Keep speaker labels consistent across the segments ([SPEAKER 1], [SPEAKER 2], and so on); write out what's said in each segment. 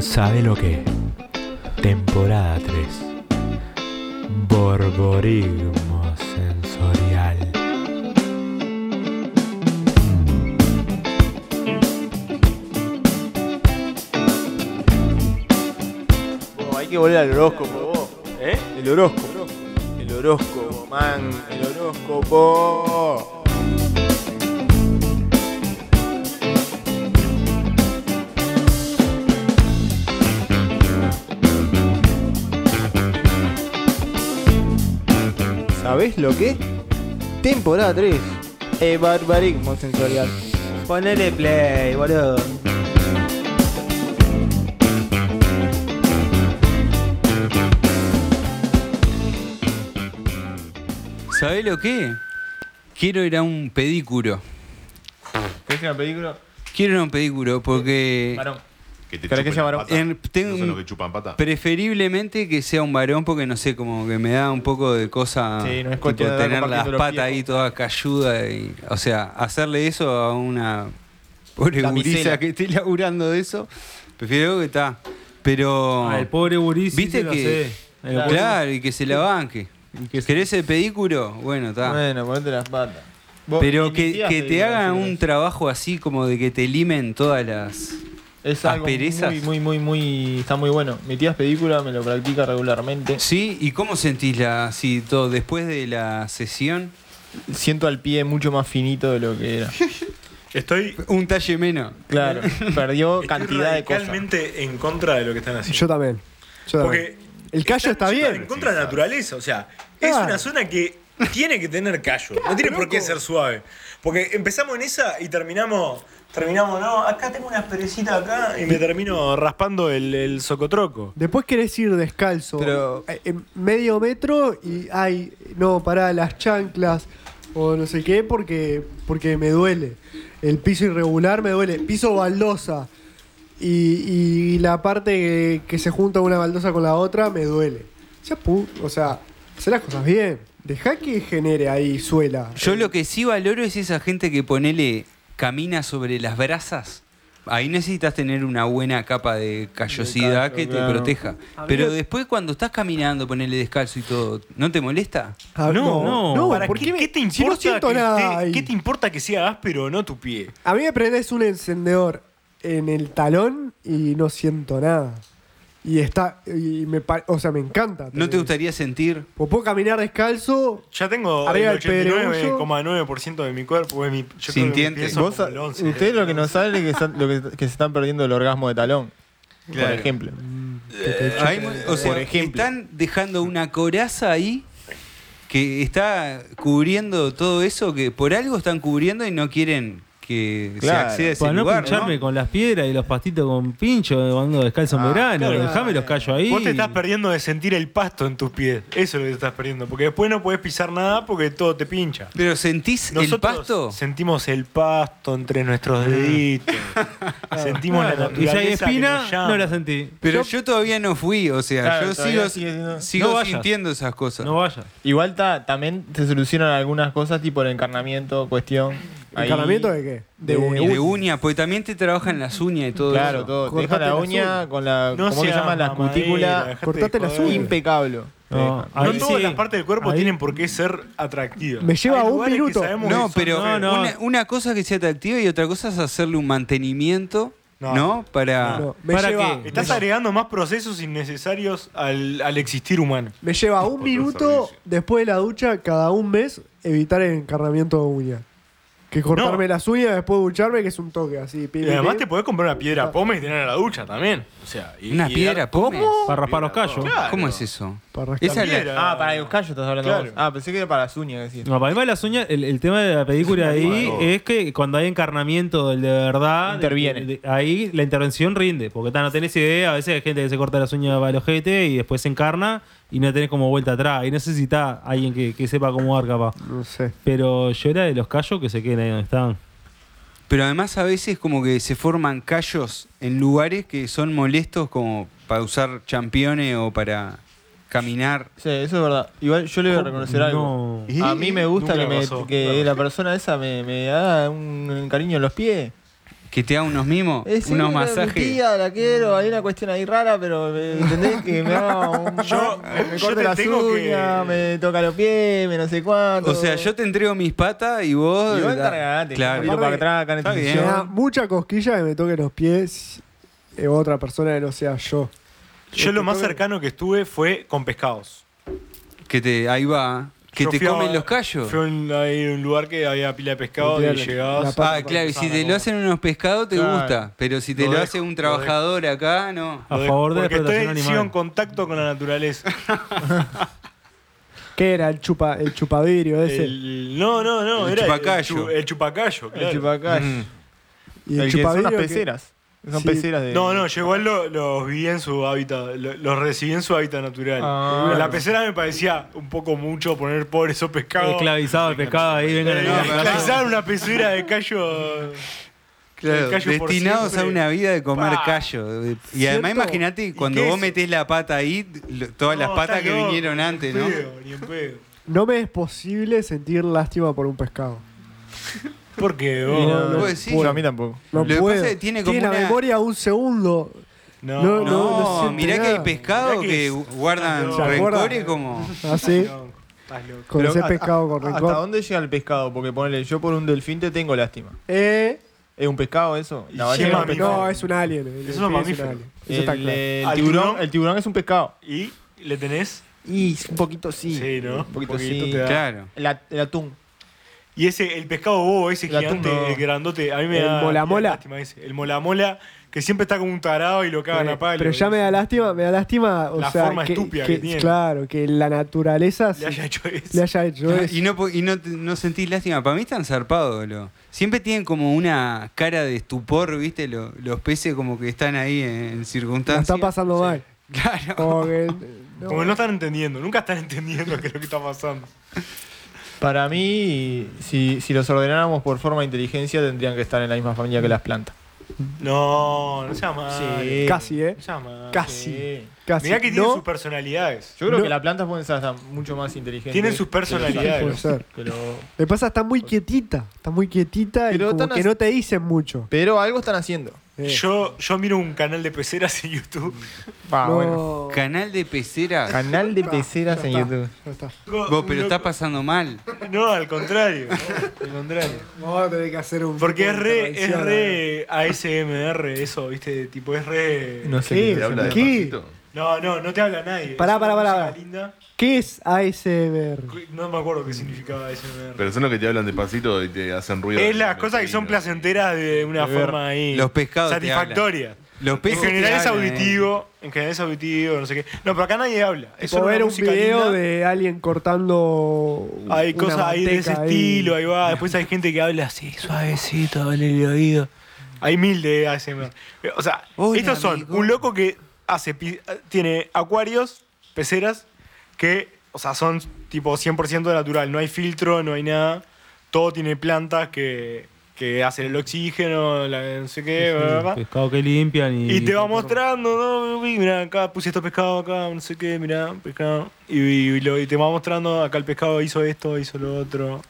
[SPEAKER 1] ¿Sabe lo que? Temporada 3. Borborismo sensorial.
[SPEAKER 2] Oh, hay que volver al horóscopo, vos.
[SPEAKER 3] ¿Eh?
[SPEAKER 2] El horóscopo. El horóscopo, man. El horóscopo. ¿Sabés lo que? Temporada 3. El barbarismo sensorial.
[SPEAKER 3] Ponele play, boludo.
[SPEAKER 4] ¿Sabés lo que? Quiero ir a un pedículo.
[SPEAKER 2] ¿Qué es una película?
[SPEAKER 4] Quiero ir a un pedículo
[SPEAKER 2] Eh,
[SPEAKER 4] porque
[SPEAKER 5] Que te
[SPEAKER 2] ¿Para qué
[SPEAKER 5] chupen
[SPEAKER 2] llamaron?
[SPEAKER 5] las patas.
[SPEAKER 4] En- tengo
[SPEAKER 5] ¿No son
[SPEAKER 4] un-
[SPEAKER 5] los que chupan pata?
[SPEAKER 4] preferiblemente que sea un varón porque no sé, como que me da un poco de cosa
[SPEAKER 2] Sí, no es
[SPEAKER 4] tipo,
[SPEAKER 2] cuestión de andar
[SPEAKER 4] tener las
[SPEAKER 2] compartiendo los
[SPEAKER 4] patas
[SPEAKER 2] pies,
[SPEAKER 4] ahí
[SPEAKER 2] ¿no?
[SPEAKER 4] toda calluda y, o sea, hacerle eso a una pobre
[SPEAKER 2] Damisela.
[SPEAKER 4] gurisa que esté laburando de eso. Prefiero que está, pero
[SPEAKER 2] Ah,
[SPEAKER 3] Al pobre gurí sí
[SPEAKER 4] Viste
[SPEAKER 3] se lo
[SPEAKER 4] que-
[SPEAKER 3] sé. El
[SPEAKER 4] claro,
[SPEAKER 3] gurí-
[SPEAKER 4] y que se la banque. ¿Querés el pedículo? Bueno, está.
[SPEAKER 2] Bueno, ponete las patas. Vos
[SPEAKER 4] Pero que,
[SPEAKER 2] iniciaste,
[SPEAKER 4] que te
[SPEAKER 2] digamos,
[SPEAKER 4] hagan
[SPEAKER 2] en
[SPEAKER 4] un
[SPEAKER 2] eso.
[SPEAKER 4] trabajo así como de que te limen todas las...
[SPEAKER 2] Es algo
[SPEAKER 4] asperezas.
[SPEAKER 2] muy, muy, muy, muy. Está muy bueno. Mi tía es película, me lo practica regularmente.
[SPEAKER 4] ¿Sí? ¿Y cómo sentís la, así todo después de la sesión?
[SPEAKER 2] Siento al pie mucho más finito de lo que era.
[SPEAKER 6] Estoy
[SPEAKER 4] Un talle menos.
[SPEAKER 2] Claro, perdió
[SPEAKER 6] estoy
[SPEAKER 2] cantidad de cosas.
[SPEAKER 6] radicalmente en contra de lo que están haciendo.
[SPEAKER 7] Yo también. Yo
[SPEAKER 6] Porque
[SPEAKER 7] también. El callo está
[SPEAKER 6] están- están
[SPEAKER 7] bien.
[SPEAKER 6] En contra de la naturaleza, o sea, es
[SPEAKER 7] Claro.
[SPEAKER 6] una zona que tiene que tener callo, no tiene por qué ser suave. Porque empezamos en esa y terminamos, terminamos, no, acá tengo una perecita acá y me termino raspando el, el socotroco.
[SPEAKER 7] Después querés ir descalzo.
[SPEAKER 2] Pero-
[SPEAKER 7] eh, en medio metro y ay, no, pará, las chanclas o no sé qué porque porque me duele. El piso irregular me duele. Piso baldosa. Y, y la parte que, que se junta una baldosa con la otra me duele. O sea, pu- o sea, hacer las cosas bien. Deja que genere ahí suela.
[SPEAKER 4] Yo lo que sí valoro es esa gente que ponele camina sobre las brasas. Ahí necesitas tener una buena capa de callosidad
[SPEAKER 2] callo,
[SPEAKER 4] que te
[SPEAKER 2] claro.
[SPEAKER 4] proteja. Pero después cuando estás caminando, ponele descalzo y todo, ¿no te molesta?
[SPEAKER 7] Ah,
[SPEAKER 6] ¿Para
[SPEAKER 7] ¿por
[SPEAKER 6] qué,
[SPEAKER 7] me-
[SPEAKER 6] qué te
[SPEAKER 7] si no
[SPEAKER 6] importa
[SPEAKER 7] siento
[SPEAKER 6] que
[SPEAKER 7] nada
[SPEAKER 6] esté-
[SPEAKER 7] ahí?
[SPEAKER 6] qué te importa que sea áspero o no tu pie?
[SPEAKER 7] A mí me prendes un encendedor en el talón y no siento nada. Y está. Y me, pa- o sea, me encanta.
[SPEAKER 4] ¿No te gustaría sentir?
[SPEAKER 7] O puedo caminar descalzo.
[SPEAKER 6] Ya tengo
[SPEAKER 7] Arriba
[SPEAKER 6] el
[SPEAKER 7] el pedregullo.
[SPEAKER 6] 89,9% de mi cuerpo, es mi, yo
[SPEAKER 4] Sintiente.
[SPEAKER 6] creo que mis pies son
[SPEAKER 2] Vos,
[SPEAKER 6] como el ¿eh? 11,
[SPEAKER 2] ustedes
[SPEAKER 6] ¿no?
[SPEAKER 2] lo que no saben es que, están- lo que, que se están perdiendo el orgasmo de talón.
[SPEAKER 4] Claro.
[SPEAKER 2] Por ejemplo.
[SPEAKER 4] Hay mu- o sea,
[SPEAKER 2] Por ejemplo.
[SPEAKER 4] están dejando una coraza ahí que está cubriendo todo eso que por algo están cubriendo y no quieren que
[SPEAKER 2] Claro,
[SPEAKER 4] se acceda a ese
[SPEAKER 3] Para no
[SPEAKER 4] lugar,
[SPEAKER 3] pincharme
[SPEAKER 4] ¿no?
[SPEAKER 3] con las piedras y los pastitos con pincho eh, cuando descalzo en
[SPEAKER 2] Ah,
[SPEAKER 3] verano.
[SPEAKER 2] claro.
[SPEAKER 3] Dejame los callo ahí.
[SPEAKER 6] Vos te estás perdiendo de sentir el pasto en tus pies. Eso es lo que te estás perdiendo. Porque después no podés pisar nada porque todo te pincha.
[SPEAKER 4] Pero sentís el
[SPEAKER 6] Nosotros
[SPEAKER 4] pasto.
[SPEAKER 6] sentimos el pasto entre nuestros deditos. sentimos la
[SPEAKER 3] Claro, Y si
[SPEAKER 6] naturaleza.
[SPEAKER 3] hay
[SPEAKER 6] que
[SPEAKER 3] espina,
[SPEAKER 6] nos llama.
[SPEAKER 3] no la sentí.
[SPEAKER 4] Pero yo, todavía no fui, o sea,
[SPEAKER 2] Claro,
[SPEAKER 4] yo
[SPEAKER 2] todavía
[SPEAKER 4] sigo,
[SPEAKER 2] sigue siendo-
[SPEAKER 4] sigo
[SPEAKER 3] No vayas.
[SPEAKER 4] sintiendo esas cosas.
[SPEAKER 3] No vaya.
[SPEAKER 2] Igual ta- también se solucionan algunas cosas, tipo el encarnamiento, cuestión. Ahí-
[SPEAKER 7] ¿Encarnamiento de qué?
[SPEAKER 2] De
[SPEAKER 4] Y de uñas, porque también te trabajan las uñas y todo
[SPEAKER 2] Claro,
[SPEAKER 4] eso.
[SPEAKER 2] todo. Te
[SPEAKER 7] Cortate
[SPEAKER 2] deja la
[SPEAKER 7] las
[SPEAKER 2] uña
[SPEAKER 7] uñas.
[SPEAKER 2] con la.
[SPEAKER 6] No
[SPEAKER 2] ¿Cómo se
[SPEAKER 6] seas
[SPEAKER 2] llaman? La
[SPEAKER 6] mamadera,
[SPEAKER 2] cutícula.
[SPEAKER 6] dejate
[SPEAKER 7] cortate
[SPEAKER 6] de
[SPEAKER 7] las
[SPEAKER 6] joder.
[SPEAKER 7] uñas.
[SPEAKER 2] Impecable. Eh,
[SPEAKER 3] No,
[SPEAKER 2] Te deja.
[SPEAKER 3] ahí
[SPEAKER 6] No todas
[SPEAKER 3] sí,
[SPEAKER 6] las partes del cuerpo
[SPEAKER 3] ahí-
[SPEAKER 6] tienen por qué ser atractivas.
[SPEAKER 7] Me lleva
[SPEAKER 6] Hay
[SPEAKER 7] un
[SPEAKER 6] lugares que
[SPEAKER 7] minuto.
[SPEAKER 6] sabemos que
[SPEAKER 4] No,
[SPEAKER 6] son
[SPEAKER 4] pero
[SPEAKER 3] no, no.
[SPEAKER 4] Una, una cosa es que sea atractiva y otra cosa es hacerle un mantenimiento, ¿no?
[SPEAKER 6] No.
[SPEAKER 4] Para.
[SPEAKER 7] No, me,
[SPEAKER 3] ¿Para
[SPEAKER 7] lleva,
[SPEAKER 3] qué?
[SPEAKER 6] Estás agregando más procesos innecesarios al, al existir humano.
[SPEAKER 7] me lleva un
[SPEAKER 5] Otro
[SPEAKER 7] minuto
[SPEAKER 5] servicio.
[SPEAKER 7] después de la ducha, cada un mes, evitar el encarnamiento de uña. Que cortarme
[SPEAKER 6] No.
[SPEAKER 7] las uñas después de ducharme, que es un toque así. pi,
[SPEAKER 6] Y
[SPEAKER 7] pi,
[SPEAKER 6] además
[SPEAKER 7] pi.
[SPEAKER 6] te podés comprar una piedra poma y tener a la ducha también. O sea, y-
[SPEAKER 4] ¿Una
[SPEAKER 6] y
[SPEAKER 4] piedra
[SPEAKER 6] dar-
[SPEAKER 4] pome?
[SPEAKER 3] Para raspar los callos.
[SPEAKER 6] Claro.
[SPEAKER 4] ¿Cómo es eso?
[SPEAKER 7] Para rascar.
[SPEAKER 4] Esa es la-
[SPEAKER 6] Piedra.
[SPEAKER 2] Ah, para los callos estás hablando
[SPEAKER 6] Claro.
[SPEAKER 2] vos. Ah, pensé que era para las uñas. Decía.
[SPEAKER 3] No, para mí las uñas, el, el tema de la película ahí
[SPEAKER 5] todo.
[SPEAKER 3] es que cuando hay encarnamiento del de verdad,
[SPEAKER 2] Interviene.
[SPEAKER 3] de- de- ahí la intervención rinde, porque ta, no tenés idea, a veces hay gente que se corta las uñas para el ojete y después se encarna y no tenés como vuelta atrás, y necesita alguien que, que sepa cómo dar capaz.
[SPEAKER 7] No sé.
[SPEAKER 3] Pero yo era de los callos que se queden ahí donde estaban.
[SPEAKER 4] Pero además a veces como que se forman callos en lugares que son molestos como para usar championes o para caminar.
[SPEAKER 2] Sí, eso es verdad. Igual yo le voy a reconocer algo.
[SPEAKER 3] No.
[SPEAKER 2] A mí me gusta
[SPEAKER 6] Nunca
[SPEAKER 2] que, me-
[SPEAKER 6] pasó.
[SPEAKER 2] que la persona esa me, me haga un cariño en los pies. Eh,
[SPEAKER 4] que te haga unos mimos,
[SPEAKER 8] Es una-
[SPEAKER 4] unos
[SPEAKER 8] Mi
[SPEAKER 4] masajes.
[SPEAKER 8] tía la quiero, hay una cuestión ahí rara, pero eh, ¿entendés? Que me haga un.
[SPEAKER 9] Yo-
[SPEAKER 8] me
[SPEAKER 9] yo
[SPEAKER 8] corta
[SPEAKER 9] te
[SPEAKER 8] las
[SPEAKER 9] tengo que-
[SPEAKER 8] uñas, me toca los pies, me no sé cuánto.
[SPEAKER 4] O sea, yo te entrego mis patas y vos.
[SPEAKER 8] Y vos
[SPEAKER 4] da-
[SPEAKER 8] encargate, tiro
[SPEAKER 4] Claro.
[SPEAKER 8] para atrás,
[SPEAKER 4] Está
[SPEAKER 8] canetización.
[SPEAKER 4] bien.
[SPEAKER 7] Me da mucha cosquilla que me toque los pies eh, otra persona que no sea yo.
[SPEAKER 9] Yo lo más cercano que estuve fue con pescados.
[SPEAKER 4] Que te, ahí va. Que
[SPEAKER 9] Yo
[SPEAKER 4] te
[SPEAKER 9] fui a-
[SPEAKER 4] comen los callos.
[SPEAKER 9] Fui a un, ahí a un lugar que había pila de pescado y
[SPEAKER 7] Mentira, la
[SPEAKER 9] llegabas.
[SPEAKER 7] pa-
[SPEAKER 4] Ah, claro, y si te lo hacen unos pescados te
[SPEAKER 9] Claro.
[SPEAKER 4] gusta, pero si te
[SPEAKER 9] Lo
[SPEAKER 4] lo,
[SPEAKER 9] dejo,
[SPEAKER 4] hace un
[SPEAKER 9] lo
[SPEAKER 4] trabajador acá, no.
[SPEAKER 3] A favor de la
[SPEAKER 9] Porque estoy
[SPEAKER 3] explotación
[SPEAKER 9] sigo en
[SPEAKER 3] animal.
[SPEAKER 9] contacto con la naturaleza.
[SPEAKER 7] ¿Qué era el, chupa, el chupavidrio ese? El,
[SPEAKER 9] El- no, no, no.
[SPEAKER 4] El
[SPEAKER 9] era
[SPEAKER 4] chupacayo.
[SPEAKER 9] El, chu- el chupacayo, claro. Mm.
[SPEAKER 2] El chupacayo.
[SPEAKER 7] y el
[SPEAKER 2] El que son las
[SPEAKER 7] chupavidrio. que-
[SPEAKER 2] peceras. Son
[SPEAKER 7] Sí.
[SPEAKER 2] peceras de.
[SPEAKER 9] No, no, yo igual lo- los vi en su hábitat, lo- los recibí en su hábitat natural.
[SPEAKER 2] Ah.
[SPEAKER 9] la pecera me parecía un poco mucho poner pobre esos pescados.
[SPEAKER 3] Esclavizado el pescado ahí, vengan
[SPEAKER 9] Eh,
[SPEAKER 3] a
[SPEAKER 4] pero-
[SPEAKER 9] esclavizar una pecera de callo.
[SPEAKER 4] Claro,
[SPEAKER 9] el callo por
[SPEAKER 4] destinados a
[SPEAKER 9] siempre.
[SPEAKER 4] una vida de comer
[SPEAKER 9] Pa.
[SPEAKER 4] callo. Y
[SPEAKER 7] ¿Cierto?
[SPEAKER 4] además imagínate cuando
[SPEAKER 9] qué
[SPEAKER 4] vos
[SPEAKER 9] es?
[SPEAKER 4] metés la pata ahí, lo- todas las
[SPEAKER 9] No,
[SPEAKER 4] patas
[SPEAKER 9] está
[SPEAKER 4] que
[SPEAKER 9] loco,
[SPEAKER 4] vinieron
[SPEAKER 9] ni en
[SPEAKER 4] antes, ¿no?
[SPEAKER 9] pedo, ni en pedo.
[SPEAKER 7] No me es posible sentir lástima por un pescado.
[SPEAKER 9] ¿Por qué vos?
[SPEAKER 7] No, no.
[SPEAKER 4] ¿Vos decís?
[SPEAKER 2] Yo a mí tampoco.
[SPEAKER 7] No
[SPEAKER 4] Lo que
[SPEAKER 7] puedo.
[SPEAKER 4] pasa es que tiene como
[SPEAKER 7] la
[SPEAKER 4] una-
[SPEAKER 7] memoria un segundo.
[SPEAKER 9] No,
[SPEAKER 7] No,
[SPEAKER 4] No,
[SPEAKER 7] no siente
[SPEAKER 4] mirá que hay
[SPEAKER 7] nada.
[SPEAKER 4] pescados
[SPEAKER 9] Mirá
[SPEAKER 4] que,
[SPEAKER 9] que es-
[SPEAKER 4] guardan
[SPEAKER 9] Se
[SPEAKER 7] acuerda.
[SPEAKER 4] rencores como...
[SPEAKER 7] Así.
[SPEAKER 9] no, estás loco.
[SPEAKER 7] Ah, Con
[SPEAKER 2] Pero
[SPEAKER 7] ese
[SPEAKER 2] a- a-
[SPEAKER 7] pescado con
[SPEAKER 2] Ah, ¿Hasta
[SPEAKER 7] rincón.
[SPEAKER 2] dónde llega el pescado? Porque ponele, yo por un delfín te tengo lástima.
[SPEAKER 7] Eh,
[SPEAKER 2] ¿Es un pescado eso?
[SPEAKER 9] Y
[SPEAKER 2] No,
[SPEAKER 9] sí,
[SPEAKER 2] es un
[SPEAKER 9] mami.
[SPEAKER 2] pescado.
[SPEAKER 7] no, es un alien. el
[SPEAKER 9] Es
[SPEAKER 7] delfín
[SPEAKER 9] un mamífero.
[SPEAKER 7] Eso está
[SPEAKER 2] El,
[SPEAKER 7] claro.
[SPEAKER 2] eh,
[SPEAKER 9] ¿Al
[SPEAKER 2] el tiburón,
[SPEAKER 9] tiburón?
[SPEAKER 2] el tiburón es un pescado.
[SPEAKER 9] ¿Y le tenés?
[SPEAKER 2] Y un poquito sí.
[SPEAKER 9] Sí, ¿no?
[SPEAKER 2] Un poquito,
[SPEAKER 9] Poquito
[SPEAKER 2] sí.
[SPEAKER 9] te da.
[SPEAKER 4] Claro.
[SPEAKER 2] La- el atún.
[SPEAKER 9] Y ese, el pescado bobo, ese
[SPEAKER 2] La
[SPEAKER 9] gigante,
[SPEAKER 2] tumba.
[SPEAKER 9] el grandote, a mí me
[SPEAKER 7] El
[SPEAKER 9] da.
[SPEAKER 7] mola mola.
[SPEAKER 9] lástima ese. El mola mola, que siempre está como un tarado y lo cagan
[SPEAKER 7] Eh,
[SPEAKER 9] a palo.
[SPEAKER 7] pero ya me da lástima, me da lástima, o
[SPEAKER 9] La
[SPEAKER 7] sea,
[SPEAKER 9] forma
[SPEAKER 7] que,
[SPEAKER 9] estúpida que tiene.
[SPEAKER 7] claro, que la naturaleza
[SPEAKER 9] Le
[SPEAKER 7] se-
[SPEAKER 9] haya hecho eso.
[SPEAKER 7] le haya hecho eso.
[SPEAKER 4] Ah, Y no, po- y no, te- no sentís lástima. Para mí están zarpados. Lo. Siempre tienen como una cara de estupor, ¿viste? Lo- los peces como que están ahí en, en
[SPEAKER 7] La
[SPEAKER 4] circunstancias.
[SPEAKER 7] está pasando mal.
[SPEAKER 4] Claro.
[SPEAKER 7] Como que- no.
[SPEAKER 9] Como que no están entendiendo, nunca están entendiendo qué es lo que está pasando.
[SPEAKER 2] Para mí, si, si los ordenáramos por forma de inteligencia, tendrían que estar en la misma familia que las plantas.
[SPEAKER 9] No, no sea mal.
[SPEAKER 2] Sí.
[SPEAKER 7] Casi, ¿eh?
[SPEAKER 9] No sea mal.
[SPEAKER 7] Casi.
[SPEAKER 2] Sí.
[SPEAKER 7] Casi.
[SPEAKER 9] Mirá que tienen
[SPEAKER 7] No,
[SPEAKER 9] sus personalidades.
[SPEAKER 2] Yo creo
[SPEAKER 7] No.
[SPEAKER 2] que las plantas pueden ser hasta mucho más inteligentes.
[SPEAKER 9] Tienen sus
[SPEAKER 2] que los
[SPEAKER 9] personalidades.
[SPEAKER 7] puede
[SPEAKER 2] animales.
[SPEAKER 7] ser.
[SPEAKER 2] Pero,
[SPEAKER 7] Le pasa, está muy quietita. Está muy quietita
[SPEAKER 2] Pero
[SPEAKER 7] y como
[SPEAKER 2] tan
[SPEAKER 7] que
[SPEAKER 2] as-
[SPEAKER 7] no te dicen mucho.
[SPEAKER 2] pero algo están haciendo.
[SPEAKER 7] Eh,
[SPEAKER 9] Yo, yo miro un canal de peceras en YouTube.
[SPEAKER 2] Pa,
[SPEAKER 7] no-
[SPEAKER 2] bueno.
[SPEAKER 4] Canal de peceras.
[SPEAKER 2] Canal de peceras en
[SPEAKER 7] está.
[SPEAKER 2] YouTube.
[SPEAKER 7] Ya está.
[SPEAKER 4] Vos, pero está pasando mal.
[SPEAKER 9] No, al contrario. al contrario.
[SPEAKER 7] Vamos a tener que hacer un.
[SPEAKER 9] Porque
[SPEAKER 7] tipo
[SPEAKER 9] es
[SPEAKER 7] de
[SPEAKER 9] re, es
[SPEAKER 7] intervención,
[SPEAKER 9] re ASMR eso, viste, tipo es re...
[SPEAKER 2] No sé
[SPEAKER 7] ¿Qué?
[SPEAKER 2] qué
[SPEAKER 7] habla
[SPEAKER 2] haciendo.
[SPEAKER 7] ¿Qué?
[SPEAKER 9] No, no, no te habla nadie.
[SPEAKER 7] Pará,
[SPEAKER 9] Es una
[SPEAKER 7] pará, pará,
[SPEAKER 9] música
[SPEAKER 7] pará.
[SPEAKER 9] linda.
[SPEAKER 7] ¿eh? ¿Qué es ASMR?
[SPEAKER 9] No me acuerdo qué significaba ASMR.
[SPEAKER 10] Pero son los que te hablan despacito y te hacen ruido.
[SPEAKER 9] es las cosas que son placenteras de una
[SPEAKER 2] De ver.
[SPEAKER 9] forma ahí.
[SPEAKER 4] Los pescados te
[SPEAKER 9] Satisfactoria.
[SPEAKER 4] Los
[SPEAKER 9] En
[SPEAKER 4] peces
[SPEAKER 9] general
[SPEAKER 4] te
[SPEAKER 9] es
[SPEAKER 4] hablan, ¿eh?
[SPEAKER 9] auditivo, en general es auditivo, no sé qué. No, pero acá nadie habla. Es
[SPEAKER 7] Tipo
[SPEAKER 9] solo
[SPEAKER 7] ver
[SPEAKER 9] una
[SPEAKER 7] un
[SPEAKER 9] música
[SPEAKER 7] video
[SPEAKER 9] linda.
[SPEAKER 7] de alguien cortando.
[SPEAKER 9] Hay
[SPEAKER 7] una
[SPEAKER 9] cosas ahí de ese
[SPEAKER 7] manteca
[SPEAKER 9] estilo, ahí va. Después hay gente que habla así, suavecito, dale el oído. Hay mil de ASMR. O sea,
[SPEAKER 4] Hola,
[SPEAKER 9] estos son
[SPEAKER 4] amigo.
[SPEAKER 9] un loco que hace pi- tiene acuarios, peceras, que, o sea, son tipo 100% natural. No hay filtro, no hay nada. Todo tiene plantas que, que hacen el oxígeno, la, no sé qué, bla, bla, bla.
[SPEAKER 3] Pescado que limpian y.
[SPEAKER 9] Y te va mostrando, ¿no? Uy, Mira, acá puse esto pescado, acá, no sé qué, mira, pescado. Y, y lo- y te va mostrando, acá el pescado hizo esto, hizo lo otro.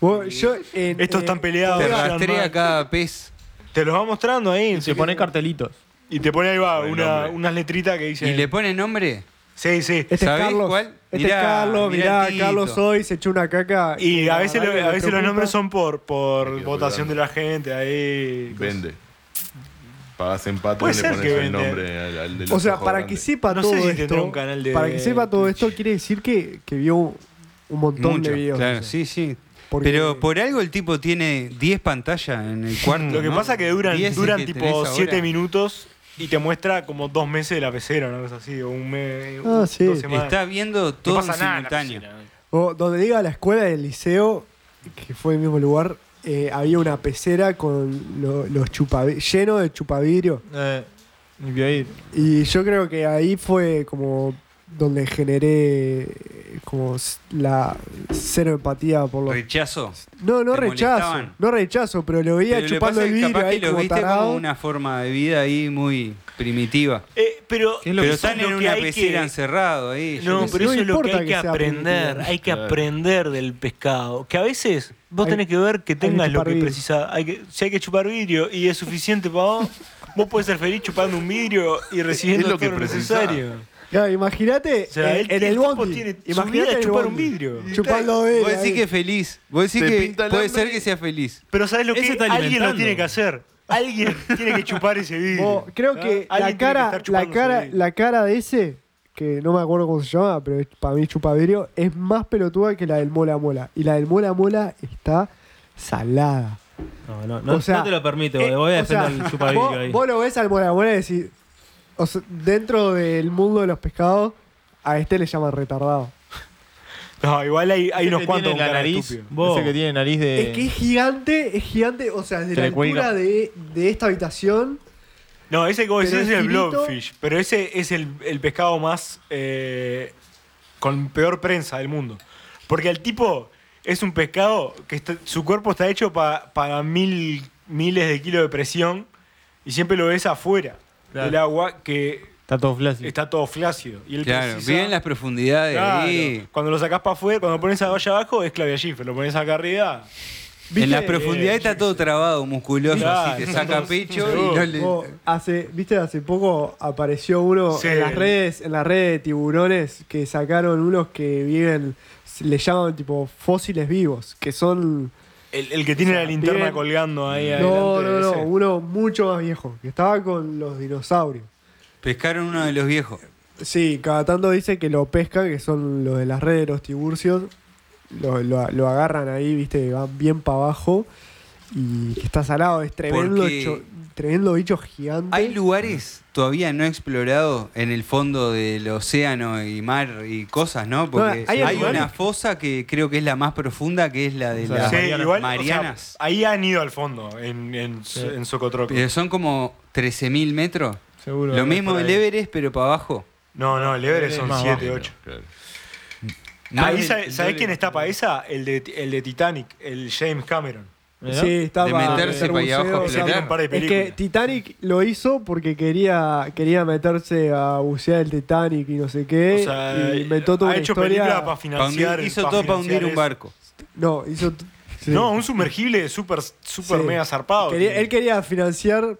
[SPEAKER 7] Vos, yo en-
[SPEAKER 9] Estos
[SPEAKER 7] eh,
[SPEAKER 9] están peleados.
[SPEAKER 4] Te
[SPEAKER 9] llevan
[SPEAKER 4] rastrea
[SPEAKER 9] mal.
[SPEAKER 4] cada pez.
[SPEAKER 9] Te los va mostrando ahí. no sé
[SPEAKER 2] Se
[SPEAKER 9] qué.
[SPEAKER 2] pone cartelitos.
[SPEAKER 9] y te pone ahí va,
[SPEAKER 10] Con el
[SPEAKER 9] una,
[SPEAKER 10] nombre.
[SPEAKER 9] unas letritas que dicen.
[SPEAKER 4] ¿Y le pone nombre?
[SPEAKER 9] Sí, sí.
[SPEAKER 7] Este
[SPEAKER 4] ¿Sabés
[SPEAKER 7] es Carlos.
[SPEAKER 4] cuál?
[SPEAKER 7] Este
[SPEAKER 4] Mirá,
[SPEAKER 7] es Carlos,
[SPEAKER 4] mirá
[SPEAKER 7] mirá,
[SPEAKER 4] el Tito.
[SPEAKER 7] Carlos hoy se echó una caca.
[SPEAKER 9] Y a veces,
[SPEAKER 7] la
[SPEAKER 9] lo-
[SPEAKER 7] verdad que
[SPEAKER 9] a
[SPEAKER 7] me
[SPEAKER 9] veces los
[SPEAKER 7] preocupa.
[SPEAKER 9] nombres son por, por
[SPEAKER 10] Hay que
[SPEAKER 9] votación de
[SPEAKER 10] votar.
[SPEAKER 9] la gente. Ahí.
[SPEAKER 10] Vende. Pagas empate
[SPEAKER 9] Puede
[SPEAKER 10] y le
[SPEAKER 9] ser
[SPEAKER 10] pones
[SPEAKER 9] que
[SPEAKER 10] el
[SPEAKER 9] vende.
[SPEAKER 10] nombre al, al del
[SPEAKER 7] O sea,
[SPEAKER 10] ojo
[SPEAKER 7] para
[SPEAKER 10] grande.
[SPEAKER 7] que sepa
[SPEAKER 9] No sé
[SPEAKER 7] todo
[SPEAKER 9] si tendrá
[SPEAKER 7] esto.
[SPEAKER 9] un canal de
[SPEAKER 7] para que sepa todo
[SPEAKER 9] Twitch.
[SPEAKER 7] esto, quiere decir que, que vio un montón
[SPEAKER 4] Mucho.
[SPEAKER 7] de videos.
[SPEAKER 4] Claro,
[SPEAKER 7] o sea.
[SPEAKER 4] sí, sí.
[SPEAKER 7] Porque-
[SPEAKER 4] Pero por algo el tipo tiene 10 pantallas en el cuarto.
[SPEAKER 9] Lo que
[SPEAKER 4] ¿no?
[SPEAKER 9] pasa es que duran,
[SPEAKER 4] 10
[SPEAKER 9] duran
[SPEAKER 4] que tenés
[SPEAKER 9] tipo
[SPEAKER 4] ahora.
[SPEAKER 9] 7 minutos y te muestra como dos meses de la pecera, una cosa así, o un mes.
[SPEAKER 7] Ah,
[SPEAKER 9] un-
[SPEAKER 7] sí.
[SPEAKER 9] dos semanas.
[SPEAKER 4] Está viendo todo en
[SPEAKER 9] nada en la
[SPEAKER 4] simultáneo.
[SPEAKER 9] piscina.
[SPEAKER 7] O donde diga la escuela del liceo, que fue el mismo lugar, eh, había una pecera con lo- los chupavidrios, lleno de chupavidrio.
[SPEAKER 2] Eh, ni voy a ir.
[SPEAKER 7] Y yo creo que ahí fue como donde generé eh, como s- la cero empatía por los
[SPEAKER 4] Rechazo.
[SPEAKER 7] No, no
[SPEAKER 4] ¿Te
[SPEAKER 7] rechazo,
[SPEAKER 4] molestaban?
[SPEAKER 7] no rechazo, pero lo veía
[SPEAKER 4] Pero lo que
[SPEAKER 7] chupando
[SPEAKER 4] pasa es
[SPEAKER 7] el
[SPEAKER 4] que
[SPEAKER 7] vidrio
[SPEAKER 4] capaz
[SPEAKER 7] ahí
[SPEAKER 4] que lo
[SPEAKER 7] como
[SPEAKER 4] viste
[SPEAKER 7] tarado.
[SPEAKER 4] como una forma de vida ahí muy primitiva.
[SPEAKER 9] Eh,
[SPEAKER 11] pero,
[SPEAKER 2] ¿Qué es lo
[SPEAKER 4] Pero
[SPEAKER 2] que
[SPEAKER 11] eso
[SPEAKER 4] están
[SPEAKER 11] es
[SPEAKER 4] en
[SPEAKER 11] lo
[SPEAKER 4] una
[SPEAKER 11] hay que-
[SPEAKER 4] pecera encerrado ahí. yo
[SPEAKER 11] No,
[SPEAKER 4] qué sé.
[SPEAKER 11] pero
[SPEAKER 7] No
[SPEAKER 11] eso es lo que
[SPEAKER 7] importa
[SPEAKER 11] hay que,
[SPEAKER 7] que sea
[SPEAKER 11] aprender.
[SPEAKER 7] primitivo.
[SPEAKER 11] Hay que
[SPEAKER 10] Claro.
[SPEAKER 11] aprender del pescado. Que a veces vos
[SPEAKER 7] Hay-
[SPEAKER 11] tenés que ver que
[SPEAKER 7] que
[SPEAKER 11] tengas lo
[SPEAKER 7] chupar
[SPEAKER 11] que
[SPEAKER 7] vidrio.
[SPEAKER 11] precisas. Hay que, si hay que chupar vidrio y es suficiente para vos, vos podés ser feliz chupando un vidrio y recibiendo
[SPEAKER 10] lo que
[SPEAKER 11] todo lo
[SPEAKER 10] precisás.
[SPEAKER 11] necesario.
[SPEAKER 7] Claro, imagínate
[SPEAKER 11] O sea,
[SPEAKER 7] en-
[SPEAKER 11] él
[SPEAKER 7] en
[SPEAKER 11] tiene-
[SPEAKER 7] el
[SPEAKER 11] el tipo
[SPEAKER 7] bondi.
[SPEAKER 11] tiene su vida
[SPEAKER 7] Imagínate en el
[SPEAKER 11] chupar un
[SPEAKER 7] bondi.
[SPEAKER 11] vidrio.
[SPEAKER 7] Chupando él.
[SPEAKER 4] Vos decís
[SPEAKER 7] ahí.
[SPEAKER 4] que feliz. Vos decís
[SPEAKER 10] Te
[SPEAKER 4] que
[SPEAKER 10] pinta el
[SPEAKER 4] puede
[SPEAKER 10] hambre
[SPEAKER 4] ser que sea feliz.
[SPEAKER 11] Pero ¿sabes lo
[SPEAKER 3] Ese
[SPEAKER 11] que
[SPEAKER 3] está
[SPEAKER 11] Alguien lo
[SPEAKER 3] alimentando.
[SPEAKER 11] tiene que hacer. Alguien tiene que chupar ese vidrio.
[SPEAKER 7] Vos, creo que
[SPEAKER 11] Ah, Alguien tiene
[SPEAKER 7] la
[SPEAKER 11] que
[SPEAKER 7] cara,
[SPEAKER 11] estar
[SPEAKER 7] la
[SPEAKER 11] chupándose
[SPEAKER 7] cara,
[SPEAKER 11] vidrio.
[SPEAKER 7] la cara de ese, que no me acuerdo cómo se llama, pero es- para mí chupavidrio, es más pelotuda que la del mola mola. Y la del mola mola está salada.
[SPEAKER 3] No, no, no,
[SPEAKER 7] O sea,
[SPEAKER 3] no te lo permito,
[SPEAKER 7] Eh,
[SPEAKER 3] voy a
[SPEAKER 7] o sea,
[SPEAKER 3] defender el chupavidrio
[SPEAKER 7] vos,
[SPEAKER 3] ahí.
[SPEAKER 7] vos lo ves al mola mola y decís, o sea, dentro del mundo de los pescados, a este le llaman retardado.
[SPEAKER 9] No, igual hay, hay
[SPEAKER 2] Ese
[SPEAKER 9] unos
[SPEAKER 2] que
[SPEAKER 9] cuantos
[SPEAKER 2] tiene
[SPEAKER 9] con
[SPEAKER 2] la
[SPEAKER 9] cara de
[SPEAKER 2] nariz.
[SPEAKER 9] estúpido.
[SPEAKER 3] Vos.
[SPEAKER 2] Ese que tiene nariz
[SPEAKER 3] Eh.
[SPEAKER 2] de.
[SPEAKER 7] Es que es gigante, es gigante, o sea, desde
[SPEAKER 2] Te
[SPEAKER 7] la
[SPEAKER 2] le cuelga.
[SPEAKER 7] altura de, de esta habitación.
[SPEAKER 9] No, ese que vos
[SPEAKER 7] Pero
[SPEAKER 9] decís es
[SPEAKER 7] es
[SPEAKER 9] el
[SPEAKER 7] finito.
[SPEAKER 9] blobfish, pero ese es el, el pescado más eh, con peor prensa del mundo. Porque el tipo es un pescado que está- su cuerpo está hecho pa- para mil, miles de kilos de presión y siempre lo ves afuera
[SPEAKER 2] Claro.
[SPEAKER 9] del agua que
[SPEAKER 2] Está todo flácido.
[SPEAKER 9] está todo flácido. Y él
[SPEAKER 4] Claro,
[SPEAKER 9] precisa-
[SPEAKER 4] bien las profundidades
[SPEAKER 9] Claro,
[SPEAKER 4] ahí.
[SPEAKER 9] Cuando lo sacás para afuera, cuando lo pones allá abajo es Claudia Schiffer, lo pones acá arriba.
[SPEAKER 7] ¿viste?
[SPEAKER 4] En las profundidades está todo trabado, musculoso,
[SPEAKER 9] Claro,
[SPEAKER 4] así te saca
[SPEAKER 9] entonces,
[SPEAKER 4] pecho
[SPEAKER 9] seguro.
[SPEAKER 4] y no le.
[SPEAKER 7] Vos, hace, viste, hace poco apareció uno
[SPEAKER 9] Sí.
[SPEAKER 7] en las redes, en las redes de tiburones que sacaron unos que viven, le llaman tipo fósiles vivos, que son
[SPEAKER 9] El, el que tiene
[SPEAKER 7] O sea,
[SPEAKER 9] la linterna
[SPEAKER 7] bien.
[SPEAKER 9] colgando ahí
[SPEAKER 7] no,
[SPEAKER 9] adelante,
[SPEAKER 7] no, no,
[SPEAKER 9] ese.
[SPEAKER 7] uno mucho más viejo, que estaba con los dinosaurios.
[SPEAKER 4] Pescaron uno de los viejos.
[SPEAKER 7] Sí, cada tanto dice que lo pescan, que son los de las redes, los tiburcios. Lo, lo- lo agarran ahí, viste, van bien para abajo. Y que está salado, es tremendo,
[SPEAKER 4] Porque-
[SPEAKER 7] cho- tremendo bicho gigante.
[SPEAKER 4] Hay lugares todavía no explorados en el fondo del océano y mar y cosas, ¿no? Porque
[SPEAKER 7] No,
[SPEAKER 4] hay,
[SPEAKER 7] hay lugares-
[SPEAKER 4] una fosa que creo que es la más profunda, que es la de
[SPEAKER 2] sea,
[SPEAKER 4] las
[SPEAKER 9] Sí, igual, o sea,
[SPEAKER 4] Marianas.
[SPEAKER 9] ahí han ido al fondo, en, en, en Socotroco.
[SPEAKER 4] Pero son como 13.000 metros.
[SPEAKER 2] Seguro.
[SPEAKER 4] Lo
[SPEAKER 2] que
[SPEAKER 4] mismo
[SPEAKER 2] por ahí.
[SPEAKER 4] del Everest, pero para abajo.
[SPEAKER 9] No, no, el Everest
[SPEAKER 2] Es
[SPEAKER 9] son
[SPEAKER 2] más
[SPEAKER 9] 7, 8.
[SPEAKER 10] Claro.
[SPEAKER 4] Más
[SPEAKER 9] Ahí,
[SPEAKER 4] del-
[SPEAKER 9] sabe-
[SPEAKER 4] del
[SPEAKER 9] ¿Sabés
[SPEAKER 4] doble.
[SPEAKER 9] quién está para esa? El de, el de Titanic, el James Cameron.
[SPEAKER 2] ¿Verdad?
[SPEAKER 7] Sí, estaba
[SPEAKER 4] De meterse para allá abajo a
[SPEAKER 9] buceo,
[SPEAKER 4] explorar.
[SPEAKER 9] un par de
[SPEAKER 7] Es
[SPEAKER 9] películas.
[SPEAKER 7] que Titanic lo hizo porque quería, quería meterse a bucear el Titanic y no sé qué.
[SPEAKER 9] O sea, eh,
[SPEAKER 7] y inventó toda
[SPEAKER 9] ha
[SPEAKER 7] una
[SPEAKER 9] hecho películas
[SPEAKER 7] historia.
[SPEAKER 9] para
[SPEAKER 4] Pa' hundir-
[SPEAKER 9] financiar.
[SPEAKER 4] hizo todo para hundir
[SPEAKER 9] financiar
[SPEAKER 4] un
[SPEAKER 9] eso.
[SPEAKER 4] barco.
[SPEAKER 7] No, hizo. t- sí.
[SPEAKER 9] No, un sumergible súper super
[SPEAKER 7] Sí.
[SPEAKER 9] mega zarpado.
[SPEAKER 7] Quería- él quería financiar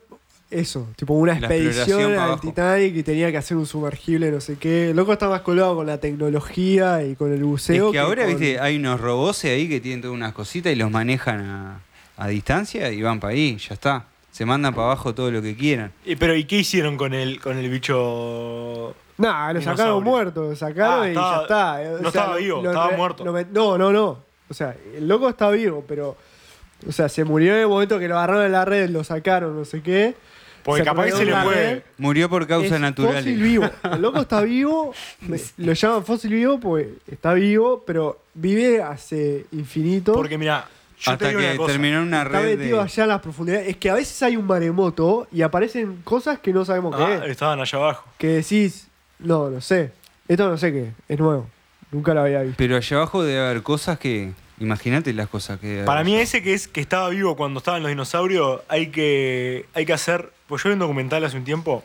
[SPEAKER 7] eso, tipo una
[SPEAKER 4] La exploración
[SPEAKER 7] expedición
[SPEAKER 4] para
[SPEAKER 7] al
[SPEAKER 4] abajo.
[SPEAKER 7] Titanic y tenía que hacer un sumergible, no sé qué. El loco está más colgado con la tecnología y con el buceo.
[SPEAKER 4] Es que ahora,
[SPEAKER 7] con-
[SPEAKER 4] viste, hay unos robots ahí que tienen todas unas cositas y los manejan a, a distancia y van para ahí, ya está. Se mandan para abajo todo lo que quieran.
[SPEAKER 9] Eh, Pero ¿y qué hicieron con el, con el bicho?
[SPEAKER 7] Nah, lo sacaron
[SPEAKER 9] Dinosaurio.
[SPEAKER 7] muerto, lo sacaron
[SPEAKER 9] Ah,
[SPEAKER 7] y
[SPEAKER 9] estaba-
[SPEAKER 7] ya está. Eh, o
[SPEAKER 9] no estaba
[SPEAKER 7] lo-
[SPEAKER 9] vivo,
[SPEAKER 7] lo
[SPEAKER 9] estaba
[SPEAKER 7] re-
[SPEAKER 9] muerto.
[SPEAKER 7] lo met- no, no, no. O sea, el loco está vivo, pero. O sea, se murió en el momento que lo agarraron en la red, lo sacaron, no sé qué.
[SPEAKER 9] Porque capaz que
[SPEAKER 7] colgó
[SPEAKER 9] se
[SPEAKER 7] en
[SPEAKER 9] le
[SPEAKER 7] la
[SPEAKER 9] puede-
[SPEAKER 7] red.
[SPEAKER 4] Murió por causas
[SPEAKER 7] Es Fósil
[SPEAKER 4] naturales.
[SPEAKER 7] vivo. El loco está vivo. me- lo llaman fósil vivo porque está vivo, pero vive hace infinito.
[SPEAKER 9] Porque mirá, yo te
[SPEAKER 4] Hasta
[SPEAKER 9] digo una
[SPEAKER 4] que
[SPEAKER 9] cosa.
[SPEAKER 4] terminó en una
[SPEAKER 7] está
[SPEAKER 4] red
[SPEAKER 7] metido
[SPEAKER 4] de...
[SPEAKER 7] allá en las profundidades. Es que a veces hay un maremoto y aparecen cosas que no sabemos
[SPEAKER 9] Ah,
[SPEAKER 7] qué es.
[SPEAKER 9] estaban allá abajo.
[SPEAKER 7] Que decís, no, no sé. Esto no sé qué es. Es nuevo. Nunca lo había visto.
[SPEAKER 4] Pero allá abajo debe haber cosas que... Imagínate las cosas que... debe haber.
[SPEAKER 9] Para mí ese que es que estaba vivo cuando estaban los dinosaurios, hay que, hay que hacer... Pues yo vi un documental hace un tiempo.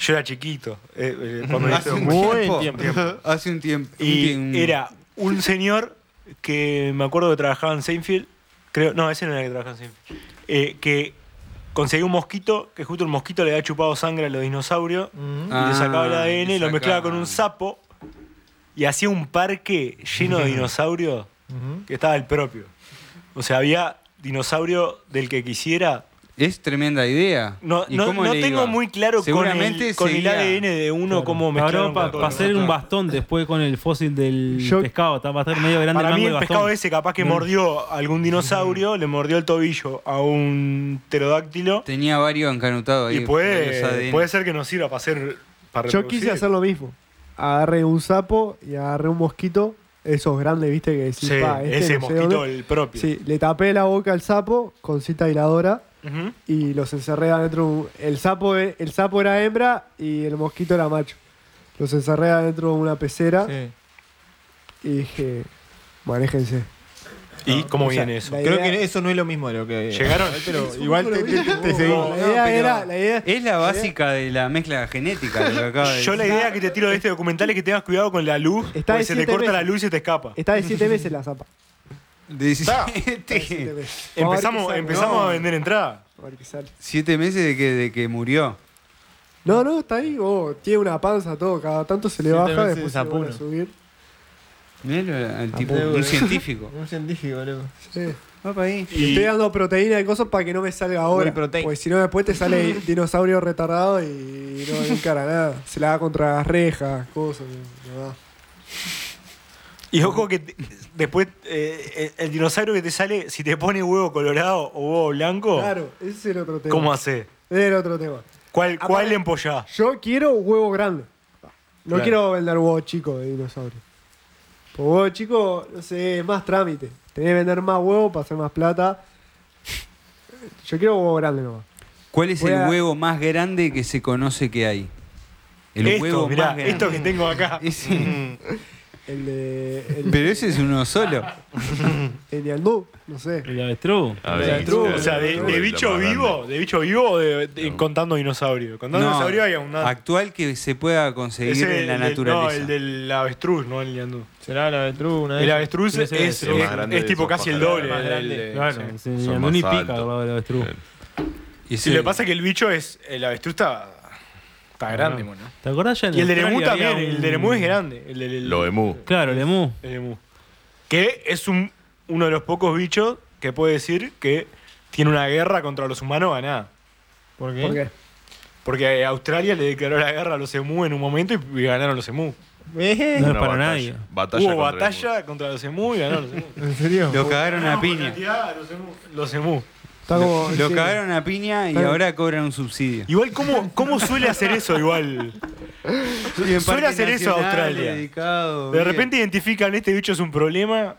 [SPEAKER 9] Yo era chiquito. eh, eh, cuando vi este
[SPEAKER 4] Hace un
[SPEAKER 9] documental.
[SPEAKER 4] tiempo.
[SPEAKER 2] tiempo.
[SPEAKER 4] Hace un tiempo. un
[SPEAKER 9] Y
[SPEAKER 4] tiempo.
[SPEAKER 9] era un señor que me acuerdo que trabajaba en Seinfeld. Creo, no, ese no era el que trabajaba en Seinfeld. eh, que conseguía un mosquito, que justo el mosquito le había chupado sangre a los dinosaurios.
[SPEAKER 2] Mm.
[SPEAKER 9] y le sacaba el
[SPEAKER 4] Ah,
[SPEAKER 9] ADN,
[SPEAKER 4] le
[SPEAKER 9] lo mezclaba
[SPEAKER 4] sacaba.
[SPEAKER 9] con un sapo y hacía un parque lleno de dinosaurios
[SPEAKER 2] Ujú.
[SPEAKER 9] que estaba el propio. O sea, había dinosaurio del que quisiera.
[SPEAKER 4] Es tremenda idea.
[SPEAKER 9] No,
[SPEAKER 4] ¿Y
[SPEAKER 9] no-
[SPEAKER 4] cómo
[SPEAKER 9] no
[SPEAKER 4] le
[SPEAKER 9] tengo
[SPEAKER 4] iba?
[SPEAKER 9] muy claro con
[SPEAKER 4] Seguramente
[SPEAKER 9] el, con el
[SPEAKER 4] seguía-
[SPEAKER 9] ADN de uno cómo
[SPEAKER 3] Ahora
[SPEAKER 9] mezclaron
[SPEAKER 3] para
[SPEAKER 9] con todo.
[SPEAKER 3] hacer un bastón después con el fósil del
[SPEAKER 7] Yo-
[SPEAKER 3] pescado, está- va a estar medio grande
[SPEAKER 9] Para
[SPEAKER 3] el
[SPEAKER 9] mí
[SPEAKER 3] mango del
[SPEAKER 9] el pescado
[SPEAKER 3] bastón.
[SPEAKER 9] ese capaz que mordió a algún dinosaurio, le mordió el tobillo a un pterodáctilo
[SPEAKER 4] Tenía varios encanutados ahí.
[SPEAKER 9] y
[SPEAKER 4] varios
[SPEAKER 9] puede,
[SPEAKER 4] ADN.
[SPEAKER 9] puede ser que nos sirva para hacer... Para
[SPEAKER 7] Yo
[SPEAKER 9] reproducir.
[SPEAKER 7] quise hacer lo mismo. Agarré un sapo y agarré un mosquito. Esos grandes, viste, que decís,
[SPEAKER 9] Sí,
[SPEAKER 7] "Pa, este
[SPEAKER 9] ese
[SPEAKER 7] no sé
[SPEAKER 9] mosquito,
[SPEAKER 7] dónde".
[SPEAKER 9] el propio.
[SPEAKER 7] Sí, le tapé la boca al sapo con cinta hiladora
[SPEAKER 9] Ujú.
[SPEAKER 7] y los encerré adentro. de un- El sapo, e- el sapo era hembra y el mosquito era macho. Los encerré adentro de una pecera
[SPEAKER 2] Sí.
[SPEAKER 7] y dije, manéjense.
[SPEAKER 9] ¿Y cómo
[SPEAKER 7] Ah, O sea,
[SPEAKER 9] viene eso?
[SPEAKER 7] la
[SPEAKER 2] Creo
[SPEAKER 7] idea-
[SPEAKER 2] que eso no es lo mismo de lo que.
[SPEAKER 9] ¿Llegaron?
[SPEAKER 2] Pero igual te, te- te- te seguí.
[SPEAKER 7] La idea era. La idea,
[SPEAKER 4] Es la básica de la mezcla genética, lo que acaba de
[SPEAKER 9] Yo la idea que te tiro de este documental es que tengas cuidado con la luz,
[SPEAKER 7] Está
[SPEAKER 9] porque
[SPEAKER 7] de
[SPEAKER 9] se te
[SPEAKER 7] siete
[SPEAKER 9] corta la
[SPEAKER 7] veces.
[SPEAKER 9] luz y se te escapa.
[SPEAKER 7] Está de siete veces la zapa. Está de
[SPEAKER 4] 17.
[SPEAKER 7] siete veces. Vamos a ver
[SPEAKER 9] Empezamos,
[SPEAKER 7] qué sale.
[SPEAKER 9] empezamos
[SPEAKER 7] No,
[SPEAKER 9] a vender entrada.
[SPEAKER 7] a ver qué sale.
[SPEAKER 4] Siete meses de que, de que murió.
[SPEAKER 7] No, no, está ahí. Oh, tiene una panza, todo. Cada tanto se le
[SPEAKER 2] Siete
[SPEAKER 7] baja.
[SPEAKER 2] veces
[SPEAKER 7] Después se vuelve a
[SPEAKER 2] Sapuno.
[SPEAKER 7] subir.
[SPEAKER 4] Mirá lo-
[SPEAKER 9] Ah,
[SPEAKER 4] al tipo,
[SPEAKER 2] pobre.
[SPEAKER 4] un científico.
[SPEAKER 2] Un científico, boludo.
[SPEAKER 7] Sí.
[SPEAKER 4] Va para ahí.
[SPEAKER 9] Y
[SPEAKER 7] Estoy dando proteína y cosas para que no me salga ahora.
[SPEAKER 2] Muy proteína.
[SPEAKER 7] Porque si no, después te sale dinosaurio retardado y no me encara nada. Se la da contra las rejas, cosas. no, no da.
[SPEAKER 9] Y ojo que te- después eh, el el dinosaurio que te sale, si te pone huevo colorado o huevo blanco,
[SPEAKER 7] Claro, ese es el otro tema.
[SPEAKER 9] Oh. ¿cómo hace?
[SPEAKER 7] Ese es el otro tema.
[SPEAKER 9] ¿Cuál, cuál
[SPEAKER 7] Aparte-
[SPEAKER 9] empollá?
[SPEAKER 7] Yo quiero huevo grande. No
[SPEAKER 2] Claro.
[SPEAKER 7] quiero vender huevo chico de dinosaurio. Pues huevo chico, no sé, es más trámite. Tenés que vender más huevo para hacer más plata. Yo quiero huevo grande nomás.
[SPEAKER 4] ¿Cuál es
[SPEAKER 7] Voy
[SPEAKER 4] el
[SPEAKER 7] a-
[SPEAKER 4] huevo más grande que se conoce que hay? El
[SPEAKER 9] esto,
[SPEAKER 4] huevo
[SPEAKER 9] mirá,
[SPEAKER 4] más grande.
[SPEAKER 9] esto que tengo acá. Mm.
[SPEAKER 4] Ese-
[SPEAKER 7] El de. El,
[SPEAKER 4] pero ese es uno solo.
[SPEAKER 7] el de Andú, no sé.
[SPEAKER 3] El avestruz.
[SPEAKER 10] A
[SPEAKER 7] O sea,
[SPEAKER 10] ver,
[SPEAKER 7] truco,
[SPEAKER 10] eh,
[SPEAKER 9] O sea, de,
[SPEAKER 10] la
[SPEAKER 9] de
[SPEAKER 10] más
[SPEAKER 9] bicho
[SPEAKER 10] grande.
[SPEAKER 9] vivo, de bicho vivo o de, de- contando dinosaurio. Contando
[SPEAKER 4] No,
[SPEAKER 9] dinosaurio hay abundancia.
[SPEAKER 4] actual que se pueda conseguir
[SPEAKER 9] Ese
[SPEAKER 4] en la
[SPEAKER 9] del-
[SPEAKER 4] naturaleza.
[SPEAKER 9] No, el del avestruz, no el leandú.
[SPEAKER 2] Será la avestruz una
[SPEAKER 9] El
[SPEAKER 2] vez.
[SPEAKER 9] avestruz
[SPEAKER 3] Sí,
[SPEAKER 9] es,
[SPEAKER 3] sí,
[SPEAKER 9] es,
[SPEAKER 3] sí.
[SPEAKER 10] Lo más
[SPEAKER 9] es
[SPEAKER 10] grande de
[SPEAKER 9] tipo
[SPEAKER 10] esos
[SPEAKER 9] casi el
[SPEAKER 10] pájaros.
[SPEAKER 9] doble.
[SPEAKER 2] Más
[SPEAKER 9] del-
[SPEAKER 2] grande.
[SPEAKER 9] del-
[SPEAKER 3] Claro, sí,
[SPEAKER 10] Son
[SPEAKER 3] ni
[SPEAKER 10] más
[SPEAKER 3] pica
[SPEAKER 10] altos.
[SPEAKER 3] al lado del avestruz.
[SPEAKER 10] Claro.
[SPEAKER 4] Y
[SPEAKER 9] Si
[SPEAKER 4] ese-
[SPEAKER 9] le pasa que el bicho es. El avestruz está. Está
[SPEAKER 2] Ah.
[SPEAKER 9] grande, mono.
[SPEAKER 3] ¿Te acordás ya en
[SPEAKER 9] Y el de Lemú
[SPEAKER 3] Australia
[SPEAKER 9] también.
[SPEAKER 3] había
[SPEAKER 9] El
[SPEAKER 3] un-
[SPEAKER 9] de Lemú es grande. El del.
[SPEAKER 10] Lo emu.
[SPEAKER 3] Claro, Lemú.
[SPEAKER 9] el Lemú. Eh, Que es un, uno de los pocos bichos que puede decir que tiene una guerra contra los humanos ganada.
[SPEAKER 2] ¿Por qué?
[SPEAKER 7] ¿Por qué?
[SPEAKER 9] Porque Australia le declaró la guerra a los emú en un momento y, y ganaron los emú.
[SPEAKER 2] Eh,
[SPEAKER 3] No es
[SPEAKER 10] Una
[SPEAKER 3] para
[SPEAKER 10] batalla.
[SPEAKER 3] nadie.
[SPEAKER 10] Batalla
[SPEAKER 9] Hubo
[SPEAKER 10] contra el
[SPEAKER 9] batalla contra los emú y ganaron los emú.
[SPEAKER 2] ¿En serio?
[SPEAKER 4] lo cagaron a piña.
[SPEAKER 9] Cantidad a los emú- Los emú.
[SPEAKER 7] Está como.
[SPEAKER 4] Lo
[SPEAKER 7] sí.
[SPEAKER 4] cagaron a piña y
[SPEAKER 7] Claro.
[SPEAKER 4] ahora cobran un subsidio.
[SPEAKER 9] Igual, ¿cómo, ¿cómo suele hacer eso igual? Suele hacer eso a Australia. De repente identifican este bicho es un problema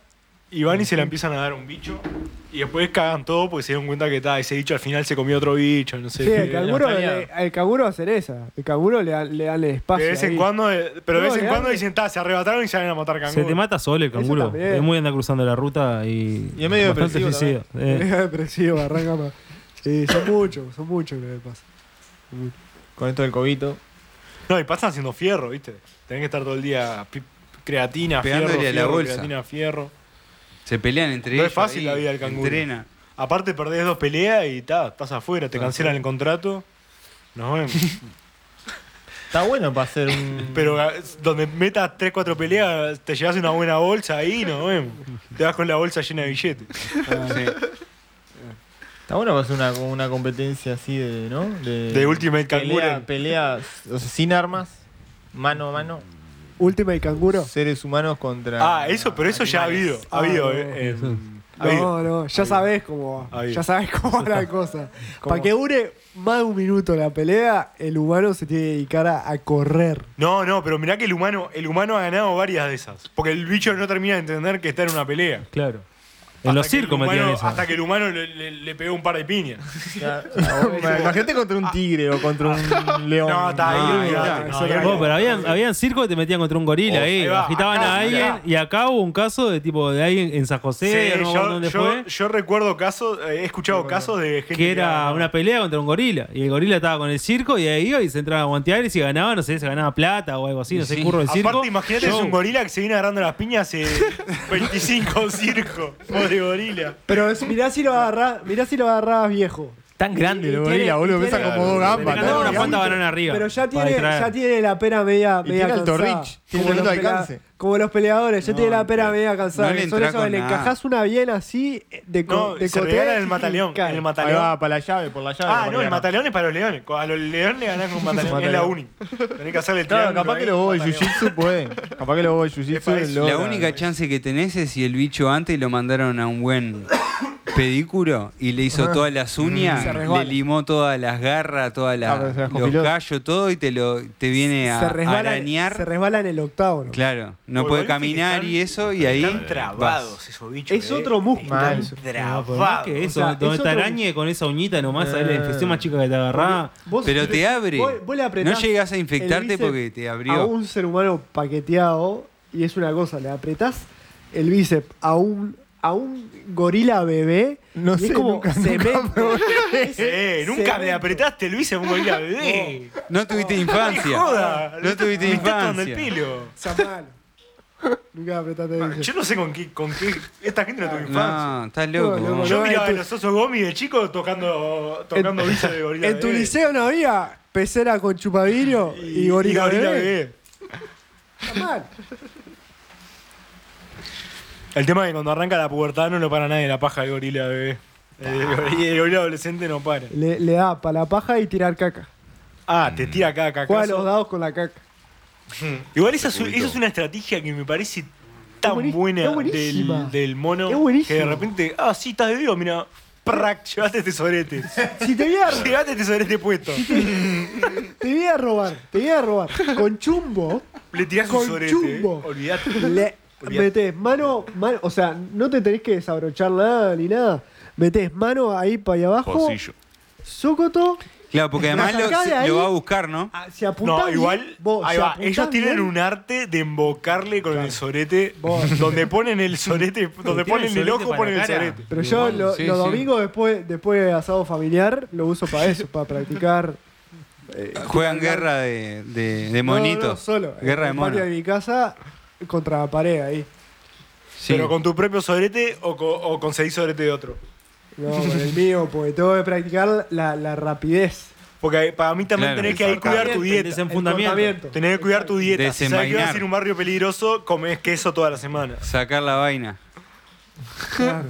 [SPEAKER 9] y van y se la empiezan a dar a un bicho. Y después cagan todo porque se dieron cuenta que ta, ese bicho al final se comió otro bicho, no sé.
[SPEAKER 7] Sí, el
[SPEAKER 9] qué.
[SPEAKER 7] canguro,
[SPEAKER 2] Australia.
[SPEAKER 7] le- el canguro hacer esa. El canguro le, dan- le dan el espacio.
[SPEAKER 9] de vez en
[SPEAKER 7] ahí.
[SPEAKER 9] cuando, eh, pero de
[SPEAKER 7] No,
[SPEAKER 9] vez en
[SPEAKER 7] le
[SPEAKER 9] cuando
[SPEAKER 7] dan-
[SPEAKER 9] dicen, ta, se arrebataron y se van a matar
[SPEAKER 3] Se te
[SPEAKER 9] canguro.
[SPEAKER 3] mata solo el
[SPEAKER 7] Eso
[SPEAKER 3] canguro.
[SPEAKER 7] también.
[SPEAKER 3] Es muy anda cruzando la ruta y.
[SPEAKER 2] Y es medio
[SPEAKER 3] bastante
[SPEAKER 2] depresivo
[SPEAKER 3] suicida. Eh,
[SPEAKER 7] Es depresivo, arranca más. Sí, son muchos, son muchos lo que pasa.
[SPEAKER 2] Con esto del cobito.
[SPEAKER 9] No, y pasan haciendo fierro, ¿viste? Tenés que estar todo el día pi- creatina,
[SPEAKER 4] Pegándole
[SPEAKER 9] fierro,
[SPEAKER 4] a la
[SPEAKER 9] fierro,
[SPEAKER 4] bolsa.
[SPEAKER 9] creatina, fierro.
[SPEAKER 4] Se pelean entre
[SPEAKER 9] No es
[SPEAKER 4] ellos.
[SPEAKER 9] fácil
[SPEAKER 4] ahí,
[SPEAKER 9] la vida del canguro.
[SPEAKER 4] Entrena.
[SPEAKER 9] Aparte perdés dos peleas y ta, estás afuera,
[SPEAKER 7] Ah,
[SPEAKER 9] te cancelan el contrato. Nos vemos.
[SPEAKER 2] Está bueno para hacer un.
[SPEAKER 9] Pero ah, donde metas 3, 4 peleas, te llevas una buena bolsa ahí, nos vemos. Te vas con la bolsa llena de billetes. Ah,
[SPEAKER 2] Está bueno para hacer una, una competencia así de. ¿No? De,
[SPEAKER 9] De Ultimate
[SPEAKER 2] pelea,
[SPEAKER 9] Kangaroo.
[SPEAKER 2] peleas o sea, sin armas, mano a mano.
[SPEAKER 7] Última y canguro.
[SPEAKER 2] Seres humanos contra.
[SPEAKER 9] Ah, eso, pero eso ya ha habido. Ha
[SPEAKER 7] Ah,
[SPEAKER 9] habido,
[SPEAKER 7] no.
[SPEAKER 9] eh, eh, ha habido.
[SPEAKER 7] No, no, ya sabés cómo va.
[SPEAKER 9] Ahí.
[SPEAKER 7] Ya sabés cómo va la cosa.
[SPEAKER 2] ¿Cómo?
[SPEAKER 7] Para que dure más de un minuto la pelea, el humano se tiene que dedicar a, a correr.
[SPEAKER 9] No, no, pero mirá que el humano, el humano ha ganado varias de esas. Porque el bicho no termina de entender que está en una pelea.
[SPEAKER 3] Claro.
[SPEAKER 9] Hasta
[SPEAKER 3] En los
[SPEAKER 9] que el
[SPEAKER 3] circos
[SPEAKER 9] humano-
[SPEAKER 3] metían eso.
[SPEAKER 9] Hasta que el humano le, le- le pegó un par de piñas.
[SPEAKER 2] Ya- Imagínate contra un tigre o contra un león.
[SPEAKER 9] Ah. No, está ahí,
[SPEAKER 4] no,
[SPEAKER 9] olvidate,
[SPEAKER 4] no,
[SPEAKER 7] eso no.
[SPEAKER 9] no, ahí
[SPEAKER 3] Vos,
[SPEAKER 9] olvidate.
[SPEAKER 3] pero habían, habían circos que te metían contra un gorila
[SPEAKER 9] Oh,
[SPEAKER 3] ahí.
[SPEAKER 9] ahí va,
[SPEAKER 3] agitaban
[SPEAKER 9] acá,
[SPEAKER 3] a alguien.
[SPEAKER 9] mirá.
[SPEAKER 3] Y acá hubo un caso de tipo de alguien en San José,
[SPEAKER 9] Sí,
[SPEAKER 3] no me acuerdo
[SPEAKER 9] yo,
[SPEAKER 3] dónde
[SPEAKER 9] yo-
[SPEAKER 3] fue.
[SPEAKER 9] yo recuerdo casos, eh, he escuchado casos de gente
[SPEAKER 3] que era
[SPEAKER 9] ganaba.
[SPEAKER 3] una pelea contra un gorila. Y el gorila estaba con el circo y ahí iba y se entraba a guantear y si ganaba, no sé, se ganaba plata o algo así, no sé,
[SPEAKER 4] Sí.
[SPEAKER 3] curro de circo.
[SPEAKER 9] Aparte, imagínate, es
[SPEAKER 3] Show.
[SPEAKER 9] un gorila que se viene agarrando las piñas eh, hace 25 circos. Pobre gorila.
[SPEAKER 7] Pero es- mirá si lo agarrás, mirá si lo agarrás viejo.
[SPEAKER 3] Tan grande,
[SPEAKER 7] Y- y
[SPEAKER 3] el
[SPEAKER 7] tiene-
[SPEAKER 2] gorila, boludo,
[SPEAKER 7] y
[SPEAKER 2] pesa
[SPEAKER 7] tiene-
[SPEAKER 2] como dos
[SPEAKER 3] Le
[SPEAKER 2] gambas.
[SPEAKER 3] cantaba
[SPEAKER 7] no,
[SPEAKER 3] una
[SPEAKER 7] sí,
[SPEAKER 3] cuanta banana arriba.
[SPEAKER 7] Pero ya
[SPEAKER 3] para
[SPEAKER 7] tiene,
[SPEAKER 3] distraer.
[SPEAKER 7] ya tiene la pera media,
[SPEAKER 2] Y
[SPEAKER 7] media
[SPEAKER 2] tiene alto
[SPEAKER 7] cansada.
[SPEAKER 2] reach, tiene
[SPEAKER 7] como, los
[SPEAKER 2] tremendo
[SPEAKER 7] pela-
[SPEAKER 2] alcance.
[SPEAKER 7] como los peleadores, ya tiene la pera media cansada.
[SPEAKER 4] no le
[SPEAKER 7] que son
[SPEAKER 4] entra
[SPEAKER 7] esos que
[SPEAKER 4] con
[SPEAKER 7] le
[SPEAKER 4] nada.
[SPEAKER 7] encajás una bien así, eh, de, co-
[SPEAKER 9] No,
[SPEAKER 7] de
[SPEAKER 9] se
[SPEAKER 7] cotear
[SPEAKER 9] regala el
[SPEAKER 7] y
[SPEAKER 9] mataleón.
[SPEAKER 7] cae.
[SPEAKER 9] El
[SPEAKER 2] Ahí
[SPEAKER 9] mataleón.
[SPEAKER 2] va, para la llave, por la llave.
[SPEAKER 9] Ah,
[SPEAKER 2] para
[SPEAKER 9] no, el
[SPEAKER 2] ganar.
[SPEAKER 9] mataleón es para los leones. A los leones le ganan con mataleón. es la
[SPEAKER 2] Mataleón.
[SPEAKER 9] única. Tenés que hacerle el
[SPEAKER 2] Claro,
[SPEAKER 9] triángulo
[SPEAKER 2] capaz que
[SPEAKER 9] ahí,
[SPEAKER 2] los bobos de
[SPEAKER 9] mataleón.
[SPEAKER 2] jiu-jitsu pueden. Capaz que los bobos de
[SPEAKER 9] Es para eso.
[SPEAKER 2] jiu-jitsu.
[SPEAKER 4] La
[SPEAKER 2] logran.
[SPEAKER 4] única chance que tenés es si el bicho antes lo mandaron a un buen pedículo y le hizo todas las uñas,
[SPEAKER 7] Ah. Se resbala.
[SPEAKER 4] le limó todas las garras, todas
[SPEAKER 2] Ah, pero se
[SPEAKER 4] las
[SPEAKER 2] las
[SPEAKER 4] los
[SPEAKER 2] compiló.
[SPEAKER 4] callos, todo y te lo te viene a
[SPEAKER 7] se resbala,
[SPEAKER 4] arañar.
[SPEAKER 7] se resbala en el octavo. ¿no?
[SPEAKER 4] Claro, no
[SPEAKER 9] Porque
[SPEAKER 4] puede
[SPEAKER 9] viste que
[SPEAKER 4] caminar
[SPEAKER 9] están-
[SPEAKER 4] y eso y ahí
[SPEAKER 12] Están trabados
[SPEAKER 4] vas.
[SPEAKER 12] esos bichos.
[SPEAKER 9] eh.
[SPEAKER 7] Es otro músculo.
[SPEAKER 2] Mal.
[SPEAKER 7] eso.
[SPEAKER 3] No, por más
[SPEAKER 12] Trabados.
[SPEAKER 3] que Ah, eso,
[SPEAKER 7] O sea,
[SPEAKER 3] donde
[SPEAKER 7] es
[SPEAKER 3] te
[SPEAKER 7] otro- Eh.
[SPEAKER 3] arañe con esa uñita nomás, ¿sabes? la infección más chica que te agarrá.
[SPEAKER 7] Vos-
[SPEAKER 4] Pero te abre.
[SPEAKER 7] vos- vos le apretás
[SPEAKER 4] No llegas a
[SPEAKER 7] el
[SPEAKER 4] infectarte
[SPEAKER 7] bíceps
[SPEAKER 4] porque te
[SPEAKER 7] A
[SPEAKER 4] abrió.
[SPEAKER 7] un ser humano paqueteado, y es una cosa, le apretás el bíceps a un a un gorila bebé.
[SPEAKER 5] No
[SPEAKER 7] y
[SPEAKER 5] sé,
[SPEAKER 7] es como
[SPEAKER 5] nunca- nunca
[SPEAKER 7] cemento.
[SPEAKER 9] Eh, nunca me Eh, apretaste, Luis, a un gorila bebé.
[SPEAKER 4] No tuviste infancia.
[SPEAKER 9] Joda,
[SPEAKER 4] No tuviste
[SPEAKER 9] me estás tomando el
[SPEAKER 4] infancia.
[SPEAKER 9] pelo. Ah,
[SPEAKER 7] Zamalo. Nunca apretaste bien.
[SPEAKER 9] Yo no sé con qué, con qué. Esta gente no tuvo infancia.
[SPEAKER 4] No, estás loco.
[SPEAKER 7] No, loco,
[SPEAKER 4] vos.
[SPEAKER 9] Yo
[SPEAKER 7] no,
[SPEAKER 9] miraba
[SPEAKER 7] en tu-
[SPEAKER 9] los osos gomi de chico tocando, tocando bichos de gorila
[SPEAKER 7] En tu
[SPEAKER 9] bebé.
[SPEAKER 7] liceo no había pecera con chupavirio y, gorila, bebé.
[SPEAKER 9] bebé.
[SPEAKER 7] Zamalo.
[SPEAKER 9] El tema es que cuando arranca la pubertad no lo para nadie la paja del gorila bebé. El,
[SPEAKER 7] Ah.
[SPEAKER 9] gorila- el gorila adolescente no para.
[SPEAKER 7] Le, le da para la paja y tirar caca.
[SPEAKER 9] Ah, te tira acá, acá,
[SPEAKER 7] Juega
[SPEAKER 9] acá.
[SPEAKER 7] los dados con la caca.
[SPEAKER 9] Igual esa, es-
[SPEAKER 10] Cubito.
[SPEAKER 9] esa es una estrategia que me parece tan
[SPEAKER 7] buenísima,
[SPEAKER 9] buena
[SPEAKER 7] es buenísima.
[SPEAKER 9] del, del mono
[SPEAKER 7] Es buenísima.
[SPEAKER 9] que de repente, ah, sí, estás bebido, mira, prac, llevate este sobrete.
[SPEAKER 7] Si te voy a,
[SPEAKER 9] llevate este sobrete puesto.
[SPEAKER 7] te voy a robar, te voy a robar. Con chumbo,
[SPEAKER 9] Le tirás
[SPEAKER 7] Con
[SPEAKER 9] un sobrete.
[SPEAKER 7] chumbo.
[SPEAKER 9] eh. Olvidate.
[SPEAKER 7] le
[SPEAKER 9] Olvidate.
[SPEAKER 7] metes mano, mano, o sea, no te tenés que desabrochar nada ni nada. Metes mano ahí para allá abajo,
[SPEAKER 10] Pocillo.
[SPEAKER 7] Socoto,
[SPEAKER 4] Claro, porque
[SPEAKER 7] La
[SPEAKER 4] además lo,
[SPEAKER 7] sacás de
[SPEAKER 4] se-
[SPEAKER 7] ahí. Ah,
[SPEAKER 4] lo va a buscar, ¿no?
[SPEAKER 7] a- se apuntás
[SPEAKER 9] Ah, No,
[SPEAKER 7] bien,
[SPEAKER 9] igual.
[SPEAKER 7] vos,
[SPEAKER 9] ahí
[SPEAKER 7] se
[SPEAKER 9] va.
[SPEAKER 7] apuntás
[SPEAKER 9] Ellos tienen
[SPEAKER 7] bien.
[SPEAKER 9] un arte de embocarle con el sorete.
[SPEAKER 7] Vos.
[SPEAKER 9] Donde ponen el sorete, donde
[SPEAKER 3] Tienen
[SPEAKER 9] ponen el
[SPEAKER 3] sorete
[SPEAKER 9] ojo,
[SPEAKER 3] para
[SPEAKER 9] ponen
[SPEAKER 3] la
[SPEAKER 9] el
[SPEAKER 3] cara.
[SPEAKER 9] sorete.
[SPEAKER 7] Pero yo lo-
[SPEAKER 4] sí,
[SPEAKER 7] los
[SPEAKER 4] sí.
[SPEAKER 7] domingos después, después de asado familiar lo uso para eso, para practicar. eh,
[SPEAKER 4] Juegan guerra de, de, de
[SPEAKER 7] no, no, no,
[SPEAKER 4] monitos.
[SPEAKER 7] solo.
[SPEAKER 4] Guerra
[SPEAKER 7] en
[SPEAKER 4] de
[SPEAKER 7] el patio
[SPEAKER 4] monos.
[SPEAKER 7] de mi casa contra la pared ahí.
[SPEAKER 4] Sí.
[SPEAKER 9] Pero con tu propio sorete o, co- o con seis sorete de otro.
[SPEAKER 7] No, con el mío, porque tengo que practicar la, la rapidez.
[SPEAKER 9] Porque ahí- para mí también
[SPEAKER 4] Claro,
[SPEAKER 9] tenés que ahí cuidar
[SPEAKER 3] El
[SPEAKER 9] tu dieta.
[SPEAKER 3] desenfundamiento.
[SPEAKER 7] cortamiento.
[SPEAKER 9] Tenés que cuidar tu dieta. Si sabes que vas a
[SPEAKER 4] Desenvainar.
[SPEAKER 9] ir a un barrio peligroso, comes queso toda la semana.
[SPEAKER 4] Sacar la vaina.
[SPEAKER 7] Claro.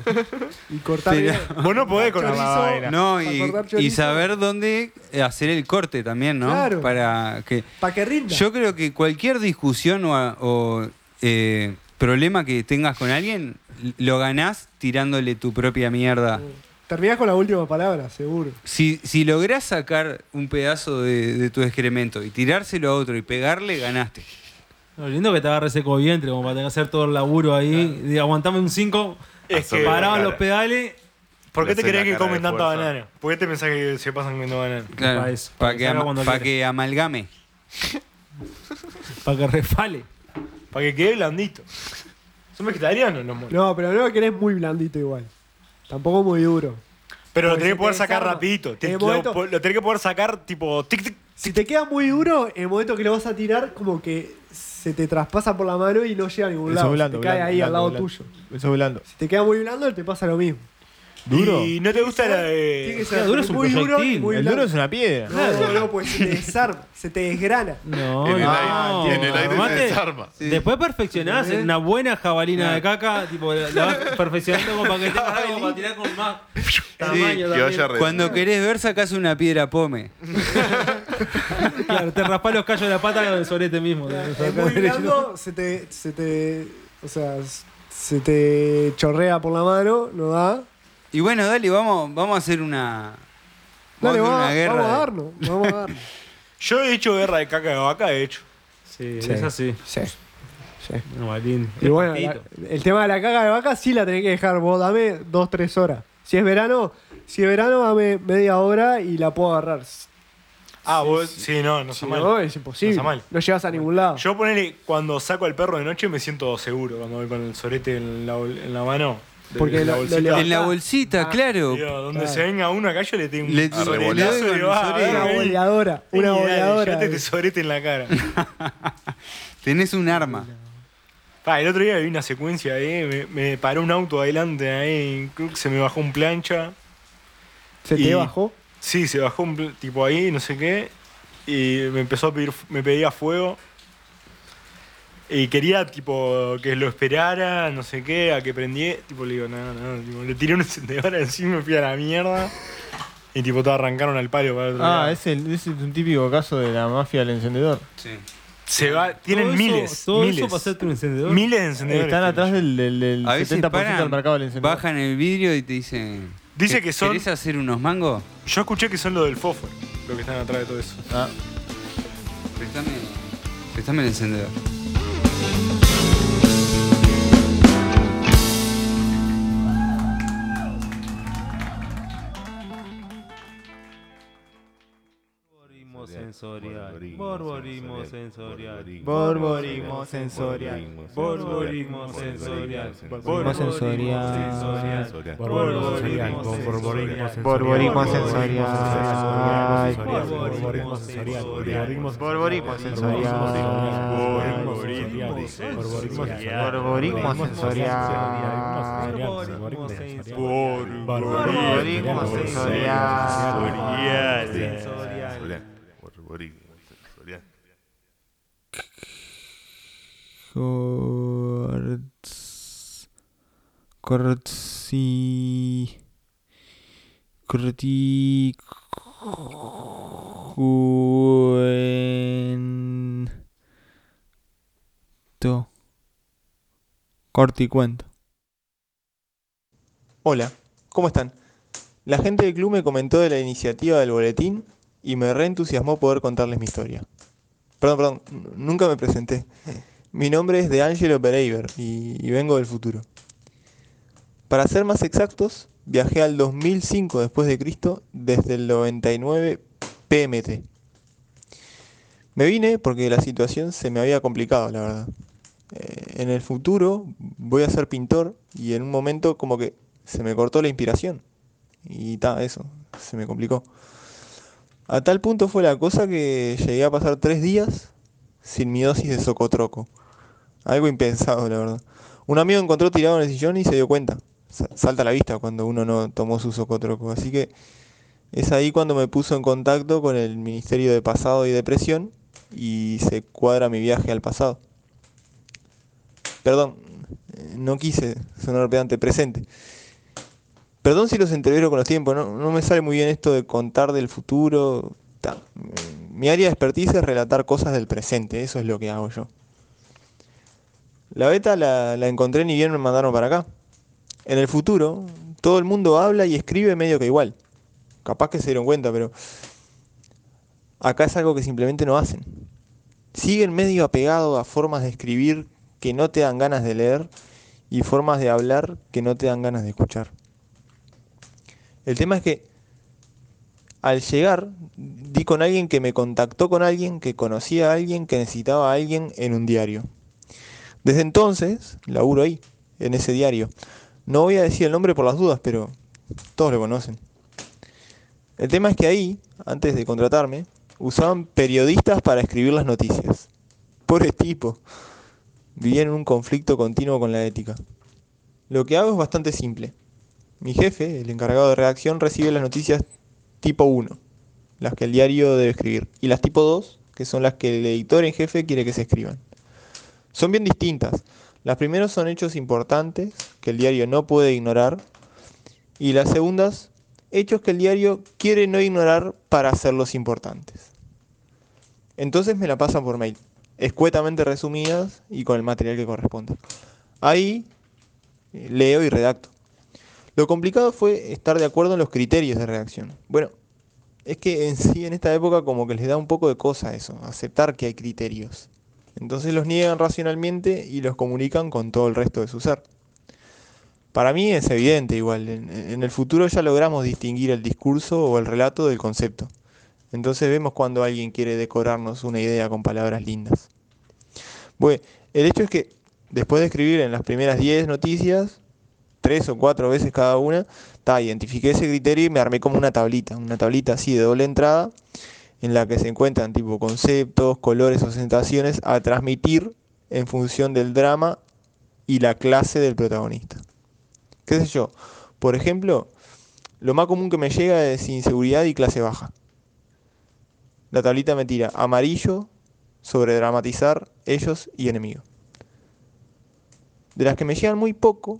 [SPEAKER 7] Y cortar
[SPEAKER 4] Pero-
[SPEAKER 7] bien.
[SPEAKER 9] Vos no podés con la
[SPEAKER 7] Chorizo.
[SPEAKER 9] vaina.
[SPEAKER 4] No,
[SPEAKER 7] Para
[SPEAKER 4] y,
[SPEAKER 7] cortar
[SPEAKER 4] y
[SPEAKER 7] chorizo.
[SPEAKER 4] saber dónde hacer el corte también, ¿no?
[SPEAKER 7] Claro.
[SPEAKER 4] Para que.
[SPEAKER 7] Para que rinda.
[SPEAKER 4] Yo creo que cualquier discusión o, a- o, eh, problema que tengas con alguien, lo ganás tirándole tu propia mierda.
[SPEAKER 7] Terminás con la última palabra, seguro.
[SPEAKER 4] Si, si lográs sacar un pedazo de, de tu excremento y tirárselo a otro y pegarle, ganaste.
[SPEAKER 3] Lo lindo que te agarre ese covientre, como para tener que hacer todo el laburo ahí. De aguantame un 5,
[SPEAKER 9] Es que-
[SPEAKER 3] paraban los pedales.
[SPEAKER 9] ¿Por qué
[SPEAKER 10] Le
[SPEAKER 9] te
[SPEAKER 10] haces
[SPEAKER 9] crees
[SPEAKER 10] la
[SPEAKER 9] que
[SPEAKER 10] cara
[SPEAKER 9] comen
[SPEAKER 10] de
[SPEAKER 9] tanta
[SPEAKER 10] fuerza.
[SPEAKER 9] banana? ¿Por qué te pensás que se pasan comiendo banana?
[SPEAKER 4] Claro.
[SPEAKER 3] Para
[SPEAKER 4] Para,
[SPEAKER 3] eso, para que
[SPEAKER 4] que,
[SPEAKER 3] salga
[SPEAKER 4] ama-
[SPEAKER 3] cuando
[SPEAKER 4] para
[SPEAKER 3] quiera.
[SPEAKER 4] que amalgame.
[SPEAKER 3] Para que refale.
[SPEAKER 9] Para que quede blandito. Son vegetarianos los monos.
[SPEAKER 7] No, pero no lo querés muy blandito igual. Tampoco muy duro.
[SPEAKER 9] Pero lo
[SPEAKER 7] Porque
[SPEAKER 9] tenés
[SPEAKER 7] se
[SPEAKER 9] que poder
[SPEAKER 7] te
[SPEAKER 9] sacar
[SPEAKER 7] desarma.
[SPEAKER 9] rapidito.
[SPEAKER 7] En
[SPEAKER 9] Tenés-
[SPEAKER 7] el
[SPEAKER 9] lo,
[SPEAKER 7] momento-
[SPEAKER 9] po- lo tenés que poder sacar tipo tic tic.
[SPEAKER 7] Si te queda muy duro, en el momento que lo vas a tirar, como que se te traspasa por la mano y no llega a ningún
[SPEAKER 5] Eso
[SPEAKER 7] lado.
[SPEAKER 5] es blando.
[SPEAKER 7] se te cae
[SPEAKER 5] blando,
[SPEAKER 7] ahí al
[SPEAKER 5] blando,
[SPEAKER 7] lado
[SPEAKER 5] blando.
[SPEAKER 7] tuyo.
[SPEAKER 5] Eso es blando.
[SPEAKER 7] Si te queda muy blando, te pasa lo mismo.
[SPEAKER 5] ¿Duro?
[SPEAKER 9] Y no te gusta la
[SPEAKER 7] Tiene
[SPEAKER 9] de.
[SPEAKER 7] que ser
[SPEAKER 3] duro es un
[SPEAKER 7] muy duro y
[SPEAKER 3] proyectil.
[SPEAKER 7] muy
[SPEAKER 5] El
[SPEAKER 7] blando.
[SPEAKER 5] duro es una piedra.
[SPEAKER 7] No, no, pues se te desarma, se te desgrana.
[SPEAKER 3] No,
[SPEAKER 10] En el
[SPEAKER 3] no.
[SPEAKER 10] aire, en el aire
[SPEAKER 3] Tomate.
[SPEAKER 10] se desarma.
[SPEAKER 3] Después perfeccionás en una buena jabalina de caca, tipo, la la vas perfeccionando como para que tengas algo para tirar con más tamaño.
[SPEAKER 10] que
[SPEAKER 3] también.
[SPEAKER 10] vaya re-
[SPEAKER 4] Cuando querés ver, sacás una piedra pome.
[SPEAKER 3] Claro, te raspás los callos de la pata con el sorete mismo.
[SPEAKER 7] Es muy blando, se te, se te. O sea, se te chorrea por la mano, no da.
[SPEAKER 4] Y bueno, dale, vamos, vamos a hacer una.
[SPEAKER 7] Dale,
[SPEAKER 4] vamos a hacer una guerra
[SPEAKER 7] va- vamos a
[SPEAKER 4] de-
[SPEAKER 7] darnos, vamos a darnos.
[SPEAKER 9] Yo he hecho guerra de caca de vaca, he hecho.
[SPEAKER 3] Sí, es así.
[SPEAKER 7] Sí.
[SPEAKER 3] No, Valín.
[SPEAKER 7] Y bueno, la- el tema de la caca de vaca sí la tenés que dejar vos, dame dos, tres horas. Si es verano, si es verano, dame media hora y la puedo agarrar. Si
[SPEAKER 9] Ah, vos. Sí, no, no se mal.
[SPEAKER 7] no, es imposible.
[SPEAKER 9] No está mal.
[SPEAKER 7] No llegas a ningún lado.
[SPEAKER 9] Yo ponele, cuando saco al perro de noche me siento seguro cuando voy con el sorete en la, bol- en la mano. de-
[SPEAKER 7] Porque
[SPEAKER 9] de la
[SPEAKER 7] lo- lo
[SPEAKER 9] bolsita.
[SPEAKER 7] levantás.
[SPEAKER 4] En la
[SPEAKER 9] Ah,
[SPEAKER 4] bolsita, claro.
[SPEAKER 9] Digo, donde
[SPEAKER 7] claro.
[SPEAKER 9] se venga uno acá yo le tengo un
[SPEAKER 4] Le-
[SPEAKER 9] soretazo
[SPEAKER 10] le
[SPEAKER 9] y
[SPEAKER 4] doy
[SPEAKER 9] digo,
[SPEAKER 4] con el
[SPEAKER 9] ah,
[SPEAKER 4] sorete.
[SPEAKER 9] ven,
[SPEAKER 7] Ah. Una
[SPEAKER 9] ven.
[SPEAKER 7] boleadora,
[SPEAKER 9] Ven y
[SPEAKER 7] una
[SPEAKER 9] dale,
[SPEAKER 7] boleadora.
[SPEAKER 9] llévate este sorete en la cara.
[SPEAKER 4] Tenés un arma.
[SPEAKER 9] Pa, el otro día vi una secuencia ahí, me, me paró un auto adelante ahí, creo que se me bajó un plancha.
[SPEAKER 7] Se te
[SPEAKER 9] Y-
[SPEAKER 7] bajó.
[SPEAKER 9] Sí, se bajó un pl- tipo ahí, no sé qué, y me empezó a pedir, fu- me pedía fuego. Y quería, tipo, que lo esperara, no sé qué, a que prendiera. Tipo, le digo, no, no, tipo, le tiré un encendedor encima, me fui a la mierda. Y, tipo, te arrancaron al palo para el otro
[SPEAKER 5] Ah,
[SPEAKER 9] lado.
[SPEAKER 5] es, el- es un típico caso de la mafia del encendedor.
[SPEAKER 9] Se va, tienen
[SPEAKER 3] Todo eso-
[SPEAKER 9] miles,
[SPEAKER 3] Todo
[SPEAKER 9] miles.
[SPEAKER 3] eso para hacerte un encendedor.
[SPEAKER 9] miles de encendedores.
[SPEAKER 5] Están
[SPEAKER 9] tienen.
[SPEAKER 5] atrás del, del, del
[SPEAKER 4] A veces
[SPEAKER 5] 70% del
[SPEAKER 4] paran,
[SPEAKER 5] mercado del encendedor.
[SPEAKER 4] bajan el vidrio y te dicen.
[SPEAKER 9] Dice que son-
[SPEAKER 4] ¿Querés hacer unos mangos?
[SPEAKER 9] Yo escuché que son lo del fósforo, lo que están atrás de todo eso.
[SPEAKER 5] Ah.
[SPEAKER 4] Prestame, prestame el encendedor.
[SPEAKER 3] Morimos en sensorial.
[SPEAKER 10] Borborismo
[SPEAKER 3] Borborismo sensorial.
[SPEAKER 5] Borborismo sensorial.
[SPEAKER 3] Borborismo sensorial.
[SPEAKER 5] Borborismo sensorial.
[SPEAKER 10] sensorial.
[SPEAKER 3] Borborismo
[SPEAKER 1] Borborismo
[SPEAKER 3] sensorial.
[SPEAKER 1] sensorial.
[SPEAKER 5] Borborismo
[SPEAKER 1] sensorial.
[SPEAKER 3] Borborismo
[SPEAKER 1] Borborismo sensorial.
[SPEAKER 3] sensorial.
[SPEAKER 5] Borborismo sensorial.
[SPEAKER 1] Borborismo sensorial. Borborismo sensorial.
[SPEAKER 5] Borborismo sensorial.
[SPEAKER 3] Borborismo sensorial.
[SPEAKER 5] Borborismo sensorial.
[SPEAKER 10] Sensorial. Borborismo sensorial.
[SPEAKER 5] Corts. Cortsi. Corti. Cuento. Corti cuento. Hola, ¿cómo están? La gente del club me comentó de la iniciativa del boletín y me reentusiasmó poder contarles mi historia. Perdón, perdón, n- nunca me presenté. Mi nombre es De Angelo Pereiber y, y vengo del futuro. Para ser más exactos, viajé al 2005 después de Cristo desde el 99 PMT. Me vine porque la situación se me había complicado, la verdad. Eh, en el futuro voy a ser pintor y en un momento como que se me cortó la inspiración. Y ta, eso, se me complicó. A tal punto fue la cosa que llegué a pasar tres días sin mi dosis de socotroco. Algo impensado, la verdad. Un amigo encontró tirado en el sillón y se dio cuenta. Sa- Salta a la vista cuando uno no tomó su socotroco. Así que es ahí cuando me puso en contacto con el Ministerio de Pasado y Depresión y se cuadra mi viaje al pasado. Perdón, eh, no quise sonar pedante presente. Perdón si los entrevero con los tiempos, no, no me sale muy bien esto de contar del futuro. ta. Mi área de expertise es relatar cosas del presente, eso es lo que hago yo. La beta la, la encontré ni bien me mandaron para acá. En el futuro, todo el mundo habla y escribe medio que igual. Capaz que se dieron cuenta, pero acá es algo que simplemente no hacen. Siguen medio apegado a formas de escribir que no te dan ganas de leer y formas de hablar que no te dan ganas de escuchar. El tema es que al llegar di con alguien que me contactó con alguien, que conocía a alguien, que necesitaba a alguien en un diario. Desde entonces laburo ahí, en ese diario. No voy a decir el nombre por las dudas, pero todos lo conocen. El tema es que ahí, antes de contratarme, usaban periodistas para escribir las noticias. Pobre tipo. Vivían en un conflicto continuo con la ética. Lo que hago es bastante simple. Mi jefe, el encargado de redacción, recibe las noticias tipo 1, las que el diario debe escribir, y las tipo 2, que son las que el editor en jefe quiere que se escriban. Son bien distintas. Las primeras son hechos importantes que el diario no puede ignorar, y las segundas, hechos que el diario quiere no ignorar para hacerlos importantes. Entonces me la pasan por mail, escuetamente resumidas y con el material que corresponda. Ahí eh, leo y redacto. Lo complicado fue estar de acuerdo en los criterios de redacción. Bueno, es que en sí en esta época como que les da un poco de cosa eso, aceptar que hay criterios. Entonces los niegan racionalmente y los comunican con todo el resto de su ser. Para mí es evidente igual, en, en el futuro ya logramos distinguir el discurso o el relato del concepto. Entonces vemos cuando alguien quiere decorarnos una idea con palabras lindas. Bueno, el hecho es que después de escribir en las primeras 10 noticias, tres o cuatro veces cada una, ta, identifiqué ese criterio y me armé como una tablita, una tablita así de doble entrada, en la que se encuentran tipo conceptos, colores o sensaciones a transmitir en función del drama y la clase del protagonista. ¿Qué sé yo? Por ejemplo, lo más común que me llega es inseguridad y clase baja. La tablita me tira amarillo sobre dramatizar, ellos y enemigo. De las que me llegan muy poco,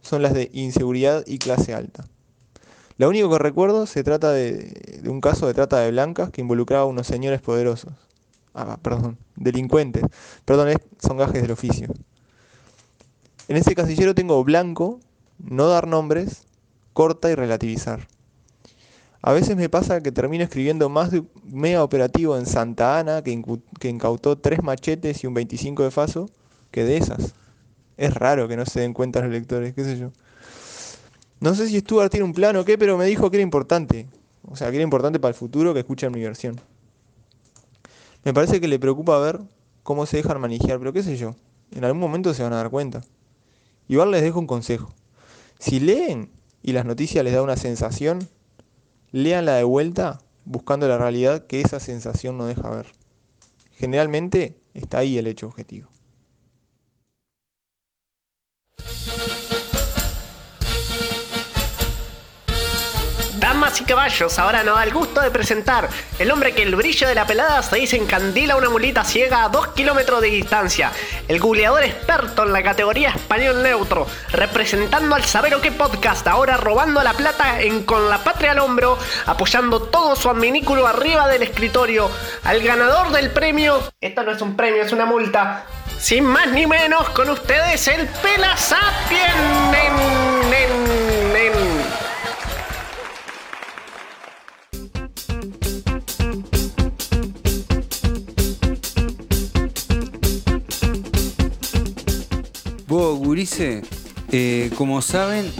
[SPEAKER 5] son las de inseguridad y clase alta. Lo único que recuerdo se trata de, de un caso de trata de blancas que involucraba a unos señores poderosos. Ah, perdón, delincuentes. Perdón, es- son gajes del oficio. En ese casillero tengo blanco, no dar nombres, corta y relativizar. A veces me pasa que termino escribiendo más de un mega operativo en Santa Ana que, incu- que incautó tres machetes y un 25 de faso que de esas. Es raro que no se den cuenta los lectores, qué sé yo. No sé si Stuart tiene un plan o qué, pero me dijo que era importante. O sea, que era importante para el futuro que escuchen mi versión. Me parece que le preocupa ver cómo se dejan manejar, pero qué sé yo. En algún momento se van a dar cuenta. Igual les dejo un consejo. Si leen y las noticias les da una sensación, léanla de vuelta buscando la realidad que esa sensación no deja ver. Generalmente está ahí el hecho objetivo.
[SPEAKER 13] Damas y caballos, ahora nos da el gusto de presentar el hombre que el brillo de la pelada se dice encandila una mulita ciega a 2 kilómetros de distancia. El googleador experto en la categoría español neutro, representando al Sabero que podcast, ahora robando la plata en Con la Patria al Hombro, apoyando todo su adminículo arriba del escritorio, al ganador del premio. Esto no es un premio, es una multa. Sin más ni menos, con ustedes el Pela Sapien. Nen, nen, nen.
[SPEAKER 4] Vos, Gurice, eh, como saben,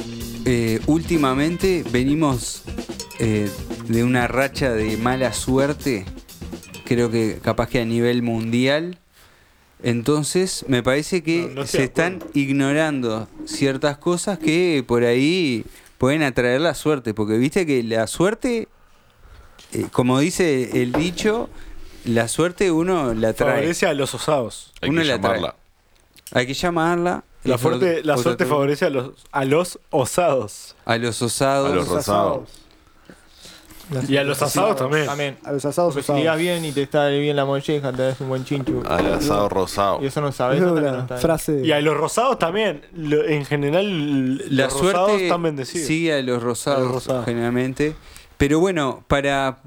[SPEAKER 4] eh, últimamente venimos eh, de una racha de mala suerte, creo que capaz que a nivel mundial. Entonces, me parece que
[SPEAKER 9] No, no estoy
[SPEAKER 4] se
[SPEAKER 9] de
[SPEAKER 4] están ignorando ciertas cosas que por ahí pueden atraer la suerte, porque viste que la suerte, eh, como dice el dicho, la suerte uno la trae.
[SPEAKER 9] Favorece a los osados.
[SPEAKER 10] Hay
[SPEAKER 4] Uno
[SPEAKER 10] que
[SPEAKER 4] la trae.
[SPEAKER 10] llamarla.
[SPEAKER 4] Hay que llamarla.
[SPEAKER 9] La,
[SPEAKER 4] Y
[SPEAKER 9] fuerte-
[SPEAKER 4] otra-
[SPEAKER 9] la
[SPEAKER 4] otra
[SPEAKER 9] suerte
[SPEAKER 4] cosa.
[SPEAKER 9] favorece a los, a los osados.
[SPEAKER 4] A los osados.
[SPEAKER 10] A los rosados.
[SPEAKER 9] Y a los asados también.
[SPEAKER 2] Amén.
[SPEAKER 7] A los asados
[SPEAKER 2] Porque Pues si
[SPEAKER 7] usados.
[SPEAKER 2] ligás bien y te está bien la molleja, te das un buen chinchu.
[SPEAKER 10] Al asado rosado.
[SPEAKER 2] Y eso no sabes.
[SPEAKER 7] Es
[SPEAKER 2] hasta que no
[SPEAKER 7] una
[SPEAKER 2] está ahí.
[SPEAKER 7] frase.
[SPEAKER 9] Y a los rosados también. Lo- en general,
[SPEAKER 4] la
[SPEAKER 9] los rosados
[SPEAKER 4] suerte
[SPEAKER 9] están bendecidos.
[SPEAKER 4] sigue a los rosados
[SPEAKER 9] A los rosados.
[SPEAKER 4] generalmente. Pero bueno, para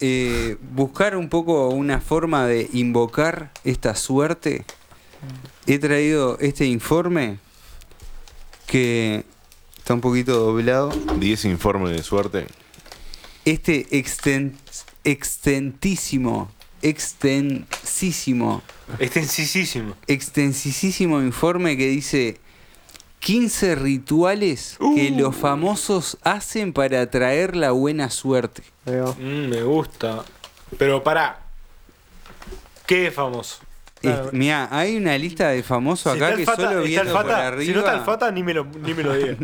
[SPEAKER 4] eh, buscar un poco una forma de invocar esta suerte, he traído este informe que está un poquito doblado.
[SPEAKER 10] 10 informes de suerte.
[SPEAKER 4] Este exten- extentísimo, extensísimo
[SPEAKER 9] Extensísimo.
[SPEAKER 4] extensísimo informe que dice 15 rituales que
[SPEAKER 9] Uh.
[SPEAKER 4] los famosos hacen para atraer la buena suerte.
[SPEAKER 7] Ahí va.
[SPEAKER 9] Mm, me gusta. Pero pará. ¿Qué es famoso?
[SPEAKER 4] Mira, hay una lista de famosos acá
[SPEAKER 9] está el
[SPEAKER 4] que
[SPEAKER 9] Fata-
[SPEAKER 4] solo
[SPEAKER 9] está el
[SPEAKER 4] viendo
[SPEAKER 9] Fata-
[SPEAKER 4] por arriba.
[SPEAKER 9] Si no está el Fata, ni me lo, ni me lo diga.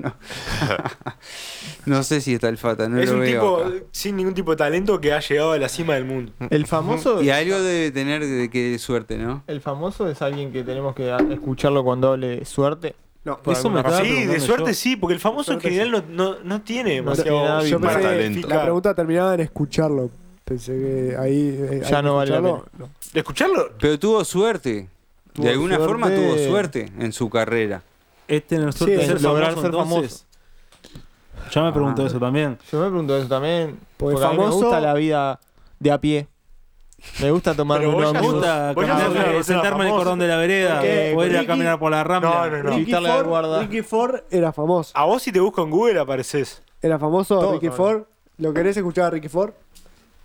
[SPEAKER 4] No sé si está el Fata, no
[SPEAKER 9] es
[SPEAKER 4] lo
[SPEAKER 9] un
[SPEAKER 4] veo.
[SPEAKER 9] tipo
[SPEAKER 4] acá.
[SPEAKER 9] sin ningún tipo de talento que ha llegado a la cima del mundo.
[SPEAKER 2] El famoso,
[SPEAKER 4] Y algo debe tener de que de suerte, ¿no?
[SPEAKER 2] el famoso es alguien que tenemos que a- escucharlo cuando hable de suerte.
[SPEAKER 7] No,
[SPEAKER 2] Por
[SPEAKER 3] eso me
[SPEAKER 2] alguna razón.
[SPEAKER 3] estaba
[SPEAKER 9] sí, de
[SPEAKER 3] preguntando
[SPEAKER 9] suerte
[SPEAKER 3] yo.
[SPEAKER 9] sí, porque el famoso en
[SPEAKER 2] Suerte
[SPEAKER 9] general no, no, no tiene
[SPEAKER 2] No tiene
[SPEAKER 9] demasiado
[SPEAKER 2] nada
[SPEAKER 9] yo
[SPEAKER 2] bien
[SPEAKER 9] pensé-
[SPEAKER 10] para talento.
[SPEAKER 9] ficar.
[SPEAKER 7] La pregunta terminaba en escucharlo. Pensé que ahí. eh,
[SPEAKER 2] Ya
[SPEAKER 7] hay
[SPEAKER 2] no
[SPEAKER 7] que
[SPEAKER 2] vale la
[SPEAKER 7] escucharlo. No.
[SPEAKER 9] ¿De escucharlo?
[SPEAKER 4] Pero tuvo suerte.
[SPEAKER 2] Tuvo
[SPEAKER 4] de alguna
[SPEAKER 2] suerte.
[SPEAKER 4] forma tuvo suerte en su carrera.
[SPEAKER 3] Este Es tener suerte
[SPEAKER 2] Sí,
[SPEAKER 3] de ser
[SPEAKER 2] lograr
[SPEAKER 3] famoso,
[SPEAKER 2] ser
[SPEAKER 3] entonces. Ya me pregunto eso también.
[SPEAKER 2] Yo me pregunto eso también.
[SPEAKER 7] Porque
[SPEAKER 2] Porque, a mí me
[SPEAKER 7] Pues famoso-
[SPEAKER 2] gusta la vida de a pie. Me gusta tomar
[SPEAKER 9] Pero
[SPEAKER 2] un
[SPEAKER 9] vos ya
[SPEAKER 3] Me
[SPEAKER 9] sos-
[SPEAKER 2] ómnibus,
[SPEAKER 3] gusta
[SPEAKER 9] vos ya sos una
[SPEAKER 3] caminar,
[SPEAKER 9] persona
[SPEAKER 3] sentarme en el
[SPEAKER 9] famosa.
[SPEAKER 3] cordón de la vereda,
[SPEAKER 2] Porque-
[SPEAKER 3] o ir a
[SPEAKER 7] Ricky-
[SPEAKER 3] caminar por la
[SPEAKER 9] No,
[SPEAKER 3] rambla.
[SPEAKER 9] no, no.
[SPEAKER 2] Ricky
[SPEAKER 7] Ricky,
[SPEAKER 2] Quitarle la guarda.
[SPEAKER 7] Ford, Ricky Ford era famoso.
[SPEAKER 9] A vos si te busco en Google apareces.
[SPEAKER 7] Era famoso
[SPEAKER 2] Todos
[SPEAKER 7] Ricky
[SPEAKER 2] saben.
[SPEAKER 7] Ford. ¿Lo querés escuchar a Ricky Ford?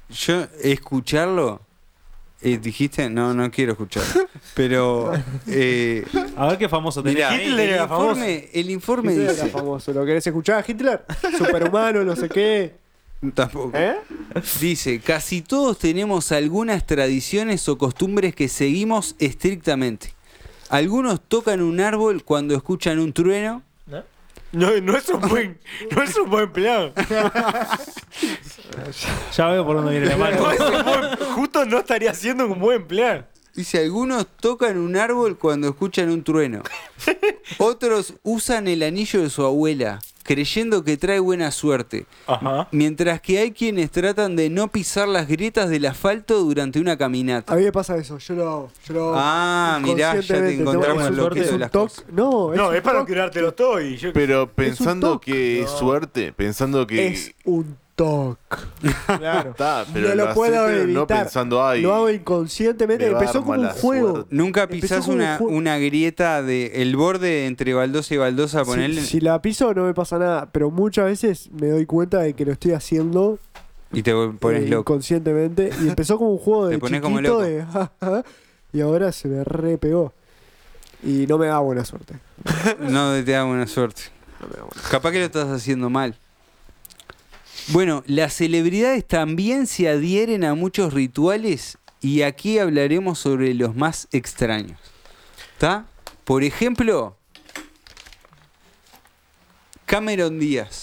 [SPEAKER 4] Yo escucharlo, eh, dijiste, no, no quiero escuchar. Pero eh,
[SPEAKER 3] A ver qué famoso tenés.
[SPEAKER 4] Mirá,
[SPEAKER 9] Hitler
[SPEAKER 4] el,
[SPEAKER 9] era
[SPEAKER 4] informe, el informe
[SPEAKER 7] Hitler era
[SPEAKER 4] dice.
[SPEAKER 7] famoso. ¿Lo querés escuchar a Hitler? Superhumano, no sé qué.
[SPEAKER 4] Tampoco.
[SPEAKER 7] ¿Eh?
[SPEAKER 4] Dice: casi todos tenemos algunas tradiciones o costumbres que seguimos estrictamente. Algunos tocan un árbol cuando escuchan un trueno.
[SPEAKER 9] No, no es un buen, no es un buen plan.
[SPEAKER 3] Ya veo por dónde viene la mano.
[SPEAKER 9] No es un buen- justo no estaría haciendo un buen plan.
[SPEAKER 4] Dice: algunos tocan un árbol cuando escuchan un trueno. Otros usan el anillo de su abuela, creyendo que trae buena suerte.
[SPEAKER 9] Ajá.
[SPEAKER 4] Mientras que hay quienes tratan de no pisar las grietas del asfalto durante una
[SPEAKER 7] A
[SPEAKER 4] caminata.
[SPEAKER 7] mí me pasa eso. Yo lo hago. Yo lo hago.
[SPEAKER 4] Ah, mirá, ya te
[SPEAKER 7] inconscientemente, tengo
[SPEAKER 4] encontramos
[SPEAKER 7] que-
[SPEAKER 4] el loquito
[SPEAKER 7] es
[SPEAKER 4] de
[SPEAKER 7] un
[SPEAKER 4] las
[SPEAKER 7] toc-
[SPEAKER 4] cosas.
[SPEAKER 7] No, es,
[SPEAKER 9] No,
[SPEAKER 7] un
[SPEAKER 9] es para
[SPEAKER 7] toc-
[SPEAKER 9] tirártelo todo y yo.
[SPEAKER 10] Pero
[SPEAKER 7] un
[SPEAKER 10] pensando
[SPEAKER 7] toque.
[SPEAKER 10] que es suerte, pensando que
[SPEAKER 7] Es un toc.
[SPEAKER 2] claro.
[SPEAKER 10] está, pero
[SPEAKER 7] no lo
[SPEAKER 10] hacés,
[SPEAKER 7] puedo
[SPEAKER 10] pero no
[SPEAKER 7] evitar.
[SPEAKER 10] pensando ay.
[SPEAKER 7] Lo hago inconscientemente.
[SPEAKER 10] me va a
[SPEAKER 7] Empezó
[SPEAKER 10] dar
[SPEAKER 7] como un
[SPEAKER 10] mala
[SPEAKER 7] juego.
[SPEAKER 10] suerte.
[SPEAKER 4] Nunca
[SPEAKER 7] Empezó
[SPEAKER 4] pisás
[SPEAKER 7] como
[SPEAKER 4] una,
[SPEAKER 7] un ju-
[SPEAKER 4] una grieta de el borde entre baldosa y baldosa,
[SPEAKER 7] Si-
[SPEAKER 4] ponerle
[SPEAKER 7] Si, la piso no me pasa nada, pero muchas veces me doy cuenta de que lo estoy haciendo
[SPEAKER 4] y te vol- pones
[SPEAKER 7] eh,
[SPEAKER 4] loco.
[SPEAKER 7] inconscientemente. Y empezó como un juego
[SPEAKER 4] Te
[SPEAKER 7] de
[SPEAKER 4] pones como
[SPEAKER 7] chiquito
[SPEAKER 4] loco.
[SPEAKER 7] de ja, ja, y ahora se me re pegó. Y no me da buena suerte.
[SPEAKER 4] No te da buena suerte. Capaz que lo estás haciendo mal. Bueno, las celebridades también se adhieren a muchos rituales Y aquí hablaremos sobre los más extraños. ¿Está? Por ejemplo, Cameron Díaz.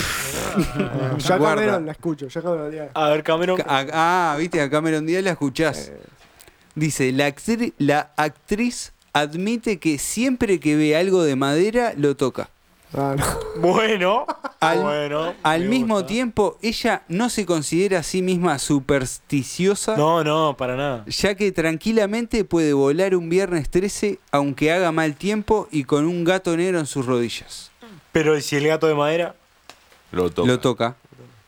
[SPEAKER 7] Ya
[SPEAKER 4] Guarda.
[SPEAKER 7] Cameron, la escucho, ya Cameron. ya.
[SPEAKER 9] A ver, Cameron.
[SPEAKER 4] Ca- a- ah, viste, a Cameron Díaz la escuchás.
[SPEAKER 9] Eh.
[SPEAKER 4] Dice, la, actri- la actriz admite que siempre que ve algo de madera, lo toca.
[SPEAKER 7] Ah, no.
[SPEAKER 9] Bueno.
[SPEAKER 4] Al,
[SPEAKER 9] bueno.
[SPEAKER 4] al
[SPEAKER 9] me
[SPEAKER 4] mismo
[SPEAKER 9] gusta.
[SPEAKER 4] tiempo, ella no se considera a sí misma supersticiosa,
[SPEAKER 9] No, no, para nada.
[SPEAKER 4] ya que tranquilamente puede volar un viernes 13 aunque haga mal tiempo y con un gato negro en sus rodillas.
[SPEAKER 9] Pero ¿y si el gato de madera.
[SPEAKER 10] Lo toca.
[SPEAKER 4] Lo toca.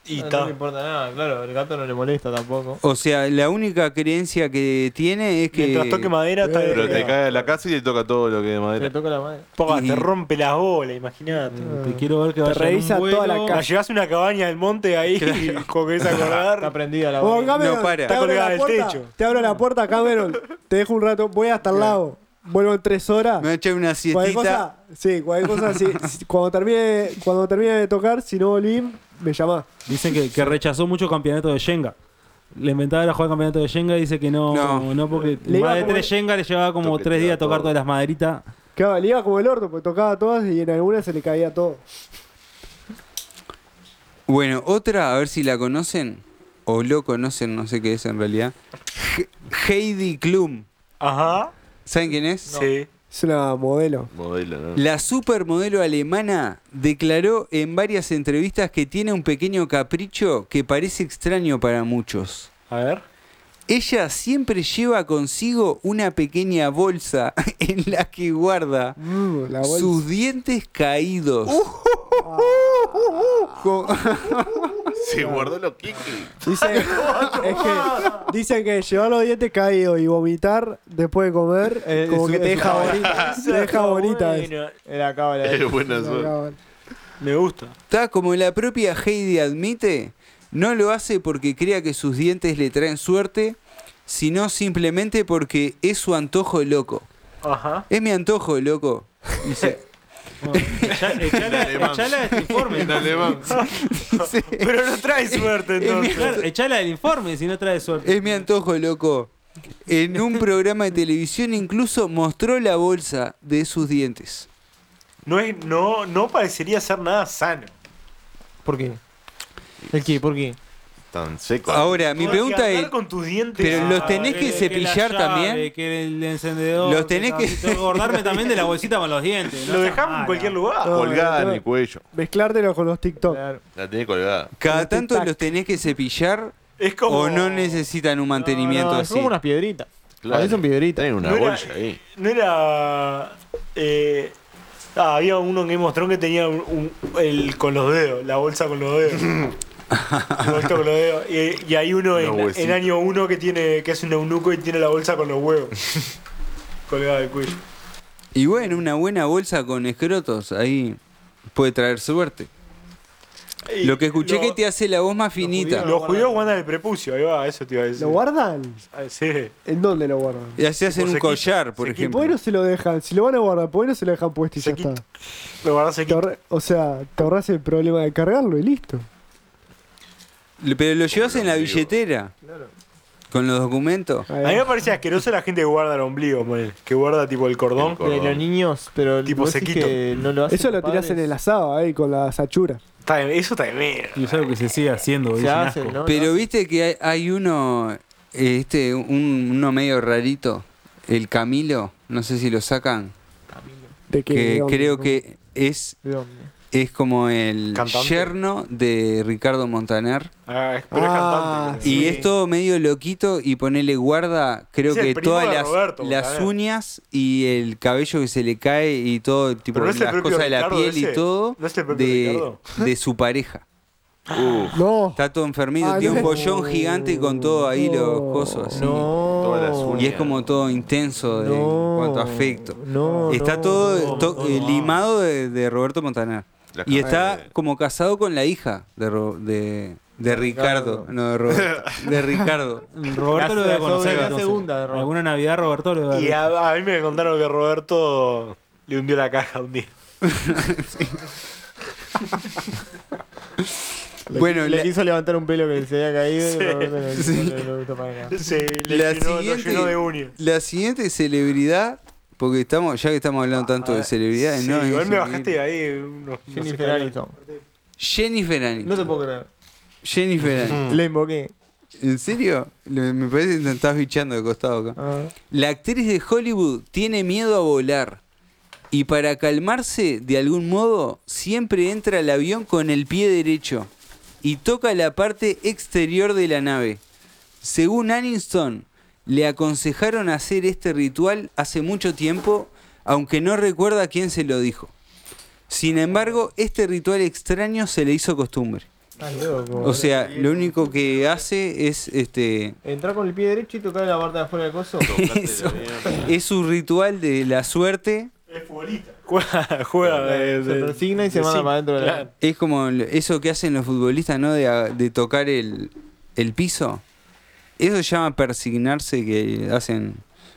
[SPEAKER 9] Y
[SPEAKER 2] Ah,
[SPEAKER 14] no,
[SPEAKER 9] ta-
[SPEAKER 14] le importa nada, claro, el gato no le molesta tampoco.
[SPEAKER 4] O sea, la única creencia que tiene es
[SPEAKER 9] Mientras toque
[SPEAKER 4] que...
[SPEAKER 9] madera, está
[SPEAKER 10] Pero te
[SPEAKER 9] bien.
[SPEAKER 10] cae a la casa y te toca todo lo que es
[SPEAKER 14] Le
[SPEAKER 10] de madera.
[SPEAKER 14] toca la madre.
[SPEAKER 9] Poca,
[SPEAKER 4] Y-
[SPEAKER 9] te rompe las bolas, imagínate.
[SPEAKER 3] Te quiero ver que
[SPEAKER 14] Te
[SPEAKER 3] vaya en un
[SPEAKER 14] revisa toda
[SPEAKER 3] vuelo.
[SPEAKER 14] la
[SPEAKER 9] La llevas a una cabaña del monte ahí y coges a
[SPEAKER 14] Está
[SPEAKER 9] acordar.
[SPEAKER 14] prendida la
[SPEAKER 7] Vos,
[SPEAKER 14] bola.
[SPEAKER 7] Cameron,
[SPEAKER 4] No, para.
[SPEAKER 7] te
[SPEAKER 9] Está
[SPEAKER 7] abro
[SPEAKER 9] colgada
[SPEAKER 7] la
[SPEAKER 9] del
[SPEAKER 7] puerta.
[SPEAKER 9] techo.
[SPEAKER 7] Te abro la puerta, Cameron. Te dejo un rato, voy hasta el lado. Vuelvo en tres horas.
[SPEAKER 4] Me va a echar una
[SPEAKER 7] Cualquier
[SPEAKER 4] siestita.
[SPEAKER 7] cosa, sí, cualquier cosa, sí, sí, cuando termine, cuando termine de tocar, si no volví, me llamás.
[SPEAKER 3] Dicen que, que rechazó mucho campeonato de Shenga. Le inventaba era jugar campeonato de Shenga y dice que no,
[SPEAKER 4] No.
[SPEAKER 3] no, porque
[SPEAKER 7] Le iba
[SPEAKER 3] más de
[SPEAKER 7] como-
[SPEAKER 3] tres Shenga le llevaba como
[SPEAKER 10] Toque
[SPEAKER 3] tres días a
[SPEAKER 10] todo.
[SPEAKER 3] tocar todas las maderitas.
[SPEAKER 7] Claro, le iba como el orto, porque tocaba todas y en algunas se le caía todo.
[SPEAKER 4] Bueno, otra, a ver si la conocen, o lo conocen, no sé qué es en realidad. He- Heidi Klum.
[SPEAKER 9] Ajá.
[SPEAKER 4] ¿Saben quién es?
[SPEAKER 9] Sí.
[SPEAKER 7] Es una modelo.
[SPEAKER 10] Modelo, ¿no?
[SPEAKER 4] La supermodelo alemana declaró en varias entrevistas que tiene un pequeño capricho que parece extraño para muchos.
[SPEAKER 9] A ver.
[SPEAKER 4] Ella siempre lleva consigo una pequeña bolsa en la que guarda
[SPEAKER 7] Mm, la bolsa.
[SPEAKER 4] sus dientes caídos. Co-
[SPEAKER 10] Se guardó los kikis.
[SPEAKER 7] Dicen, es que, dicen que llevar los dientes caídos y vomitar después de comer,
[SPEAKER 14] Eh,
[SPEAKER 7] como
[SPEAKER 14] es
[SPEAKER 7] que
[SPEAKER 14] un-
[SPEAKER 7] te
[SPEAKER 14] es
[SPEAKER 7] deja
[SPEAKER 14] un-
[SPEAKER 7] bonita. te deja bonita. eso.
[SPEAKER 9] Bueno,
[SPEAKER 14] Era cábala.
[SPEAKER 10] Es buena
[SPEAKER 7] La
[SPEAKER 10] suerte.
[SPEAKER 7] acaban.
[SPEAKER 9] Me gusta.
[SPEAKER 4] Está como la propia Heidi admite, no lo hace porque crea que sus dientes le traen suerte, sino simplemente porque es su antojo loco.
[SPEAKER 9] Ajá.
[SPEAKER 4] Es mi antojo loco. Dice,
[SPEAKER 3] Echa- Echala
[SPEAKER 10] alemán.
[SPEAKER 3] echala de este informe.
[SPEAKER 10] En alemán.
[SPEAKER 9] Pero no trae suerte entonces.
[SPEAKER 3] Claro, Echala del informe si no trae suerte.
[SPEAKER 4] Es mi antojo, loco. En un programa de televisión incluso mostró la bolsa de sus dientes.
[SPEAKER 9] No, es, no, no parecería ser nada sano.
[SPEAKER 14] ¿Por qué? ¿El qué? ¿Por qué?
[SPEAKER 10] Tan seco.
[SPEAKER 4] Ahora, mi
[SPEAKER 9] Porque
[SPEAKER 4] pregunta
[SPEAKER 9] andar
[SPEAKER 4] es,
[SPEAKER 9] con tus dientes.
[SPEAKER 4] ¿pero los tenés
[SPEAKER 3] Ah,
[SPEAKER 4] que
[SPEAKER 3] la
[SPEAKER 4] cepillar
[SPEAKER 3] llave,
[SPEAKER 4] también?
[SPEAKER 3] Que el encendedor.
[SPEAKER 4] Los tenés que-
[SPEAKER 3] Tengo acordarme también de la bolsita con los dientes. no
[SPEAKER 9] Lo
[SPEAKER 3] sea
[SPEAKER 9] dejamos en
[SPEAKER 3] mala.
[SPEAKER 9] cualquier lugar.
[SPEAKER 7] No,
[SPEAKER 10] Colgada
[SPEAKER 7] no,
[SPEAKER 10] en
[SPEAKER 7] no.
[SPEAKER 10] el cuello.
[SPEAKER 7] Mezclártelo con los TikTok.
[SPEAKER 14] Claro.
[SPEAKER 10] La tenés colgada.
[SPEAKER 4] ¿Cada tanto los tenés que cepillar
[SPEAKER 9] Es como.
[SPEAKER 4] o no necesitan un mantenimiento
[SPEAKER 14] No, no,
[SPEAKER 4] así?
[SPEAKER 14] Son como unas piedritas.
[SPEAKER 10] Claro.
[SPEAKER 14] A mí son piedritas.
[SPEAKER 10] Tenés una
[SPEAKER 9] No era-
[SPEAKER 10] bolsa ahí.
[SPEAKER 9] No era. eh, ah, había uno que mostró que tenía un- un- el con los dedos, la bolsa con los dedos. La bolsa con los dedos. Y, y hay uno
[SPEAKER 10] Una
[SPEAKER 9] en,
[SPEAKER 10] bolsita.
[SPEAKER 9] en año uno que tiene que es un eunuco y tiene la bolsa con los huevos. Colgada del cuello.
[SPEAKER 4] Y bueno, una buena bolsa con escrotos ahí puede traer suerte.
[SPEAKER 9] Y
[SPEAKER 4] Lo que escuché
[SPEAKER 9] lo-
[SPEAKER 4] que te hace la voz más finita.
[SPEAKER 9] Los judíos guardan el prepucio, ahí va, eso te iba a decir.
[SPEAKER 7] ¿Lo guardan?
[SPEAKER 9] Ah, Sí.
[SPEAKER 7] ¿En dónde lo guardan?
[SPEAKER 4] Y así hacen
[SPEAKER 9] O
[SPEAKER 4] un
[SPEAKER 9] se quita,
[SPEAKER 4] collar, por
[SPEAKER 9] se
[SPEAKER 7] ¿Y
[SPEAKER 4] ejemplo.
[SPEAKER 7] por qué no se lo dejan? Si lo van a guardar, ¿por qué no se lo dejan puesto y
[SPEAKER 9] Se
[SPEAKER 7] ya
[SPEAKER 9] quita.
[SPEAKER 7] está?
[SPEAKER 9] Lo guardas aquí.
[SPEAKER 7] Te ahorra- o sea, te ahorras el problema de cargarlo y listo.
[SPEAKER 4] Pero lo llevas en la billetera. Con los documentos.
[SPEAKER 9] A mí
[SPEAKER 7] Ahí
[SPEAKER 9] me
[SPEAKER 7] va.
[SPEAKER 9] parece asqueroso la gente que guarda el ombligo, ponele, que guarda tipo el cordón.
[SPEAKER 14] De
[SPEAKER 10] El cordón.
[SPEAKER 14] los niños, pero
[SPEAKER 9] Tipo
[SPEAKER 14] vos decís
[SPEAKER 9] sequito.
[SPEAKER 14] que no lo hacen
[SPEAKER 7] Eso lo
[SPEAKER 14] los
[SPEAKER 7] tirás en
[SPEAKER 14] padres.
[SPEAKER 7] el asado ahí con la sachura.
[SPEAKER 9] Está de- eso está de mierda.
[SPEAKER 3] Y es algo que se sigue haciendo.
[SPEAKER 14] Se
[SPEAKER 3] es un
[SPEAKER 14] hacen,
[SPEAKER 3] asco.
[SPEAKER 14] ¿no?
[SPEAKER 4] Pero viste que hay, hay uno, eh, este, un- uno medio rarito, el Camilo, no sé si lo sacan,
[SPEAKER 7] De que,
[SPEAKER 4] que
[SPEAKER 7] digamos,
[SPEAKER 4] creo
[SPEAKER 7] ¿no?
[SPEAKER 4] que es,
[SPEAKER 14] ¿De dónde?
[SPEAKER 4] es como el
[SPEAKER 9] Cantante.
[SPEAKER 4] yerno de Ricardo Montaner.
[SPEAKER 9] Ah, es- pero es
[SPEAKER 7] Ah,
[SPEAKER 9] cantante.
[SPEAKER 4] Y es todo medio loquito y ponele guarda, creo
[SPEAKER 9] Es el
[SPEAKER 4] que
[SPEAKER 9] primo
[SPEAKER 4] todas
[SPEAKER 9] de
[SPEAKER 4] las,
[SPEAKER 9] Roberto
[SPEAKER 4] las
[SPEAKER 9] Montaner.
[SPEAKER 4] uñas y el cabello que se le cae y todo, tipo
[SPEAKER 9] ¿Pero no es el
[SPEAKER 4] las
[SPEAKER 9] propio
[SPEAKER 4] cosas de la
[SPEAKER 9] Ricardo
[SPEAKER 4] piel
[SPEAKER 9] ese?
[SPEAKER 4] y todo,
[SPEAKER 9] ¿No es el propio
[SPEAKER 4] de,
[SPEAKER 9] Ricardo?
[SPEAKER 4] de su pareja.
[SPEAKER 10] Uf,
[SPEAKER 7] No.
[SPEAKER 4] Está todo enfermito,
[SPEAKER 7] Ah,
[SPEAKER 4] tiene un
[SPEAKER 7] no.
[SPEAKER 4] bollón gigante con todo ahí los
[SPEAKER 7] No.
[SPEAKER 4] cosos así.
[SPEAKER 10] todas las
[SPEAKER 14] No.
[SPEAKER 10] uñas.
[SPEAKER 4] Y es como todo intenso de, en cuanto a afecto.
[SPEAKER 14] No.
[SPEAKER 4] está
[SPEAKER 14] no,
[SPEAKER 4] todo
[SPEAKER 14] no.
[SPEAKER 4] to- eh, limado de, de Roberto Montaner.
[SPEAKER 10] La
[SPEAKER 4] Y
[SPEAKER 10] cara
[SPEAKER 4] está
[SPEAKER 10] de-
[SPEAKER 4] como casado con la hija de, Ro- de, de Ricardo. No, de Roberto. De Ricardo.
[SPEAKER 3] Roberto lo debe
[SPEAKER 14] La
[SPEAKER 3] conocer.
[SPEAKER 14] segunda
[SPEAKER 3] entonces.
[SPEAKER 14] segunda de Roberto.
[SPEAKER 3] Alguna Navidad Roberto lo
[SPEAKER 9] Y
[SPEAKER 3] debe
[SPEAKER 9] a, a mí me contaron que Roberto le hundió la caja un día.
[SPEAKER 4] Bueno,
[SPEAKER 2] le
[SPEAKER 4] la-
[SPEAKER 2] quiso levantar un pelo que se había caído y Roberto no- no
[SPEAKER 4] Sí.
[SPEAKER 2] le gustó para nada.
[SPEAKER 9] Se le
[SPEAKER 4] La
[SPEAKER 9] llenó, lo
[SPEAKER 4] siguiente-
[SPEAKER 9] llenó de uña.
[SPEAKER 4] La siguiente celebridad, porque estamos, ya que estamos hablando tanto de celebridades,
[SPEAKER 9] Sí,
[SPEAKER 4] no, es
[SPEAKER 9] igual me
[SPEAKER 4] increíble.
[SPEAKER 9] bajaste ahí unos. unos
[SPEAKER 2] Jennifer
[SPEAKER 9] escalones.
[SPEAKER 2] Aniston.
[SPEAKER 4] Jennifer Aniston.
[SPEAKER 2] No te puedo creer.
[SPEAKER 4] Jennifer Aniston.
[SPEAKER 9] Mm.
[SPEAKER 2] Le invoqué.
[SPEAKER 4] ¿En serio? Lo- Me parece que te estás bichando de costado acá.
[SPEAKER 2] Ah.
[SPEAKER 4] La actriz de Hollywood tiene miedo a volar. Y para calmarse de algún modo, siempre entra al avión con el pie derecho y toca la parte exterior de la nave. Según Aniston, le aconsejaron hacer este ritual hace mucho tiempo, aunque no recuerda quién se lo dijo. Sin embargo, este ritual extraño se le hizo costumbre.
[SPEAKER 2] Estás loco.
[SPEAKER 4] O sea, lo único que hace es este
[SPEAKER 2] Entrar con el pie derecho y tocar la parte de afuera del coso.
[SPEAKER 4] Eso. es un ritual de la suerte.
[SPEAKER 9] Juega, juega de,
[SPEAKER 2] Se
[SPEAKER 9] de-
[SPEAKER 2] persigna y se
[SPEAKER 9] de
[SPEAKER 2] manda
[SPEAKER 9] cinco,
[SPEAKER 2] para adentro de la-
[SPEAKER 9] claro.
[SPEAKER 4] Es como el- eso que hacen los futbolistas, ¿no? De, a- de tocar el, el piso. Eso se llama persignarse que hacen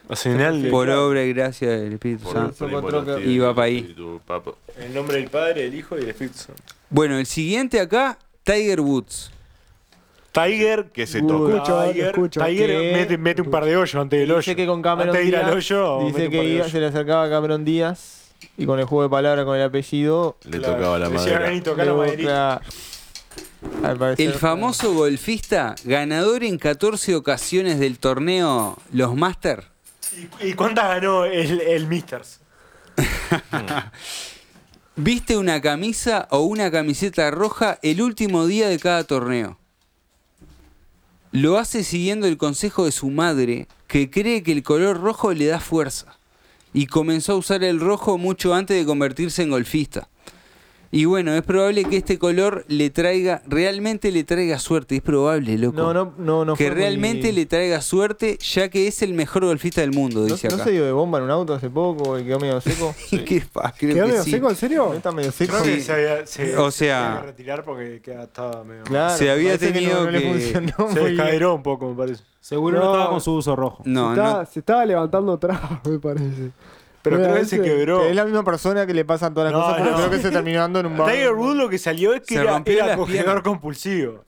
[SPEAKER 9] Arsenal de-
[SPEAKER 4] por obra y gracia del Espíritu Santo. Y va pa' ahí.
[SPEAKER 9] En nombre del Padre, del Hijo y del Espíritu Santo.
[SPEAKER 4] Bueno, el siguiente acá, Tiger Woods.
[SPEAKER 9] Tiger.
[SPEAKER 10] Que se
[SPEAKER 2] Uy.
[SPEAKER 10] toca.
[SPEAKER 2] Escucho,
[SPEAKER 9] Tiger,
[SPEAKER 2] escucho.
[SPEAKER 9] Tiger
[SPEAKER 2] ¿Qué?
[SPEAKER 9] mete, mete un par de hoyos antes del hoyo.
[SPEAKER 2] Dice que con Cameron
[SPEAKER 9] antes de ir al
[SPEAKER 2] Díaz.
[SPEAKER 9] hoyo, mete
[SPEAKER 2] Dice
[SPEAKER 9] un par
[SPEAKER 2] que
[SPEAKER 9] de
[SPEAKER 2] iba-
[SPEAKER 9] hoyos.
[SPEAKER 2] se le acercaba a Cameron Díaz y con el juego de palabras con el apellido.
[SPEAKER 10] Le
[SPEAKER 9] Claro.
[SPEAKER 10] tocaba la
[SPEAKER 9] Decía,
[SPEAKER 10] madera.
[SPEAKER 9] vení, tocá la
[SPEAKER 2] le
[SPEAKER 9] maderita.
[SPEAKER 2] busca- al parecer-
[SPEAKER 4] El famoso golfista, ganador en 14 ocasiones del torneo Los Masters.
[SPEAKER 9] ¿Y, y cuántas ganó el, el Misters?
[SPEAKER 4] Viste una camisa o una camiseta roja el último día de cada torneo. Lo hace siguiendo el consejo de su madre, que cree que el color rojo le da fuerza. Y comenzó a usar el rojo mucho antes de convertirse en golfista. Y bueno, es probable que este color le traiga, realmente le traiga suerte. Es probable, loco.
[SPEAKER 2] No, no, no, no
[SPEAKER 4] que
[SPEAKER 2] fue muy-
[SPEAKER 4] realmente le traiga suerte, ya que es el mejor golfista del mundo,
[SPEAKER 2] ¿No,
[SPEAKER 4] dice
[SPEAKER 2] ¿no
[SPEAKER 4] acá.
[SPEAKER 2] se dio de bomba en un auto hace poco y quedó medio seco?
[SPEAKER 4] Qué pa- creo
[SPEAKER 7] ¿Quedó
[SPEAKER 4] que
[SPEAKER 7] medio
[SPEAKER 4] sí.
[SPEAKER 7] seco, en
[SPEAKER 2] ¿No
[SPEAKER 7] serio?
[SPEAKER 2] está medio seco?
[SPEAKER 9] Creo que
[SPEAKER 4] Sí.
[SPEAKER 9] se había. Se,
[SPEAKER 4] O
[SPEAKER 9] se
[SPEAKER 4] sea-
[SPEAKER 9] había que retirar porque queda- estaba medio.
[SPEAKER 2] Claro,
[SPEAKER 4] Se había
[SPEAKER 2] parece
[SPEAKER 4] tenido
[SPEAKER 2] no, no
[SPEAKER 4] que-
[SPEAKER 2] le funcionó
[SPEAKER 9] Se
[SPEAKER 2] muy bien.
[SPEAKER 9] descaderó un poco, me parece.
[SPEAKER 3] Seguro no,
[SPEAKER 7] No.
[SPEAKER 3] estaba con su uso rojo.
[SPEAKER 4] No,
[SPEAKER 7] se,
[SPEAKER 4] no,
[SPEAKER 7] estaba, se estaba levantando atrás, me parece.
[SPEAKER 9] Pero
[SPEAKER 7] Mira,
[SPEAKER 9] creo que se
[SPEAKER 7] ese-
[SPEAKER 9] quebró.
[SPEAKER 2] Que es la misma persona que le pasan todas las
[SPEAKER 9] No,
[SPEAKER 2] cosas, pero
[SPEAKER 9] no.
[SPEAKER 2] creo que se terminó dando en un bar.
[SPEAKER 9] Tiger Woods lo que salió es que
[SPEAKER 4] Se
[SPEAKER 9] era,
[SPEAKER 4] rompió
[SPEAKER 9] era
[SPEAKER 4] las
[SPEAKER 9] acogedor
[SPEAKER 4] piernas.
[SPEAKER 9] compulsivo.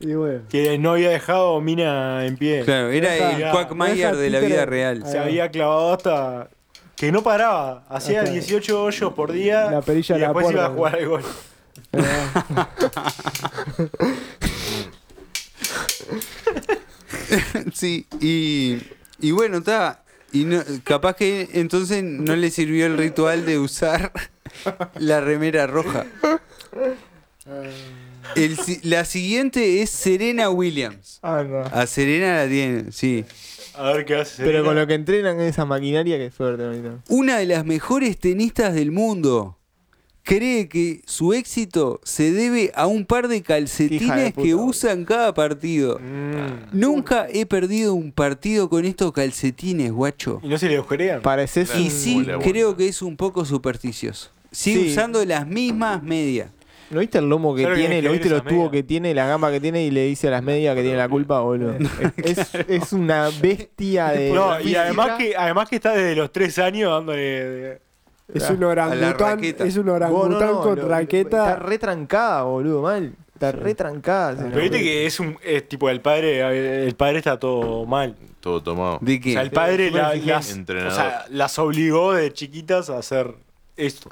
[SPEAKER 7] Y bueno.
[SPEAKER 9] Que no había dejado mina en pie.
[SPEAKER 4] Claro, era el
[SPEAKER 9] Eh, Esa-
[SPEAKER 4] Quackmayer
[SPEAKER 7] esa
[SPEAKER 4] de la vida
[SPEAKER 7] títere-
[SPEAKER 4] real.
[SPEAKER 9] Se había clavado hasta. Que no paraba. Hacía
[SPEAKER 7] Hasta-
[SPEAKER 9] 18 hoyos por día.
[SPEAKER 7] La perilla
[SPEAKER 9] y
[SPEAKER 7] de la
[SPEAKER 9] después iba a
[SPEAKER 7] puerta.
[SPEAKER 9] jugar al gol.
[SPEAKER 4] Sí, y, y bueno, está. Y no- capaz que entonces no le sirvió el ritual de usar la remera roja.
[SPEAKER 9] Ah.
[SPEAKER 4] El si- la siguiente es Serena Williams.
[SPEAKER 2] Ah, no.
[SPEAKER 4] A Serena la tiene, sí.
[SPEAKER 9] A ver qué hace.
[SPEAKER 2] Pero con lo que entrenan esa maquinaria, qué suerte, ahorita.
[SPEAKER 4] Una de las mejores tenistas del mundo cree que su éxito se debe a un par de
[SPEAKER 2] Hija de
[SPEAKER 4] calcetines
[SPEAKER 2] puta, Mm.
[SPEAKER 4] que
[SPEAKER 2] boludo.
[SPEAKER 4] usan cada partido. Nunca he perdido un partido con estos calcetines, guacho.
[SPEAKER 9] Y no se le agujerean.
[SPEAKER 2] Pareces
[SPEAKER 4] Y
[SPEAKER 2] un-
[SPEAKER 4] sí,
[SPEAKER 10] Hola, bueno.
[SPEAKER 4] creo que es un poco supersticioso. Sigue
[SPEAKER 2] Sí.
[SPEAKER 4] usando las mismas medias.
[SPEAKER 2] ¿No viste el lomo que
[SPEAKER 9] Claro que
[SPEAKER 2] tiene?
[SPEAKER 9] hay que
[SPEAKER 2] ¿Lo
[SPEAKER 9] ver
[SPEAKER 2] viste los
[SPEAKER 9] esa
[SPEAKER 2] tubos que
[SPEAKER 9] media.
[SPEAKER 2] tiene? La gama que tiene y le dice a las medias que tiene la culpa, boludo. Es, es una bestia de.
[SPEAKER 9] No, y
[SPEAKER 2] física.
[SPEAKER 9] además que, además que está desde los 3 años dándole. de-
[SPEAKER 7] Es un orangután,
[SPEAKER 4] Ah, raqueta.
[SPEAKER 7] es un
[SPEAKER 2] Vos, no,
[SPEAKER 7] orangután
[SPEAKER 2] no,
[SPEAKER 7] con
[SPEAKER 2] lo- Está
[SPEAKER 7] raqueta.
[SPEAKER 2] retrancada, boludo, mal. Está retrancada. señor.
[SPEAKER 9] Pero viste que es un. Es tipo el padre. El padre está todo mal.
[SPEAKER 10] Todo tomado.
[SPEAKER 4] ¿De
[SPEAKER 9] O sea,
[SPEAKER 4] qué?
[SPEAKER 9] el padre
[SPEAKER 2] Sí,
[SPEAKER 9] la-
[SPEAKER 2] sí, sí.
[SPEAKER 9] las,
[SPEAKER 10] Entrenador.
[SPEAKER 9] o sea, las obligó de chiquitas a hacer esto.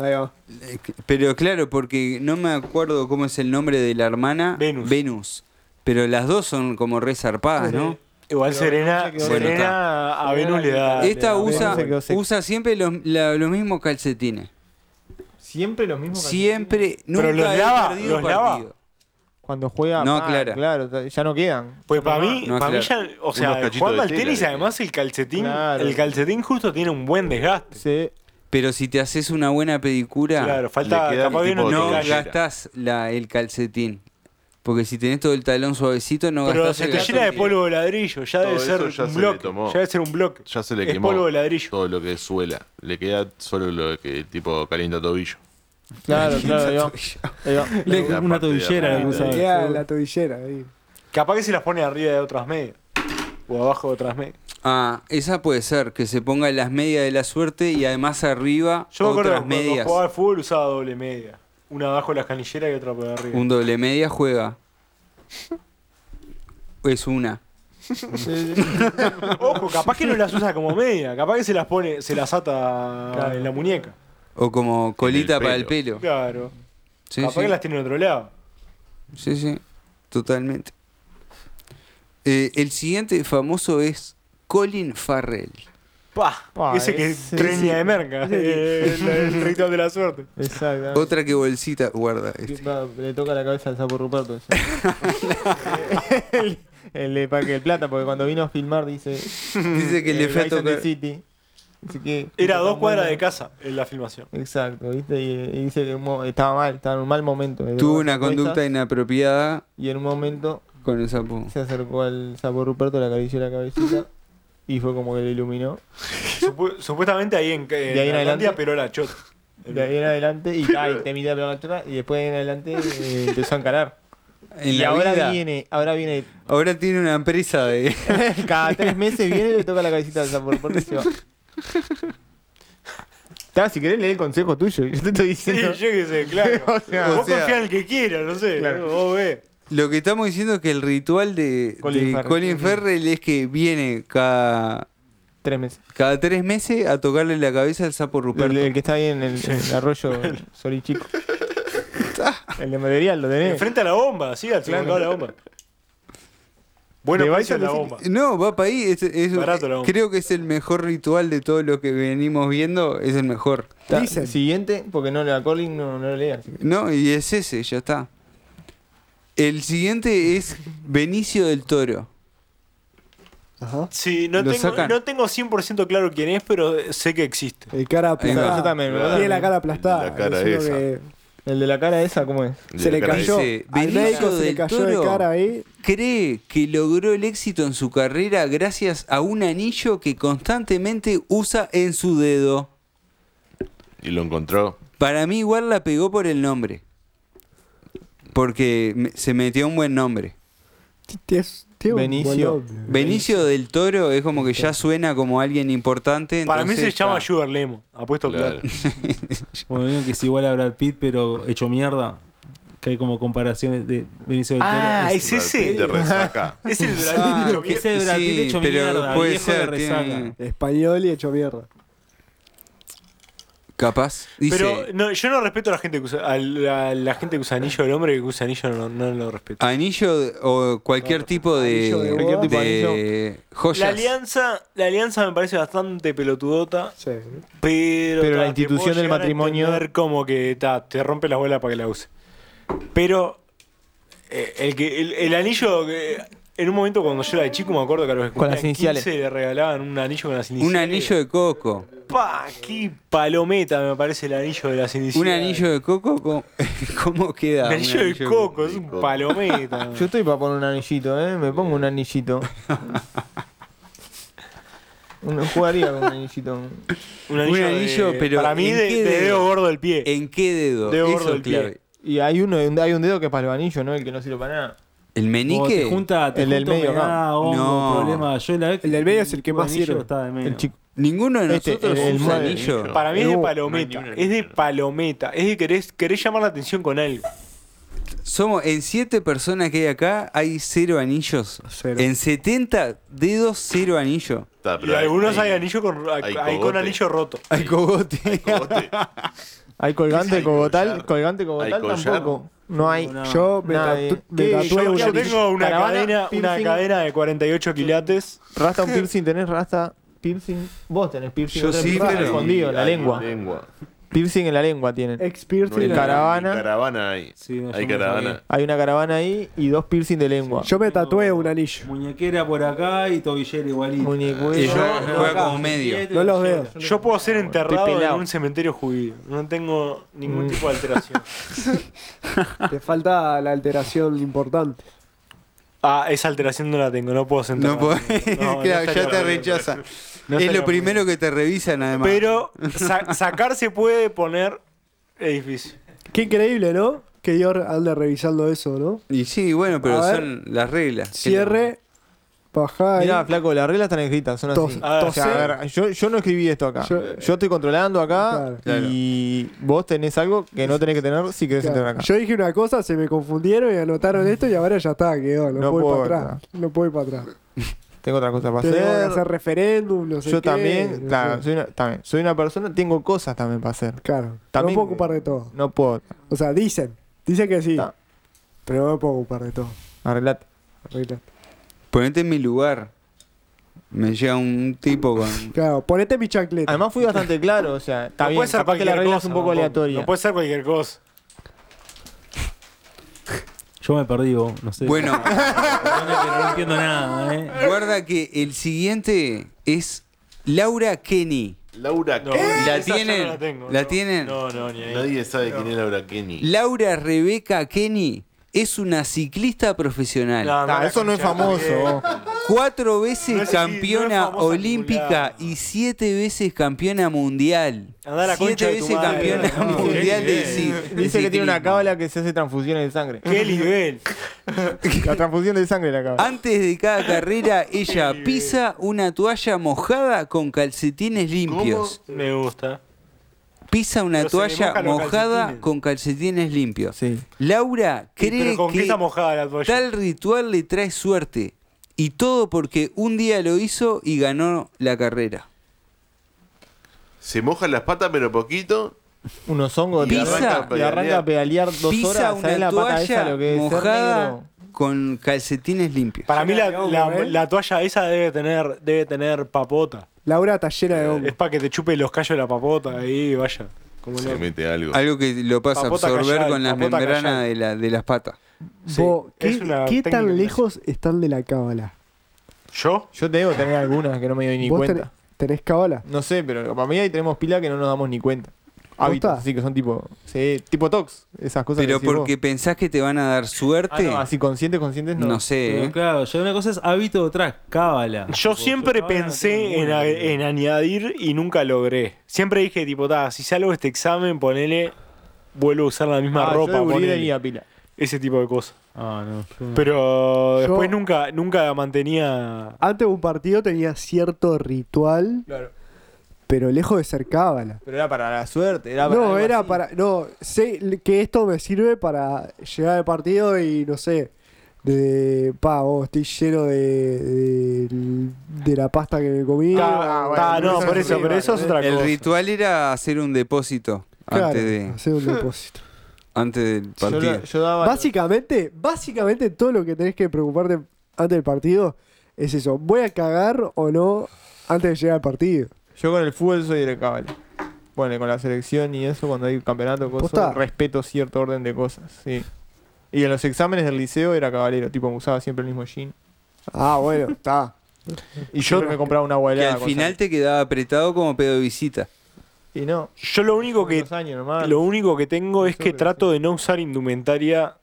[SPEAKER 2] Ahí va.
[SPEAKER 4] Eh, Pero claro, porque no me acuerdo cómo es el nombre de la hermana.
[SPEAKER 9] Venus.
[SPEAKER 4] Pero las dos son como re zarpadas, ¿no?
[SPEAKER 9] Igual
[SPEAKER 2] Pero
[SPEAKER 9] Serena,
[SPEAKER 2] no se quedó
[SPEAKER 9] Serena a Venus le da.
[SPEAKER 2] Dale,
[SPEAKER 4] Esta
[SPEAKER 2] la Venus
[SPEAKER 4] usa,
[SPEAKER 2] se quedó seca.
[SPEAKER 4] usa siempre los, la- los mismos calcetines.
[SPEAKER 2] Siempre los mismos.
[SPEAKER 4] Siempre, nunca
[SPEAKER 9] Pero los
[SPEAKER 4] he
[SPEAKER 9] lava,
[SPEAKER 4] perdido
[SPEAKER 9] los lava.
[SPEAKER 4] partido.
[SPEAKER 2] Cuando juega.
[SPEAKER 4] No,
[SPEAKER 2] ah,
[SPEAKER 4] Clara.
[SPEAKER 2] Claro, ya no quedan.
[SPEAKER 9] Pues para mí,
[SPEAKER 4] No,
[SPEAKER 9] para mí ya,
[SPEAKER 4] claro.
[SPEAKER 9] o
[SPEAKER 10] Unos
[SPEAKER 9] sea,
[SPEAKER 10] cachitos
[SPEAKER 9] jugando
[SPEAKER 10] de
[SPEAKER 9] al
[SPEAKER 10] tela
[SPEAKER 9] tenis
[SPEAKER 10] que
[SPEAKER 9] además el calcetín,
[SPEAKER 2] Claro.
[SPEAKER 9] el calcetín justo tiene un buen desgaste.
[SPEAKER 2] Se
[SPEAKER 4] Pero si te haces una buena pedicura,
[SPEAKER 9] Claro, falta
[SPEAKER 10] Le queda
[SPEAKER 9] capaz
[SPEAKER 10] el
[SPEAKER 9] viene
[SPEAKER 10] tipo
[SPEAKER 9] un
[SPEAKER 10] de
[SPEAKER 4] no
[SPEAKER 10] Botella.
[SPEAKER 9] desgaste.
[SPEAKER 4] gastás la, el calcetín. Porque si tenés todo el talón suavecito, no
[SPEAKER 9] Pero
[SPEAKER 4] gastás
[SPEAKER 9] se
[SPEAKER 4] el
[SPEAKER 9] te llena de
[SPEAKER 4] calcetín.
[SPEAKER 9] polvo de ladrillo, ya
[SPEAKER 10] Todo
[SPEAKER 9] debe
[SPEAKER 10] eso
[SPEAKER 9] ser
[SPEAKER 10] ya
[SPEAKER 9] un
[SPEAKER 10] se le
[SPEAKER 9] bloque.
[SPEAKER 10] tomó.
[SPEAKER 9] Ya debe ser un bloque.
[SPEAKER 10] Ya se le
[SPEAKER 9] es
[SPEAKER 10] quemó
[SPEAKER 9] polvo de ladrillo.
[SPEAKER 10] todo lo que es suela. Le queda solo lo que tipo calienta tobillo.
[SPEAKER 2] Claro, claro, ahí va. Ahí va.
[SPEAKER 3] Le-
[SPEAKER 10] La
[SPEAKER 3] una
[SPEAKER 10] parte de
[SPEAKER 3] tobillera.
[SPEAKER 10] arriba.
[SPEAKER 3] no
[SPEAKER 7] Se
[SPEAKER 3] sabe.
[SPEAKER 7] queda la tobillera ahí.
[SPEAKER 9] Capaz que se las pone arriba de otras medias. O abajo de otras medias.
[SPEAKER 4] Ah, esa puede ser, que se ponga las medias de la suerte y además arriba
[SPEAKER 9] Yo me acuerdo
[SPEAKER 4] otras
[SPEAKER 9] que cuando
[SPEAKER 4] medias.
[SPEAKER 9] jugaba al fútbol usaba doble media. Una abajo de las canilleras y otra por arriba.
[SPEAKER 4] Un doble media juega. Es una.
[SPEAKER 9] Ojo, capaz que no las usa como media, capaz que se las pone, se las ata en la muñeca.
[SPEAKER 4] O como colita para el pelo.
[SPEAKER 9] Claro.
[SPEAKER 4] Sí,
[SPEAKER 9] capaz
[SPEAKER 4] sí.
[SPEAKER 9] que las tiene en otro lado.
[SPEAKER 4] Sí, sí, totalmente. Eh, el siguiente famoso es Colin Farrell.
[SPEAKER 9] Pa,
[SPEAKER 2] Pa,
[SPEAKER 9] ese que es
[SPEAKER 2] ese-
[SPEAKER 9] treña de merca, eh, el, el ritual de la suerte.
[SPEAKER 2] Exacto.
[SPEAKER 4] Otra que bolsita guarda. este.
[SPEAKER 2] Va, Le toca la cabeza al sapo Ruperto. ese. el, el de Parque del Plata, porque cuando vino a filmar dice.
[SPEAKER 4] Dice que le
[SPEAKER 2] eh,
[SPEAKER 4] fue a
[SPEAKER 2] Guys and
[SPEAKER 4] tocar.
[SPEAKER 2] the City. Dice que-
[SPEAKER 9] Era
[SPEAKER 2] que
[SPEAKER 9] dos
[SPEAKER 2] tan
[SPEAKER 9] cuadras
[SPEAKER 2] buena.
[SPEAKER 9] de casa en la filmación.
[SPEAKER 2] Exacto, ¿viste? Y, y dice que mo- estaba mal, estaba en un mal momento.
[SPEAKER 4] Tuvo una conducta
[SPEAKER 2] y...
[SPEAKER 4] inapropiada
[SPEAKER 2] en un momento
[SPEAKER 4] con el sapo.
[SPEAKER 2] se acercó al sapo Ruperto, le acarició la cabecita y fue como que le iluminó.
[SPEAKER 9] Supu- supuestamente ahí en, en
[SPEAKER 2] ahí en
[SPEAKER 9] Tailandia,
[SPEAKER 2] adelante.
[SPEAKER 9] pero la chota.
[SPEAKER 2] De ahí en adelante y ay, te miré la otra y después de ahí en adelante eh, empezó a encarar.
[SPEAKER 4] En
[SPEAKER 2] y
[SPEAKER 4] la
[SPEAKER 2] ahora
[SPEAKER 4] vida,
[SPEAKER 2] viene, ahora viene,
[SPEAKER 4] ahora tiene una empresa de.
[SPEAKER 2] cada tres meses viene y le toca la cabecita al sapo Ruperto y se va. Ta, si querés leer el consejo tuyo, yo te estoy
[SPEAKER 9] Sí,
[SPEAKER 2] diciendo.
[SPEAKER 9] yo qué sé, claro.
[SPEAKER 2] O sea,
[SPEAKER 9] vos
[SPEAKER 4] o sea-
[SPEAKER 9] confía en el que quiera, no sé.
[SPEAKER 2] Claro.
[SPEAKER 9] Vos ves.
[SPEAKER 4] Lo que estamos diciendo es que el ritual de de Colin,
[SPEAKER 2] Colin Farrell.
[SPEAKER 4] Farrell es que viene cada,
[SPEAKER 2] Tres meses.
[SPEAKER 4] cada tres meses a tocarle la cabeza al sapo
[SPEAKER 2] El,
[SPEAKER 4] Ruperto.
[SPEAKER 2] el que está ahí en el, en el arroyo Solichico. el de material, lo tenés.
[SPEAKER 9] Enfrente a la bomba, sí, al segundo lado de la bomba. Bueno,
[SPEAKER 2] De
[SPEAKER 9] país
[SPEAKER 2] Bison
[SPEAKER 9] en la
[SPEAKER 2] decís-
[SPEAKER 9] bomba.
[SPEAKER 4] No, va para ahí. es- es-
[SPEAKER 9] Barato la bomba.
[SPEAKER 4] creo que es el mejor ritual de todos los que venimos viendo. Es el mejor.
[SPEAKER 2] Ta-
[SPEAKER 7] Dicen.
[SPEAKER 2] Siguiente, porque no la Colin no, no lo leía. así que-
[SPEAKER 4] No, y es ese, ya está. El siguiente es Benicio del Toro.
[SPEAKER 7] Ajá.
[SPEAKER 9] Sí, no
[SPEAKER 4] Lo
[SPEAKER 9] tengo,
[SPEAKER 4] sacan.
[SPEAKER 9] no tengo 100% claro quién es, pero sé que existe.
[SPEAKER 4] Eh,
[SPEAKER 7] El cara
[SPEAKER 4] Ahí va.
[SPEAKER 7] aplastada.
[SPEAKER 2] Yo también,
[SPEAKER 10] Claro.
[SPEAKER 7] Tiene la cara aplastada.
[SPEAKER 10] La cara
[SPEAKER 7] Alucino
[SPEAKER 10] esa.
[SPEAKER 7] que
[SPEAKER 2] El de la cara esa, ¿cómo es?
[SPEAKER 7] Se le
[SPEAKER 10] Cara de-
[SPEAKER 7] cayó.
[SPEAKER 4] dice,
[SPEAKER 7] al
[SPEAKER 4] Benicio
[SPEAKER 7] médico se
[SPEAKER 4] del
[SPEAKER 7] le cayó de
[SPEAKER 4] Toro.
[SPEAKER 7] cara ahí.
[SPEAKER 4] Cree que logró el éxito en su carrera gracias a un anillo que constantemente usa en su dedo.
[SPEAKER 10] Y lo encontró.
[SPEAKER 4] Para mí igual la pegó por el nombre. Porque me- se metió un buen nombre.
[SPEAKER 7] Tienes- tiene un
[SPEAKER 2] Benicio.
[SPEAKER 7] buen nombre.
[SPEAKER 4] Benicio del Toro es como que ya suena como alguien importante.
[SPEAKER 9] Para mí se
[SPEAKER 4] entonces
[SPEAKER 9] llama
[SPEAKER 4] está-
[SPEAKER 9] Sugar Lemo, apuesto
[SPEAKER 10] Claro.
[SPEAKER 9] claro.
[SPEAKER 3] Bueno, vieron que es igual a Brad Pitt, pero hecho mierda. Que hay como comparaciones de Benicio del Toro.
[SPEAKER 9] Ah,
[SPEAKER 3] Es-
[SPEAKER 9] es ese.
[SPEAKER 10] Te resaca.
[SPEAKER 9] Es el de
[SPEAKER 4] Ah,
[SPEAKER 9] la-
[SPEAKER 4] que-
[SPEAKER 3] Ese Brad Pitt hecho mierda, viejo de resaca.
[SPEAKER 4] tiene-
[SPEAKER 7] Español y hecho mierda.
[SPEAKER 4] Capaz. Dice,
[SPEAKER 9] Pero no, yo no respeto a la gente que usa, a la, a la gente que usa anillo, el hombre que usa anillo no, no lo
[SPEAKER 4] Ah,
[SPEAKER 9] respeto.
[SPEAKER 4] Anillo de- o cualquier tipo de,
[SPEAKER 7] anillo de Cualquier boda.
[SPEAKER 2] tipo de
[SPEAKER 4] de joyas.
[SPEAKER 9] La alianza, la alianza me parece bastante pelotudota,
[SPEAKER 7] Sí.
[SPEAKER 9] pero.
[SPEAKER 2] Pero la
[SPEAKER 9] ta, te
[SPEAKER 2] institución
[SPEAKER 9] puedo
[SPEAKER 2] del
[SPEAKER 9] llegar a
[SPEAKER 2] matrimonio-
[SPEAKER 9] entender como que ta, te rompe las bolas para que la use. Pero. eh, el, que, el, el anillo. que- en un momento cuando yo era de chico me acuerdo que a los que
[SPEAKER 2] Con las
[SPEAKER 9] cumplían
[SPEAKER 2] iniciales.
[SPEAKER 9] 15 le regalaban un anillo con las iniciales.
[SPEAKER 4] Un anillo de coco.
[SPEAKER 9] ¡Pa! ¡Qué palometa me parece el anillo de las iniciales!
[SPEAKER 4] Un anillo de coco, co- ¿cómo queda?
[SPEAKER 9] Un
[SPEAKER 4] un
[SPEAKER 9] anillo de coco, es un palometa.
[SPEAKER 2] Yo estoy para poner un anillito, ¿eh? Me pongo un anillito. Uno jugaría con un anillito.
[SPEAKER 9] Un
[SPEAKER 4] anillo,
[SPEAKER 9] de-
[SPEAKER 4] pero
[SPEAKER 9] Para mí,
[SPEAKER 4] ¿en
[SPEAKER 9] de,
[SPEAKER 4] qué
[SPEAKER 9] de
[SPEAKER 4] dedo?
[SPEAKER 9] dedo gordo del pie.
[SPEAKER 4] ¿En qué dedo?
[SPEAKER 9] Dedo
[SPEAKER 4] Eso
[SPEAKER 9] gordo
[SPEAKER 4] es
[SPEAKER 9] del pie.
[SPEAKER 4] clave.
[SPEAKER 2] Y hay uno, hay un dedo que es para los anillos, ¿no? El que no sirve para nada.
[SPEAKER 4] ¿El
[SPEAKER 3] O
[SPEAKER 4] menique?
[SPEAKER 3] te junta, te
[SPEAKER 2] El del
[SPEAKER 3] junta
[SPEAKER 2] medio,
[SPEAKER 3] humedad,
[SPEAKER 4] no.
[SPEAKER 3] hongo,
[SPEAKER 4] No.
[SPEAKER 3] problema. Yo la vez que-
[SPEAKER 7] El del medio es el que más
[SPEAKER 3] anillo
[SPEAKER 7] sirve.
[SPEAKER 3] está de menos.
[SPEAKER 2] El chico.
[SPEAKER 4] Ninguno de
[SPEAKER 2] Este,
[SPEAKER 4] nosotros
[SPEAKER 2] el- el
[SPEAKER 4] usa
[SPEAKER 2] modelo.
[SPEAKER 4] anillo.
[SPEAKER 9] Para mí es de
[SPEAKER 2] No,
[SPEAKER 10] no
[SPEAKER 9] palometa.
[SPEAKER 10] hay ni una
[SPEAKER 9] es de
[SPEAKER 10] ni otra.
[SPEAKER 9] palometa. Es de querés, querés llamar la atención con algo.
[SPEAKER 4] Somos en 7 personas que hay acá, hay 0 anillos.
[SPEAKER 7] Cero.
[SPEAKER 4] En 70 dedos, 0 anillo.
[SPEAKER 10] Está,
[SPEAKER 9] Y
[SPEAKER 10] pero
[SPEAKER 9] algunos hay anillo con, hay,
[SPEAKER 10] hay
[SPEAKER 9] hay con
[SPEAKER 10] cogote.
[SPEAKER 9] anillo roto.
[SPEAKER 4] Hay cogote.
[SPEAKER 10] cogote.
[SPEAKER 2] Hay colgante
[SPEAKER 10] Hay
[SPEAKER 2] cogotal,
[SPEAKER 10] collar.
[SPEAKER 2] colgante cogotal
[SPEAKER 10] Hay collar.
[SPEAKER 2] tampoco. No hay.
[SPEAKER 3] No.
[SPEAKER 7] Yo me,
[SPEAKER 2] Nadie.
[SPEAKER 7] tatu- me
[SPEAKER 2] ¿Qué?
[SPEAKER 7] tatué
[SPEAKER 9] Yo,
[SPEAKER 7] un
[SPEAKER 9] yo
[SPEAKER 7] anillo.
[SPEAKER 9] tengo una
[SPEAKER 2] Caravana,
[SPEAKER 9] cadena, una
[SPEAKER 2] piercing.
[SPEAKER 9] cadena de 48 quilates.
[SPEAKER 2] Rasta un piercing, tenés rasta piercing. Vos tenés piercing.
[SPEAKER 4] Yo
[SPEAKER 2] otro
[SPEAKER 4] sí,
[SPEAKER 2] piercing
[SPEAKER 4] pero-
[SPEAKER 2] escondido en la
[SPEAKER 10] Hay
[SPEAKER 2] lengua.
[SPEAKER 10] lengua.
[SPEAKER 2] Piercing en la lengua tienen.
[SPEAKER 7] Ex
[SPEAKER 10] No hay
[SPEAKER 7] piercing.
[SPEAKER 2] El
[SPEAKER 10] nada,
[SPEAKER 7] la-
[SPEAKER 2] caravana.
[SPEAKER 10] ni Caravana ahí.
[SPEAKER 3] Sí, no, yo
[SPEAKER 10] hay
[SPEAKER 3] me
[SPEAKER 10] caravana.
[SPEAKER 3] sabía.
[SPEAKER 2] Hay una caravana ahí y dos piercing de lengua.
[SPEAKER 7] Yo me tatué un anillo.
[SPEAKER 3] Muñequera por acá y tobillera igualito.
[SPEAKER 7] Ah.
[SPEAKER 4] Y
[SPEAKER 2] Muñecuero.
[SPEAKER 4] juega,
[SPEAKER 3] no,
[SPEAKER 4] juega
[SPEAKER 3] acá,
[SPEAKER 4] como medio.
[SPEAKER 3] Siete
[SPEAKER 7] No los veo.
[SPEAKER 3] tobilleras.
[SPEAKER 9] Yo puedo ser enterrado en
[SPEAKER 2] pelado.
[SPEAKER 9] un cementerio judío. No tengo ningún
[SPEAKER 2] Mm.
[SPEAKER 9] tipo de alteración.
[SPEAKER 7] Te falta la alteración importante.
[SPEAKER 9] Ah, esa alteración no la tengo, no puedo sentar.
[SPEAKER 4] No podés, claro, ya te rechaza. es lo primero que te revisan además.
[SPEAKER 9] Pero sa- sacar se puede poner edificio.
[SPEAKER 7] Qué increíble, ¿no? Que Dior anda revisando eso, ¿no?
[SPEAKER 4] Y sí, bueno, pero
[SPEAKER 7] A ver.
[SPEAKER 4] son las reglas.
[SPEAKER 7] Cierre. Pajá.
[SPEAKER 2] Mirá, flaco, las reglas están escritas, son
[SPEAKER 7] Tos-
[SPEAKER 2] así. O sea, a ver, yo, yo no escribí esto acá.
[SPEAKER 7] Yo-
[SPEAKER 2] Yo, estoy controlando acá
[SPEAKER 10] Claro.
[SPEAKER 2] y vos tenés algo que no tenés que tener si querés entrar acá.
[SPEAKER 7] Yo dije una cosa, se me confundieron y anotaron esto y ahora ya está, quedó. No,
[SPEAKER 2] No
[SPEAKER 7] puedo ir
[SPEAKER 2] puedo
[SPEAKER 7] para atrás. No puedo ir para atrás.
[SPEAKER 2] Tengo otra cosa para
[SPEAKER 7] Tengo que
[SPEAKER 2] hacer.
[SPEAKER 7] hacer referéndum, no sé
[SPEAKER 2] yo
[SPEAKER 7] qué,
[SPEAKER 2] también,
[SPEAKER 7] no
[SPEAKER 2] claro,
[SPEAKER 7] sé.
[SPEAKER 2] soy una, también, soy una persona, tengo cosas también para hacer.
[SPEAKER 7] Claro,
[SPEAKER 2] También-
[SPEAKER 7] no puedo ocupar de todo.
[SPEAKER 2] No puedo.
[SPEAKER 7] O sea, dicen, dicen que sí,
[SPEAKER 2] Ta.
[SPEAKER 7] pero no me puedo ocupar de todo.
[SPEAKER 2] Arreglate.
[SPEAKER 7] Arregla.
[SPEAKER 4] Ponete en mi lugar. Me llega un tipo con.
[SPEAKER 7] Claro, ponete mi chancleta.
[SPEAKER 2] Además fui bastante claro, o sea, está
[SPEAKER 9] No
[SPEAKER 2] bien,
[SPEAKER 9] puede ser
[SPEAKER 2] capaz que la
[SPEAKER 9] cualquier
[SPEAKER 2] regla es
[SPEAKER 9] cosa,
[SPEAKER 2] un poco
[SPEAKER 9] tampoco.
[SPEAKER 2] aleatoria.
[SPEAKER 9] No puede ser cualquier cosa.
[SPEAKER 3] Yo me perdí, vos, no sé.
[SPEAKER 4] Bueno,
[SPEAKER 3] pero no entiendo nada, ¿eh?
[SPEAKER 4] guarda que el siguiente es Laura Kenny.
[SPEAKER 10] Laura
[SPEAKER 2] ¿Eh?
[SPEAKER 9] No,
[SPEAKER 10] Kenny.
[SPEAKER 4] ¿La
[SPEAKER 9] esa yo
[SPEAKER 4] tienen?
[SPEAKER 9] no la tengo,
[SPEAKER 4] ¿La
[SPEAKER 9] no.
[SPEAKER 4] tienen?
[SPEAKER 9] No, no, ni ahí.
[SPEAKER 10] Nadie sabe quién es Laura Kenny.
[SPEAKER 4] Laura Rebeca Kenny es una ciclista profesional.
[SPEAKER 9] No,
[SPEAKER 2] Ta,
[SPEAKER 9] la
[SPEAKER 2] Ah, eso no es
[SPEAKER 9] concha,
[SPEAKER 2] famoso.
[SPEAKER 4] Cuatro veces
[SPEAKER 9] No es así, no es
[SPEAKER 4] campeona
[SPEAKER 9] famosa
[SPEAKER 4] olímpica
[SPEAKER 9] acumulada.
[SPEAKER 4] y siete veces campeona mundial.
[SPEAKER 9] Andá a la
[SPEAKER 4] siete
[SPEAKER 9] concha de tu
[SPEAKER 4] veces
[SPEAKER 9] madre.
[SPEAKER 4] campeona
[SPEAKER 9] No,
[SPEAKER 4] mundial
[SPEAKER 3] qué
[SPEAKER 4] de,
[SPEAKER 3] nivel.
[SPEAKER 4] ci- de
[SPEAKER 2] Dice que tiene una
[SPEAKER 4] ciclismo.
[SPEAKER 2] cábala que se hace transfusiones de sangre.
[SPEAKER 9] Qué nivel.
[SPEAKER 2] La transfusión de sangre la cábala.
[SPEAKER 4] Antes de cada carrera, ella pisa una toalla mojada con calcetines limpios.
[SPEAKER 9] Me gusta.
[SPEAKER 4] Pisa una
[SPEAKER 9] Pero se le
[SPEAKER 4] toalla
[SPEAKER 9] mojan los
[SPEAKER 4] mojada
[SPEAKER 9] calcetines.
[SPEAKER 4] con calcetines limpios.
[SPEAKER 2] Sí.
[SPEAKER 4] Laura cree
[SPEAKER 9] Pero con qué
[SPEAKER 4] que
[SPEAKER 9] está mojada la toalla.
[SPEAKER 4] tal ritual le trae suerte. Y todo porque un día lo hizo y ganó la carrera.
[SPEAKER 10] Se mojan las patas, pero poquito.
[SPEAKER 2] Unos hongos
[SPEAKER 4] Pisa.
[SPEAKER 2] te arranca, te arranca a pedalear dos
[SPEAKER 4] Pisa
[SPEAKER 2] horas,
[SPEAKER 4] una
[SPEAKER 2] ¿sabes la pata esa
[SPEAKER 4] toalla
[SPEAKER 2] lo que es ser
[SPEAKER 4] mojada
[SPEAKER 2] negro?
[SPEAKER 4] con calcetines limpios.
[SPEAKER 9] Para mí la,
[SPEAKER 7] Yo me
[SPEAKER 9] la-
[SPEAKER 7] acabo de ver.
[SPEAKER 9] la toalla esa debe tener, debe tener papota.
[SPEAKER 7] Laura está llena de hongos.
[SPEAKER 9] Es para que te chupe los callos de la papota ahí, vaya. Como
[SPEAKER 10] Se
[SPEAKER 9] no.
[SPEAKER 10] mete algo.
[SPEAKER 4] Algo que lo pasa a
[SPEAKER 9] Papota
[SPEAKER 4] absorber
[SPEAKER 9] callal,
[SPEAKER 4] con la
[SPEAKER 9] papota
[SPEAKER 4] membrana
[SPEAKER 9] callal.
[SPEAKER 4] de, la- de las patas.
[SPEAKER 9] Sí,
[SPEAKER 7] Vos, ¿Qué,
[SPEAKER 9] es una
[SPEAKER 7] qué
[SPEAKER 9] técnica que
[SPEAKER 7] tan
[SPEAKER 9] me
[SPEAKER 7] lejos están de la cábala?
[SPEAKER 9] ¿Yo?
[SPEAKER 2] Yo te debo tener algunas que no me doy ni
[SPEAKER 7] ¿Vos
[SPEAKER 2] cuenta.
[SPEAKER 7] tenés, tenés cábala?
[SPEAKER 2] No sé, pero para mí ahí tenemos pila que no nos damos ni cuenta.
[SPEAKER 7] ¿Posta?
[SPEAKER 2] Hábitos, así que son tipo. sí, tipo tox, esas cosas
[SPEAKER 4] Pero
[SPEAKER 2] que decís
[SPEAKER 4] porque pensás que te van a dar
[SPEAKER 2] vos. Ah,
[SPEAKER 4] suerte,
[SPEAKER 2] no, así conscientes, conscientes no.
[SPEAKER 4] no, sé.
[SPEAKER 3] Pero
[SPEAKER 4] ¿eh?
[SPEAKER 3] claro, yo una cosa es hábito, otra es cábala.
[SPEAKER 9] Yo
[SPEAKER 3] Tipo,
[SPEAKER 9] siempre
[SPEAKER 3] yo cábala no
[SPEAKER 9] pensé
[SPEAKER 3] tengo
[SPEAKER 9] en,
[SPEAKER 3] ninguna.
[SPEAKER 9] a- en añadir y nunca logré. Siempre dije, tipo, ta, si salgo de este examen, ponele, vuelvo a usar la misma
[SPEAKER 2] Ah,
[SPEAKER 9] ropa,
[SPEAKER 2] yo de
[SPEAKER 9] ponele.
[SPEAKER 2] gurí tenía pila.
[SPEAKER 9] Ese tipo de cosas.
[SPEAKER 3] Ah, no. yo-
[SPEAKER 9] Pero
[SPEAKER 7] Yo- Ah,
[SPEAKER 9] después nunca, nunca mantenía.
[SPEAKER 7] Antes de un partido tenía cierto ritual,
[SPEAKER 2] Claro.
[SPEAKER 7] pero lejos de ser cábala.
[SPEAKER 2] Pero era para la suerte, era para.
[SPEAKER 7] No,
[SPEAKER 2] algo
[SPEAKER 7] era
[SPEAKER 2] así.
[SPEAKER 7] para. No, sé que esto me sirve para llegar al partido y no sé. De. Pa, vos, estoy lleno de. De, de la pasta que me comí. Ah,
[SPEAKER 9] Ta-
[SPEAKER 7] o-
[SPEAKER 9] ta,
[SPEAKER 2] bueno,
[SPEAKER 9] no,
[SPEAKER 2] eso
[SPEAKER 9] por
[SPEAKER 2] es
[SPEAKER 9] Ah, eso, pero
[SPEAKER 2] horrible,
[SPEAKER 9] eso es
[SPEAKER 2] ¿eh?
[SPEAKER 9] otra
[SPEAKER 4] El
[SPEAKER 9] cosa.
[SPEAKER 4] ritual era hacer un depósito
[SPEAKER 7] Claro,
[SPEAKER 4] antes, de,
[SPEAKER 7] hacer un depósito.
[SPEAKER 4] antes del
[SPEAKER 2] Yo,
[SPEAKER 4] partido.
[SPEAKER 2] la- yo daba.
[SPEAKER 7] Básicamente, básicamente todo lo que tenés que preocuparte antes del partido es eso. ¿Voy a cagar o no antes de llegar al partido?
[SPEAKER 2] Yo con el fútbol soy de cábala. Bueno, y con la selección y eso, cuando hay campeonato,
[SPEAKER 7] ¿Posta?
[SPEAKER 2] cosas, respeto cierto orden de cosas, sí. Y en los exámenes del liceo era cabalero, tipo, me usaba siempre el mismo jean.
[SPEAKER 7] Ah, bueno, está.
[SPEAKER 2] Y yo me compraba una
[SPEAKER 4] que
[SPEAKER 2] guayada.
[SPEAKER 4] al final te quedaba apretado como pedo de visita.
[SPEAKER 2] Y no,
[SPEAKER 9] Yo lo único que
[SPEAKER 2] unos años nomás.
[SPEAKER 9] Lo único que tengo es que
[SPEAKER 2] Sobre,
[SPEAKER 9] trato de no usar indumentaria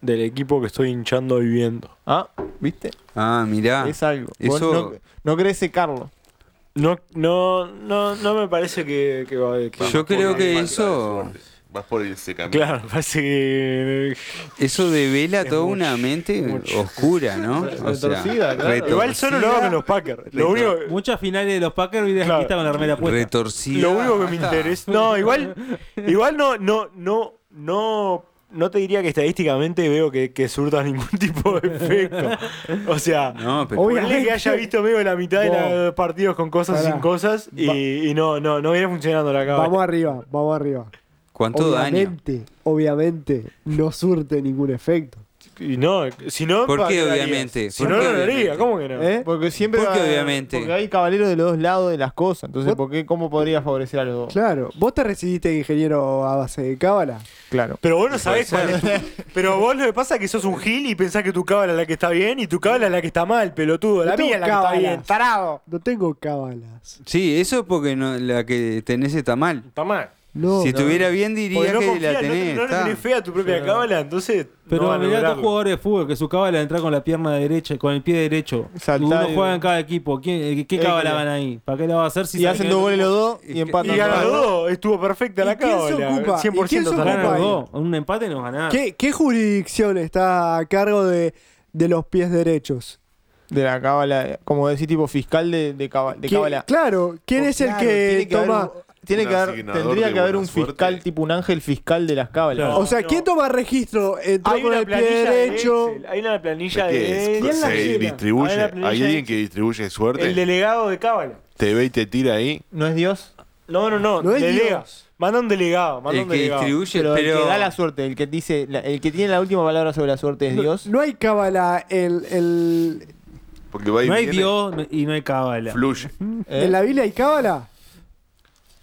[SPEAKER 9] del equipo que estoy hinchando y viviendo.
[SPEAKER 2] Ah, ¿viste?
[SPEAKER 4] Ah, mirá.
[SPEAKER 2] es algo. Vos
[SPEAKER 4] eso-
[SPEAKER 2] no, no querés secarlo.
[SPEAKER 9] No, no, no, no me parece que, que va que-
[SPEAKER 4] Yo creo que
[SPEAKER 10] Vas por
[SPEAKER 4] eso-
[SPEAKER 10] la suerte. Vas por ese camino.
[SPEAKER 9] Claro, parece que.
[SPEAKER 4] Eso devela toda una mente oscura, ¿no? O sea,
[SPEAKER 2] Retorcida, claro.
[SPEAKER 4] retorcida,
[SPEAKER 9] Igual solo lo hago con los Packers. Lo único,
[SPEAKER 3] Muchas finales de los Packers vienen
[SPEAKER 9] Claro.
[SPEAKER 3] aquí con la remera puesta.
[SPEAKER 4] retorcida.
[SPEAKER 9] lo único que me
[SPEAKER 4] Basta.
[SPEAKER 9] interesa. No, igual. Igual no, no, no, no. No te diría que estadísticamente veo que, que surta ningún tipo de efecto. O sea,
[SPEAKER 4] No, pero
[SPEAKER 7] Obvio.
[SPEAKER 9] Ponele que haya visto medio la mitad de
[SPEAKER 7] Vos.
[SPEAKER 9] los partidos con cosas y
[SPEAKER 7] Pará.
[SPEAKER 9] sin cosas y, y no, no, no viene funcionando la cámara.
[SPEAKER 7] Vamos arriba, vamos arriba.
[SPEAKER 4] ¿cuánto daño?
[SPEAKER 7] obviamente, obviamente, no surte ningún efecto.
[SPEAKER 9] Y no, si no.
[SPEAKER 4] ¿Por
[SPEAKER 9] ¿para
[SPEAKER 4] qué
[SPEAKER 9] lo harías?
[SPEAKER 4] obviamente?
[SPEAKER 9] Si
[SPEAKER 4] ¿Por
[SPEAKER 9] no,
[SPEAKER 4] qué
[SPEAKER 9] no lo
[SPEAKER 4] obviamente?
[SPEAKER 9] haría, ¿cómo que no?
[SPEAKER 2] ¿Eh? Porque siempre.
[SPEAKER 4] Porque
[SPEAKER 2] va-
[SPEAKER 4] obviamente.
[SPEAKER 2] Porque hay caballeros de los dos lados de las cosas. Entonces,
[SPEAKER 7] Vos-
[SPEAKER 2] ¿por qué, ¿cómo podría favorecer a los dos?
[SPEAKER 7] Claro, vos te recibiste de ingeniero a base de cábala.
[SPEAKER 2] Claro.
[SPEAKER 9] Pero vos no sabés cuál es tu- Pero vos lo que pasa es que sos un gil y pensás que tu cábala es la que está bien y tu cábala es la que está mal, pelotudo. La
[SPEAKER 7] No tengo
[SPEAKER 9] mía es la que está
[SPEAKER 7] cábalas.
[SPEAKER 9] bien, tarado.
[SPEAKER 7] No tengo cábalas.
[SPEAKER 4] Sí, eso es porque no- la que tenés está mal.
[SPEAKER 9] Está mal.
[SPEAKER 7] No,
[SPEAKER 4] si estuviera bien
[SPEAKER 9] Porque
[SPEAKER 4] diría
[SPEAKER 9] no
[SPEAKER 4] que
[SPEAKER 9] confías,
[SPEAKER 4] la tenés.
[SPEAKER 9] no, te- no le
[SPEAKER 4] está.
[SPEAKER 9] tenés fe a tu propia cábala, entonces. no
[SPEAKER 3] Pero
[SPEAKER 9] vas a
[SPEAKER 3] mirá dos
[SPEAKER 9] lograrlo.
[SPEAKER 3] jugadores de fútbol que su cábala entra con la pierna derecha, con el pie derecho.
[SPEAKER 2] Saltá
[SPEAKER 3] y uno
[SPEAKER 2] y-
[SPEAKER 3] juega en cada equipo. ¿Quién- eh, ¿Qué
[SPEAKER 2] Eh,
[SPEAKER 3] cábala
[SPEAKER 2] que-
[SPEAKER 3] van ahí? ¿Para qué la va a hacer si
[SPEAKER 2] y hacen dos goles los dos
[SPEAKER 4] Y que-
[SPEAKER 2] y empatan.
[SPEAKER 9] Y ganan los
[SPEAKER 2] Claro.
[SPEAKER 9] dos, estuvo perfecta
[SPEAKER 7] ¿Y
[SPEAKER 9] la
[SPEAKER 7] quién se
[SPEAKER 9] cábala.
[SPEAKER 7] ocupa? ¿Y
[SPEAKER 9] 100%
[SPEAKER 7] quién se
[SPEAKER 9] tarado.
[SPEAKER 7] ocupa?
[SPEAKER 3] Ganan los
[SPEAKER 7] ahí.
[SPEAKER 3] dos. Un empate nos ganaba.
[SPEAKER 7] ¿Qué, qué jurisdicción está a cargo de, de los pies derechos?
[SPEAKER 2] De la cábala, como decir, tipo fiscal de, de, caba- de
[SPEAKER 7] ¿Quién-
[SPEAKER 2] cábala. Oh,
[SPEAKER 7] Claro, ¿quién es el
[SPEAKER 2] Claro,
[SPEAKER 7] que,
[SPEAKER 2] tiene que haber
[SPEAKER 7] toma?
[SPEAKER 2] un- tiene
[SPEAKER 10] Un
[SPEAKER 2] que haber,
[SPEAKER 10] asignador
[SPEAKER 2] tendría
[SPEAKER 10] de
[SPEAKER 2] que haber un
[SPEAKER 10] buena
[SPEAKER 2] fiscal,
[SPEAKER 10] suerte.
[SPEAKER 2] tipo un ángel fiscal de las cábalas.
[SPEAKER 3] Claro.
[SPEAKER 7] o sea,
[SPEAKER 9] No,
[SPEAKER 7] ¿quién toma registro? Entró
[SPEAKER 9] Hay
[SPEAKER 7] con
[SPEAKER 9] una
[SPEAKER 7] el pie
[SPEAKER 9] planilla de
[SPEAKER 7] derecho.
[SPEAKER 9] Excel, hay una planilla de
[SPEAKER 10] ¿Qué
[SPEAKER 9] Excel.
[SPEAKER 10] es? Se
[SPEAKER 9] Hay
[SPEAKER 10] distribuye.
[SPEAKER 9] una planilla
[SPEAKER 10] Hay
[SPEAKER 9] de
[SPEAKER 10] alguien
[SPEAKER 9] Excel.
[SPEAKER 10] que distribuye
[SPEAKER 9] El
[SPEAKER 10] suerte.
[SPEAKER 9] delegado de Cábala.
[SPEAKER 10] Te ve y te tira ahí.
[SPEAKER 2] ¿No es Dios?
[SPEAKER 9] No, no, no.
[SPEAKER 7] No es
[SPEAKER 9] delega.
[SPEAKER 7] Dios.
[SPEAKER 9] Manda un delegado. Manda
[SPEAKER 4] El
[SPEAKER 9] un
[SPEAKER 4] que
[SPEAKER 9] delegado.
[SPEAKER 4] distribuye,
[SPEAKER 2] Pero,
[SPEAKER 4] pero.
[SPEAKER 2] el que da la suerte, el que dice, la- el que tiene la última palabra sobre la suerte es Dios.
[SPEAKER 7] No hay cábala el, el-
[SPEAKER 10] Porque va y
[SPEAKER 3] No hay
[SPEAKER 10] Eh, viene,
[SPEAKER 3] Dios no- y no hay cábala.
[SPEAKER 10] Fluye.
[SPEAKER 2] ¿Eh?
[SPEAKER 7] en la Biblia hay cábala.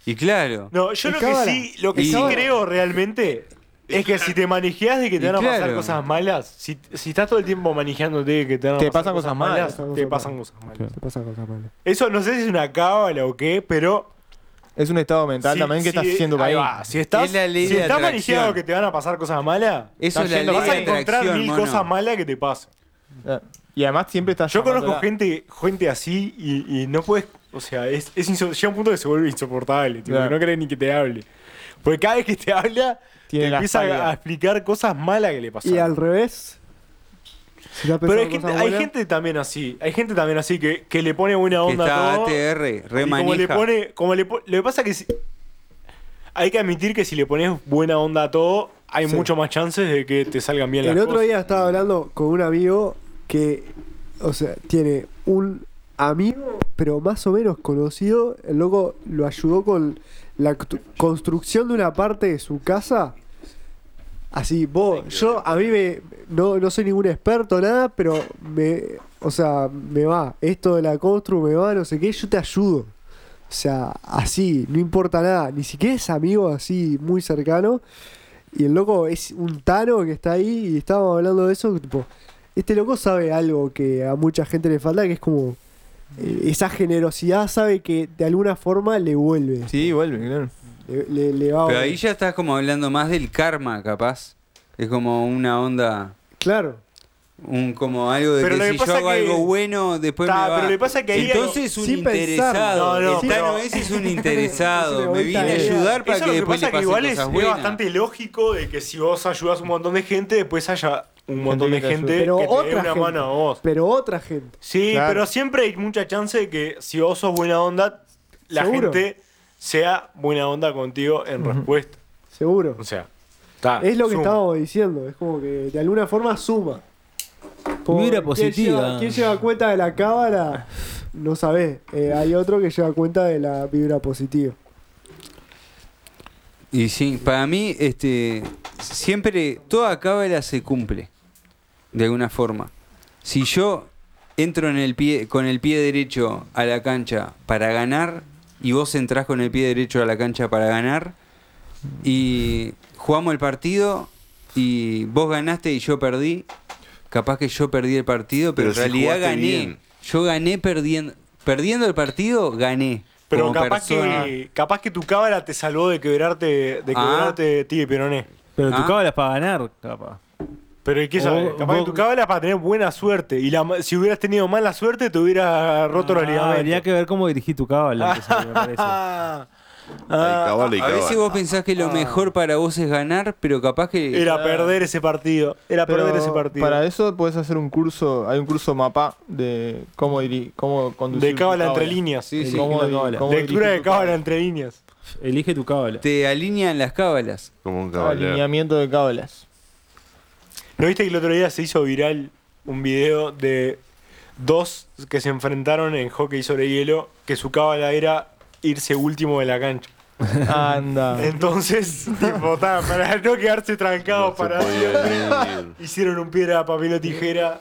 [SPEAKER 4] Y claro.
[SPEAKER 9] No, yo
[SPEAKER 7] Es
[SPEAKER 9] lo que
[SPEAKER 7] cábala.
[SPEAKER 9] sí, lo que
[SPEAKER 4] Y-
[SPEAKER 9] sí
[SPEAKER 4] cábala.
[SPEAKER 9] creo realmente es que si te manejeás de que te
[SPEAKER 4] Y
[SPEAKER 9] van a pasar
[SPEAKER 4] claro.
[SPEAKER 9] cosas malas, si, si estás todo el tiempo manejeándote de que te van a
[SPEAKER 2] Te pasan
[SPEAKER 9] pasar
[SPEAKER 2] cosas malas.
[SPEAKER 9] te pasan cosas malas.
[SPEAKER 7] ¿Qué pasa con cábala?
[SPEAKER 9] Eso no sé si es una cábala o qué, pero
[SPEAKER 2] Es un estado mental
[SPEAKER 9] si-
[SPEAKER 2] también que
[SPEAKER 9] si-
[SPEAKER 2] estás haciendo
[SPEAKER 9] ahí
[SPEAKER 2] para
[SPEAKER 9] va, si estás,
[SPEAKER 4] Es la ley
[SPEAKER 9] si
[SPEAKER 4] de
[SPEAKER 9] estás
[SPEAKER 4] atracción.
[SPEAKER 9] manejado que te van a pasar cosas malas,
[SPEAKER 4] Eso es la
[SPEAKER 2] yendo-
[SPEAKER 4] ley
[SPEAKER 9] vas
[SPEAKER 4] de
[SPEAKER 9] a encontrar
[SPEAKER 4] atracción,
[SPEAKER 9] mil
[SPEAKER 4] mono.
[SPEAKER 9] cosas malas que te pasen.
[SPEAKER 2] Y además siempre estás.
[SPEAKER 9] Yo conozco
[SPEAKER 2] llamándola.
[SPEAKER 9] gente, gente así y, y no puedes. O sea, es, es inso- llega un punto que se vuelve insoportable. tipo,
[SPEAKER 2] Claro.
[SPEAKER 9] que No crees ni que te hable. Porque cada vez que te habla,
[SPEAKER 2] Tiene
[SPEAKER 9] te
[SPEAKER 2] la
[SPEAKER 9] empieza a,
[SPEAKER 2] pálida.
[SPEAKER 9] a explicar cosas malas que le
[SPEAKER 7] Y
[SPEAKER 9] pasaron.
[SPEAKER 7] al revés. Si te ha
[SPEAKER 9] Pero
[SPEAKER 7] pensado
[SPEAKER 9] es que
[SPEAKER 7] cosas
[SPEAKER 9] hay
[SPEAKER 7] buenas,
[SPEAKER 9] gente también así. Hay gente también así que, que le pone buena
[SPEAKER 4] Que
[SPEAKER 9] onda
[SPEAKER 4] está
[SPEAKER 9] a todo.
[SPEAKER 4] ATR,
[SPEAKER 9] y
[SPEAKER 4] re
[SPEAKER 9] como le
[SPEAKER 4] manija.
[SPEAKER 9] pone. Como le, po- lo que pasa que si- hay que admitir que si le pones buena onda a todo, hay mucho más chances de que te salgan bien
[SPEAKER 7] El
[SPEAKER 9] las
[SPEAKER 7] otro
[SPEAKER 9] cosas.
[SPEAKER 7] día estaba hablando con un amigo que, o sea, tiene un amigo, pero más o menos conocido. El loco lo ayudó con la actu- construcción de una parte de su casa. Así, vos, yo a mí me, no, no soy ningún experto, nada, pero me, o sea, me va. Esto de la constru me va, no sé qué, yo te ayudo. O sea, así, no importa nada. Ni siquiera es amigo así, muy cercano. Y el loco es un tano que está ahí y estábamos hablando de eso. Tipo, este loco sabe algo que a mucha gente le falta, que es como eh, esa generosidad, sabe que de alguna forma le vuelve.
[SPEAKER 2] Sí, vuelve, claro.
[SPEAKER 7] Le, le- le va a
[SPEAKER 4] Pero
[SPEAKER 7] volver.
[SPEAKER 4] ahí ya estás como hablando más del karma, capaz. Es como una onda.
[SPEAKER 7] Claro.
[SPEAKER 4] Un, como algo de
[SPEAKER 9] Pero lo
[SPEAKER 4] que si
[SPEAKER 9] que
[SPEAKER 4] yo
[SPEAKER 9] pasa
[SPEAKER 4] hago
[SPEAKER 9] que-
[SPEAKER 4] algo bueno, después
[SPEAKER 9] Ta,
[SPEAKER 4] me va.
[SPEAKER 9] pero lo que pasa que ahí hay-
[SPEAKER 4] Entonces un
[SPEAKER 7] Sin pensar.
[SPEAKER 4] interesado.
[SPEAKER 9] No, no,
[SPEAKER 4] el Tano
[SPEAKER 9] pero-
[SPEAKER 4] ese es un
[SPEAKER 7] Es
[SPEAKER 4] interesado.
[SPEAKER 7] una
[SPEAKER 4] me vine a
[SPEAKER 7] vuelta de-
[SPEAKER 4] ayudar para
[SPEAKER 9] Eh, Eso
[SPEAKER 4] que
[SPEAKER 9] lo que
[SPEAKER 4] después
[SPEAKER 9] pasa
[SPEAKER 4] le
[SPEAKER 9] que
[SPEAKER 4] pasen
[SPEAKER 9] igual es,
[SPEAKER 4] cosas
[SPEAKER 9] es
[SPEAKER 4] buenas.
[SPEAKER 9] bastante lógico de que si vos ayudás a un montón de gente, después haya un montón
[SPEAKER 2] que
[SPEAKER 9] de
[SPEAKER 2] te ayude.
[SPEAKER 9] gente que te,
[SPEAKER 7] Pero
[SPEAKER 9] dé
[SPEAKER 7] otra
[SPEAKER 9] una
[SPEAKER 7] gente.
[SPEAKER 9] mano a vos.
[SPEAKER 7] Pero otra gente.
[SPEAKER 9] Sí,
[SPEAKER 2] Claro.
[SPEAKER 9] pero siempre hay mucha chance de que si vos sos buena onda, la
[SPEAKER 7] Seguro.
[SPEAKER 9] gente sea buena onda contigo en respuesta.
[SPEAKER 7] Seguro.
[SPEAKER 9] O sea, está,
[SPEAKER 7] Es lo que
[SPEAKER 9] suma.
[SPEAKER 7] estábamos diciendo. Es como que de alguna forma suma.
[SPEAKER 3] Mira,
[SPEAKER 7] ¿quién
[SPEAKER 3] positiva.
[SPEAKER 7] lleva- ¿Quién lleva cuenta de la cábala? No sabés. Eh, hay otro que lleva cuenta de la vibra positiva.
[SPEAKER 4] Y sí, para mí, este, siempre, toda cábala se cumple, de alguna forma. Si yo entro en el pie, con el pie derecho a la cancha para ganar, y vos entrás con el pie derecho a la cancha para ganar, y jugamos el partido, y vos ganaste y yo perdí, capaz que yo perdí el partido, pero,
[SPEAKER 10] Pero si
[SPEAKER 4] en realidad
[SPEAKER 10] jugaste
[SPEAKER 4] gané.
[SPEAKER 10] bien.
[SPEAKER 4] Yo gané perdiendo, perdiendo el partido, gané.
[SPEAKER 9] Pero
[SPEAKER 4] como
[SPEAKER 9] capaz
[SPEAKER 4] persona.
[SPEAKER 9] que, capaz que tu cábala te salvó de quebrarte, de
[SPEAKER 4] Ah.
[SPEAKER 9] quebrarte tibia y peroné.
[SPEAKER 3] Pero tu
[SPEAKER 4] Ah.
[SPEAKER 3] cábala es para ganar, capaz.
[SPEAKER 9] Pero ¿y qué sabes?
[SPEAKER 3] Vos-
[SPEAKER 9] Capaz que
[SPEAKER 3] vos-
[SPEAKER 9] tu cábala es para tener buena suerte. Y la ma- si hubieras tenido mala suerte, te hubieras roto los
[SPEAKER 3] Ah,
[SPEAKER 9] ligamentos.
[SPEAKER 3] Habría que ver cómo dirigí tu cábala. entonces, me parece.
[SPEAKER 9] Ah,
[SPEAKER 10] Ahí
[SPEAKER 9] ah,
[SPEAKER 10] cabala y
[SPEAKER 4] A veces
[SPEAKER 10] cabala.
[SPEAKER 4] vos pensás que lo mejor para vos es ganar, pero capaz que.
[SPEAKER 9] era perder ese partido. Era
[SPEAKER 2] Ah. Pero
[SPEAKER 9] perder ese partido.
[SPEAKER 2] Para eso puedes hacer un curso, hay un curso mapa de cómo, diri- cómo conducir.
[SPEAKER 9] de
[SPEAKER 2] tu
[SPEAKER 9] cábala entre líneas.
[SPEAKER 2] Sí,
[SPEAKER 3] sí,
[SPEAKER 2] cómo
[SPEAKER 3] la
[SPEAKER 2] di-
[SPEAKER 3] cábala.
[SPEAKER 2] cómo
[SPEAKER 9] Lectura de
[SPEAKER 2] dirigir tu
[SPEAKER 9] cábala entre líneas.
[SPEAKER 3] Elige tu cábala.
[SPEAKER 4] Te alinean las cábalas.
[SPEAKER 10] Como un caballero.
[SPEAKER 2] Alineamiento de cábalas.
[SPEAKER 9] ¿No viste que el otro día se hizo viral un video de dos que se enfrentaron en hockey sobre hielo que su cábala era irse último de la cancha?
[SPEAKER 2] Anda.
[SPEAKER 9] Entonces, tipo, ta, para no quedarse trancados para hicieron un piedra, papel o tijera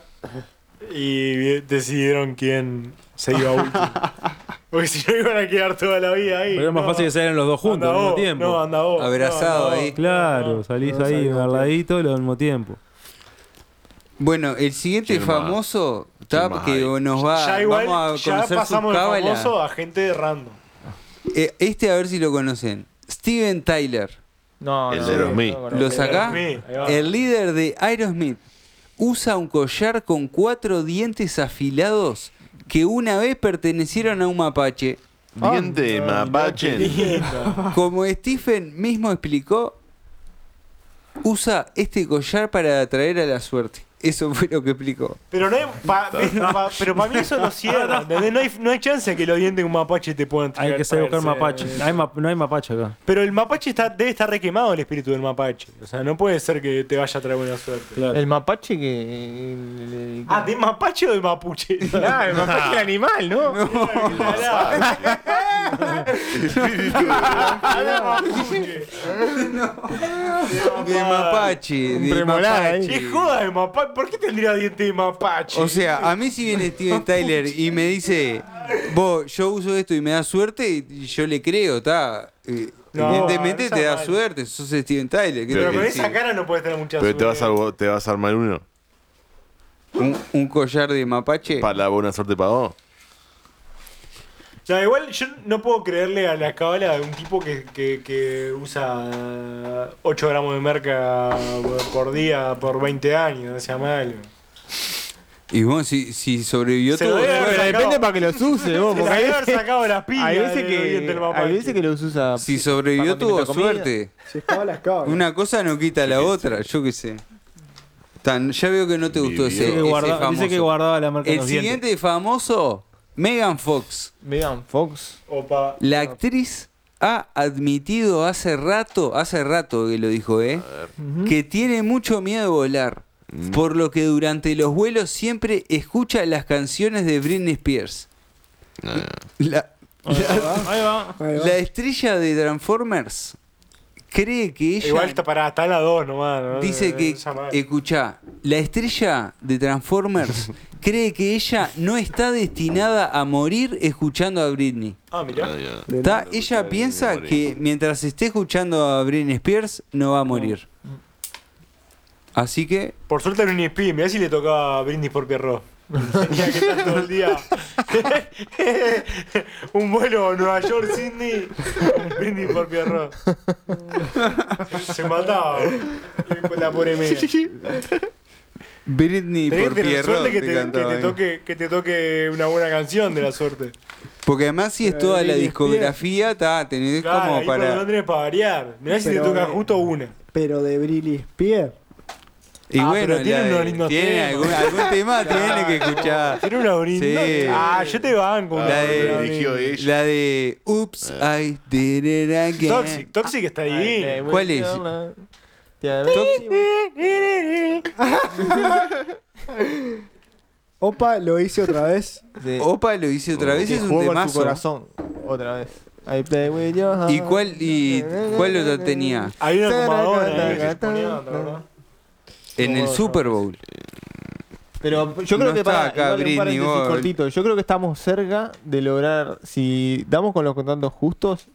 [SPEAKER 9] y decidieron quién se iba último. Porque si no iban a quedar toda la vida ahí.
[SPEAKER 3] Pero era más
[SPEAKER 9] No,
[SPEAKER 3] fácil que salieran los dos juntos
[SPEAKER 9] anda
[SPEAKER 3] al mismo
[SPEAKER 9] vos,
[SPEAKER 3] tiempo.
[SPEAKER 9] No, anda vos.
[SPEAKER 4] Abrazado
[SPEAKER 9] no, anda
[SPEAKER 4] ahí.
[SPEAKER 9] vos.
[SPEAKER 3] claro, salís
[SPEAKER 7] No,
[SPEAKER 3] ahí
[SPEAKER 7] salís
[SPEAKER 3] al ladito y lo al mismo tiempo.
[SPEAKER 4] Bueno, el siguiente
[SPEAKER 10] ¿Quién más?
[SPEAKER 4] famoso ta,
[SPEAKER 10] ¿Quién más
[SPEAKER 4] que
[SPEAKER 10] hay?
[SPEAKER 4] nos va.
[SPEAKER 9] ya igual,
[SPEAKER 4] vamos a
[SPEAKER 9] ya
[SPEAKER 4] conocer su
[SPEAKER 9] pasamos de
[SPEAKER 4] cábala.
[SPEAKER 9] famoso a gente random.
[SPEAKER 4] Eh, este a ver si lo conocen. Steven Tyler,
[SPEAKER 2] No,
[SPEAKER 10] El
[SPEAKER 2] no,
[SPEAKER 10] de
[SPEAKER 2] no,
[SPEAKER 10] Aerosmith.
[SPEAKER 2] no, no,
[SPEAKER 4] ¿lo sacá?
[SPEAKER 9] eh, Aerosmith, ahí va.
[SPEAKER 4] El líder de Aerosmith usa un collar con cuatro dientes afilados que una vez pertenecieron a un mapache.
[SPEAKER 10] Diente mapache.
[SPEAKER 4] Como Stephen mismo explicó, usa este collar para atraer a la suerte. Eso fue lo que explicó.
[SPEAKER 9] Pero no hay, pa- pero pa- pero para mí eso no cierra. ¿entendés? No hay, no hay chance de que los dientes de un mapache te puedan
[SPEAKER 3] Hay que saber buscar mapache. Hay ma- no hay mapache acá.
[SPEAKER 9] Pero el mapache está, debe estar requemado el espíritu del mapache. O sea, no puede ser que te vaya a traer buena suerte.
[SPEAKER 3] Claro.
[SPEAKER 2] El mapache que. el- el-
[SPEAKER 9] Ah, ¿de mapache o de mapuche?
[SPEAKER 2] Ah, el mapache el animal, ¿no?
[SPEAKER 4] De mapache.
[SPEAKER 2] Un
[SPEAKER 4] De
[SPEAKER 2] premolar
[SPEAKER 4] mapache.
[SPEAKER 2] ahí.
[SPEAKER 9] ¿Qué joda de mapache? ¿Por qué tendría dientes de mapache?
[SPEAKER 4] O sea, a mí si viene Steven Tyler y me dice, vos, yo uso esto y me da suerte, y yo le creo, está. Eh,
[SPEAKER 9] No,
[SPEAKER 4] evidentemente
[SPEAKER 9] no
[SPEAKER 4] te da
[SPEAKER 9] está mal.
[SPEAKER 4] suerte, sos Steven Tyler. ¿qué
[SPEAKER 9] pero
[SPEAKER 4] te
[SPEAKER 9] con
[SPEAKER 4] decir?
[SPEAKER 9] esa cara no puedes tener mucha
[SPEAKER 10] Pero
[SPEAKER 9] suerte.
[SPEAKER 10] te vas, a, te vas a armar uno.
[SPEAKER 4] un, un collar de mapache.
[SPEAKER 10] Para la buena suerte para vos.
[SPEAKER 9] No, igual yo no puedo creerle a la cábala de un tipo que, que- que usa 8 gramos de merca por día por 20 años, no sea malo.
[SPEAKER 4] Y vos, si, si sobrevivió
[SPEAKER 9] Se
[SPEAKER 4] todo.
[SPEAKER 9] lo debe
[SPEAKER 2] Pero
[SPEAKER 9] haber sacado-
[SPEAKER 2] depende para que los use, vos,
[SPEAKER 9] se la
[SPEAKER 2] porque
[SPEAKER 9] debe
[SPEAKER 2] hay,
[SPEAKER 9] haber sacado la pila.
[SPEAKER 2] hay veces
[SPEAKER 9] del este.
[SPEAKER 2] que.
[SPEAKER 9] mapache.
[SPEAKER 2] Hay veces que los usa.
[SPEAKER 4] Si sobrevivió
[SPEAKER 2] para condimentar
[SPEAKER 4] tuvo
[SPEAKER 2] comida.
[SPEAKER 4] suerte.
[SPEAKER 14] Se escapa las cabras.
[SPEAKER 4] Una cosa no quita la otra, yo qué sé. Tan, ya veo que no te gustó ese,
[SPEAKER 3] Dice
[SPEAKER 10] Dice
[SPEAKER 3] que,
[SPEAKER 4] ese
[SPEAKER 3] guarda- dice
[SPEAKER 4] famoso.
[SPEAKER 3] que guardaba la marca de
[SPEAKER 4] El
[SPEAKER 3] los dientes.
[SPEAKER 4] siguiente famoso, Megan Fox.
[SPEAKER 2] Megan Fox.
[SPEAKER 9] Opa.
[SPEAKER 4] La actriz ha admitido hace rato, hace rato que lo dijo, ¿eh? Que tiene mucho miedo de volar. Por lo que durante los vuelos siempre escucha las canciones de Britney Spears. La,
[SPEAKER 3] Ahí va.
[SPEAKER 7] Ahí va.
[SPEAKER 4] la estrella de Transformers cree que ella
[SPEAKER 9] Igual está parada, está en la 2 nomás. ¿no?
[SPEAKER 4] dice
[SPEAKER 9] No
[SPEAKER 4] que, eh,
[SPEAKER 9] sea malo.
[SPEAKER 4] escucha, la estrella de Transformers cree que ella no está destinada a morir escuchando a Britney.
[SPEAKER 9] Ah, mirá.
[SPEAKER 10] Ah, ya.
[SPEAKER 4] Está- ella piensa que mientras esté escuchando a Britney Spears no va a morir. Así que
[SPEAKER 9] Por suerte era un ESPN, mirá si le tocaba brindis por Pierrot. Tenía que estar todo el día. un vuelo a Nueva York, Sydney. Brindis por Pierrot. Se, se mataba. La pobre media.
[SPEAKER 4] Britney
[SPEAKER 9] Tenés
[SPEAKER 4] por
[SPEAKER 9] que tener
[SPEAKER 4] Pierrot
[SPEAKER 9] suerte que
[SPEAKER 4] te
[SPEAKER 9] te, que
[SPEAKER 4] cantaba
[SPEAKER 9] te
[SPEAKER 4] ahí.
[SPEAKER 9] toque, que te toque una buena canción de la suerte.
[SPEAKER 4] Porque además si es toda la
[SPEAKER 7] Britney
[SPEAKER 4] discografía, está, tenés
[SPEAKER 9] Eh, Claro,
[SPEAKER 4] como
[SPEAKER 9] ahí para...
[SPEAKER 4] para...
[SPEAKER 9] no tenés para variar. Mirá si
[SPEAKER 7] Pero,
[SPEAKER 9] te toca
[SPEAKER 7] eh,
[SPEAKER 9] justo una.
[SPEAKER 7] Pero de Britney Spears.
[SPEAKER 4] Y
[SPEAKER 9] Ah,
[SPEAKER 4] bueno,
[SPEAKER 9] pero tiene
[SPEAKER 4] la-
[SPEAKER 9] unos lindos
[SPEAKER 4] tiene
[SPEAKER 9] temas.
[SPEAKER 4] algún, algún tema tiene que escuchar.
[SPEAKER 9] Tiene una brindis.
[SPEAKER 4] Sí.
[SPEAKER 9] Ah, yo te banco.
[SPEAKER 10] Ah,
[SPEAKER 4] La
[SPEAKER 9] con la
[SPEAKER 4] de-
[SPEAKER 10] lo
[SPEAKER 9] brindis.
[SPEAKER 10] dirigió ella.
[SPEAKER 4] La de Oops, I did it again.
[SPEAKER 9] Toxic, Toxic está ahí.
[SPEAKER 2] Ah,
[SPEAKER 4] ¿Cuál es?
[SPEAKER 2] Toxic.
[SPEAKER 7] Opa, lo hice otra vez.
[SPEAKER 4] Opa lo hice otra vez, es un
[SPEAKER 2] Juego con tu
[SPEAKER 4] temazo.
[SPEAKER 2] corazón. Otra vez. I play with your heart.
[SPEAKER 4] ¿Y cuál, y cuál otro tenía?
[SPEAKER 9] Hay una comadona ahí que se ponía, la verdad.
[SPEAKER 4] En el Super Bowl.
[SPEAKER 2] Pero yo creo
[SPEAKER 4] No
[SPEAKER 2] que
[SPEAKER 4] está
[SPEAKER 2] para
[SPEAKER 4] acá, Britney, vos.
[SPEAKER 2] cortito, yo creo que estamos cerca de lograr si damos con los contratos justos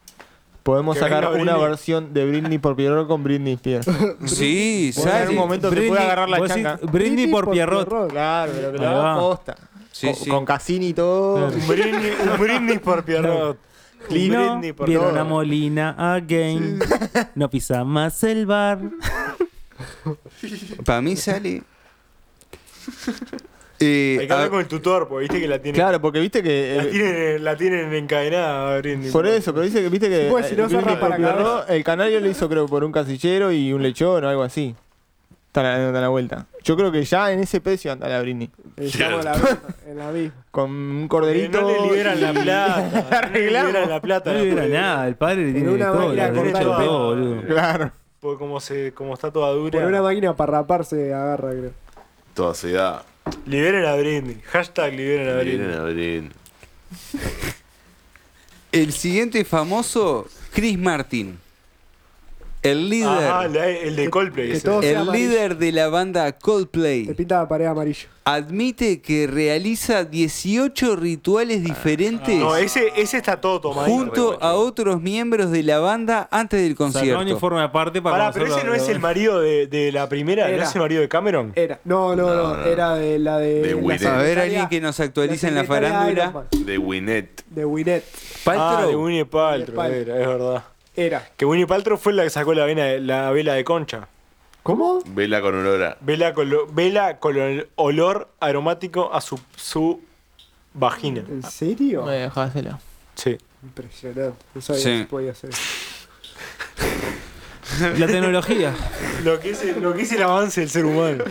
[SPEAKER 2] podemos
[SPEAKER 9] Que
[SPEAKER 2] sacar
[SPEAKER 9] venga
[SPEAKER 2] una
[SPEAKER 9] Britney.
[SPEAKER 2] versión de Britney por Pierrot con Britney Spears.
[SPEAKER 4] Sí,
[SPEAKER 2] Porque en
[SPEAKER 4] sale.
[SPEAKER 2] algún momento se puede agarrar la
[SPEAKER 3] vos decís
[SPEAKER 2] chanca.
[SPEAKER 3] Britney por Pierrot.
[SPEAKER 2] Claro, pero que lo
[SPEAKER 3] Ahí
[SPEAKER 2] haga
[SPEAKER 3] va.
[SPEAKER 2] posta.
[SPEAKER 4] Sí,
[SPEAKER 2] con,
[SPEAKER 4] sí.
[SPEAKER 2] con Cassini y todo.
[SPEAKER 9] Un brindis, un brindis por Pierrot. Un
[SPEAKER 3] No
[SPEAKER 9] brindis por
[SPEAKER 3] vieron
[SPEAKER 9] todo.
[SPEAKER 3] a Molina again. No pisa más el bar.
[SPEAKER 4] Para mí sale. Eh,
[SPEAKER 9] Hay que
[SPEAKER 4] a-
[SPEAKER 9] hablar con el tutor, porque viste que la tienen,
[SPEAKER 2] Claro, porque viste que.
[SPEAKER 9] la
[SPEAKER 2] eh,
[SPEAKER 9] tienen, la tienen encadenada a Brindis.
[SPEAKER 2] por eso, pero dice que viste que.
[SPEAKER 7] Pues, si
[SPEAKER 2] eh,
[SPEAKER 7] no se
[SPEAKER 2] Britney
[SPEAKER 7] raspa la
[SPEAKER 2] por Pierrot,
[SPEAKER 7] cabeza.
[SPEAKER 2] el canario le hizo, creo, por un casillero y un lechón o algo así. Está la anécdota a la vuelta. Yo creo que ya en ese precio anda la Britney.
[SPEAKER 7] Estamos en la misma. En la misma.
[SPEAKER 2] Con un
[SPEAKER 9] Porque
[SPEAKER 2] corderito.
[SPEAKER 9] Eh, no le liberan la
[SPEAKER 2] y-
[SPEAKER 9] plata. no le liberan la plata.
[SPEAKER 3] No le era nada, el padre le
[SPEAKER 7] Con
[SPEAKER 3] tiene
[SPEAKER 7] una
[SPEAKER 3] todo,
[SPEAKER 7] máquina
[SPEAKER 3] la derecha de
[SPEAKER 7] cortada.
[SPEAKER 3] todo, boludo.
[SPEAKER 2] Claro.
[SPEAKER 9] Porque como, se, como está toda
[SPEAKER 7] Por una
[SPEAKER 9] dura.
[SPEAKER 7] máquina para raparse agarra, creo.
[SPEAKER 10] Toda se da.
[SPEAKER 9] Liberen a Brindis. Hashtag liberen a
[SPEAKER 10] Vienen
[SPEAKER 9] Brindis.
[SPEAKER 10] a Britney.
[SPEAKER 4] el siguiente famoso, Chris Martin. El líder.
[SPEAKER 9] Ah, la- el de Coldplay.
[SPEAKER 7] Que
[SPEAKER 9] ese.
[SPEAKER 7] todo- sea
[SPEAKER 4] el
[SPEAKER 7] amarillo.
[SPEAKER 4] líder de la banda
[SPEAKER 7] Te
[SPEAKER 4] Coldplay
[SPEAKER 7] pinta la pared amarilla.
[SPEAKER 4] admite que realiza 18 rituales diferentes
[SPEAKER 9] No, ese, ese está todo tomadito.
[SPEAKER 4] junto a otros miembros de la banda antes del
[SPEAKER 3] Sacó un
[SPEAKER 4] concierto.
[SPEAKER 3] informe aparte para.
[SPEAKER 9] Pará, pero
[SPEAKER 3] conocerlo,
[SPEAKER 9] ese no es
[SPEAKER 3] boludo.
[SPEAKER 9] el marido de, de la primera, ¿no
[SPEAKER 7] Era.
[SPEAKER 9] es el marido de Cameron?
[SPEAKER 7] Era. No, no, no. Era de la de.
[SPEAKER 10] De
[SPEAKER 7] la
[SPEAKER 10] Winnet.
[SPEAKER 4] a ver,
[SPEAKER 7] secretaria-
[SPEAKER 4] alguien que nos actualiza en la
[SPEAKER 7] secretaria de Iron
[SPEAKER 4] farándula.
[SPEAKER 7] Man.
[SPEAKER 10] De Winnet.
[SPEAKER 7] De Winnet.
[SPEAKER 9] Ah, de
[SPEAKER 4] Paltrow.
[SPEAKER 9] Winnie Paltrow,
[SPEAKER 7] Paltrow.
[SPEAKER 9] era, es verdad.
[SPEAKER 7] Era.
[SPEAKER 9] Que Winnie Paltrow fue la que sacó la, vena, la vela de concha.
[SPEAKER 7] ¿Cómo?
[SPEAKER 10] Vela con olora.
[SPEAKER 9] Vela, colo- vela con el olor aromático a su, su vagina.
[SPEAKER 7] ¿En serio?
[SPEAKER 2] Me dejásela.
[SPEAKER 9] Sí.
[SPEAKER 7] Impresionante. No sabía
[SPEAKER 4] Sí.
[SPEAKER 7] que se podía hacer.
[SPEAKER 3] La tecnología.
[SPEAKER 9] Lo que, es el, lo que es el avance del ser humano.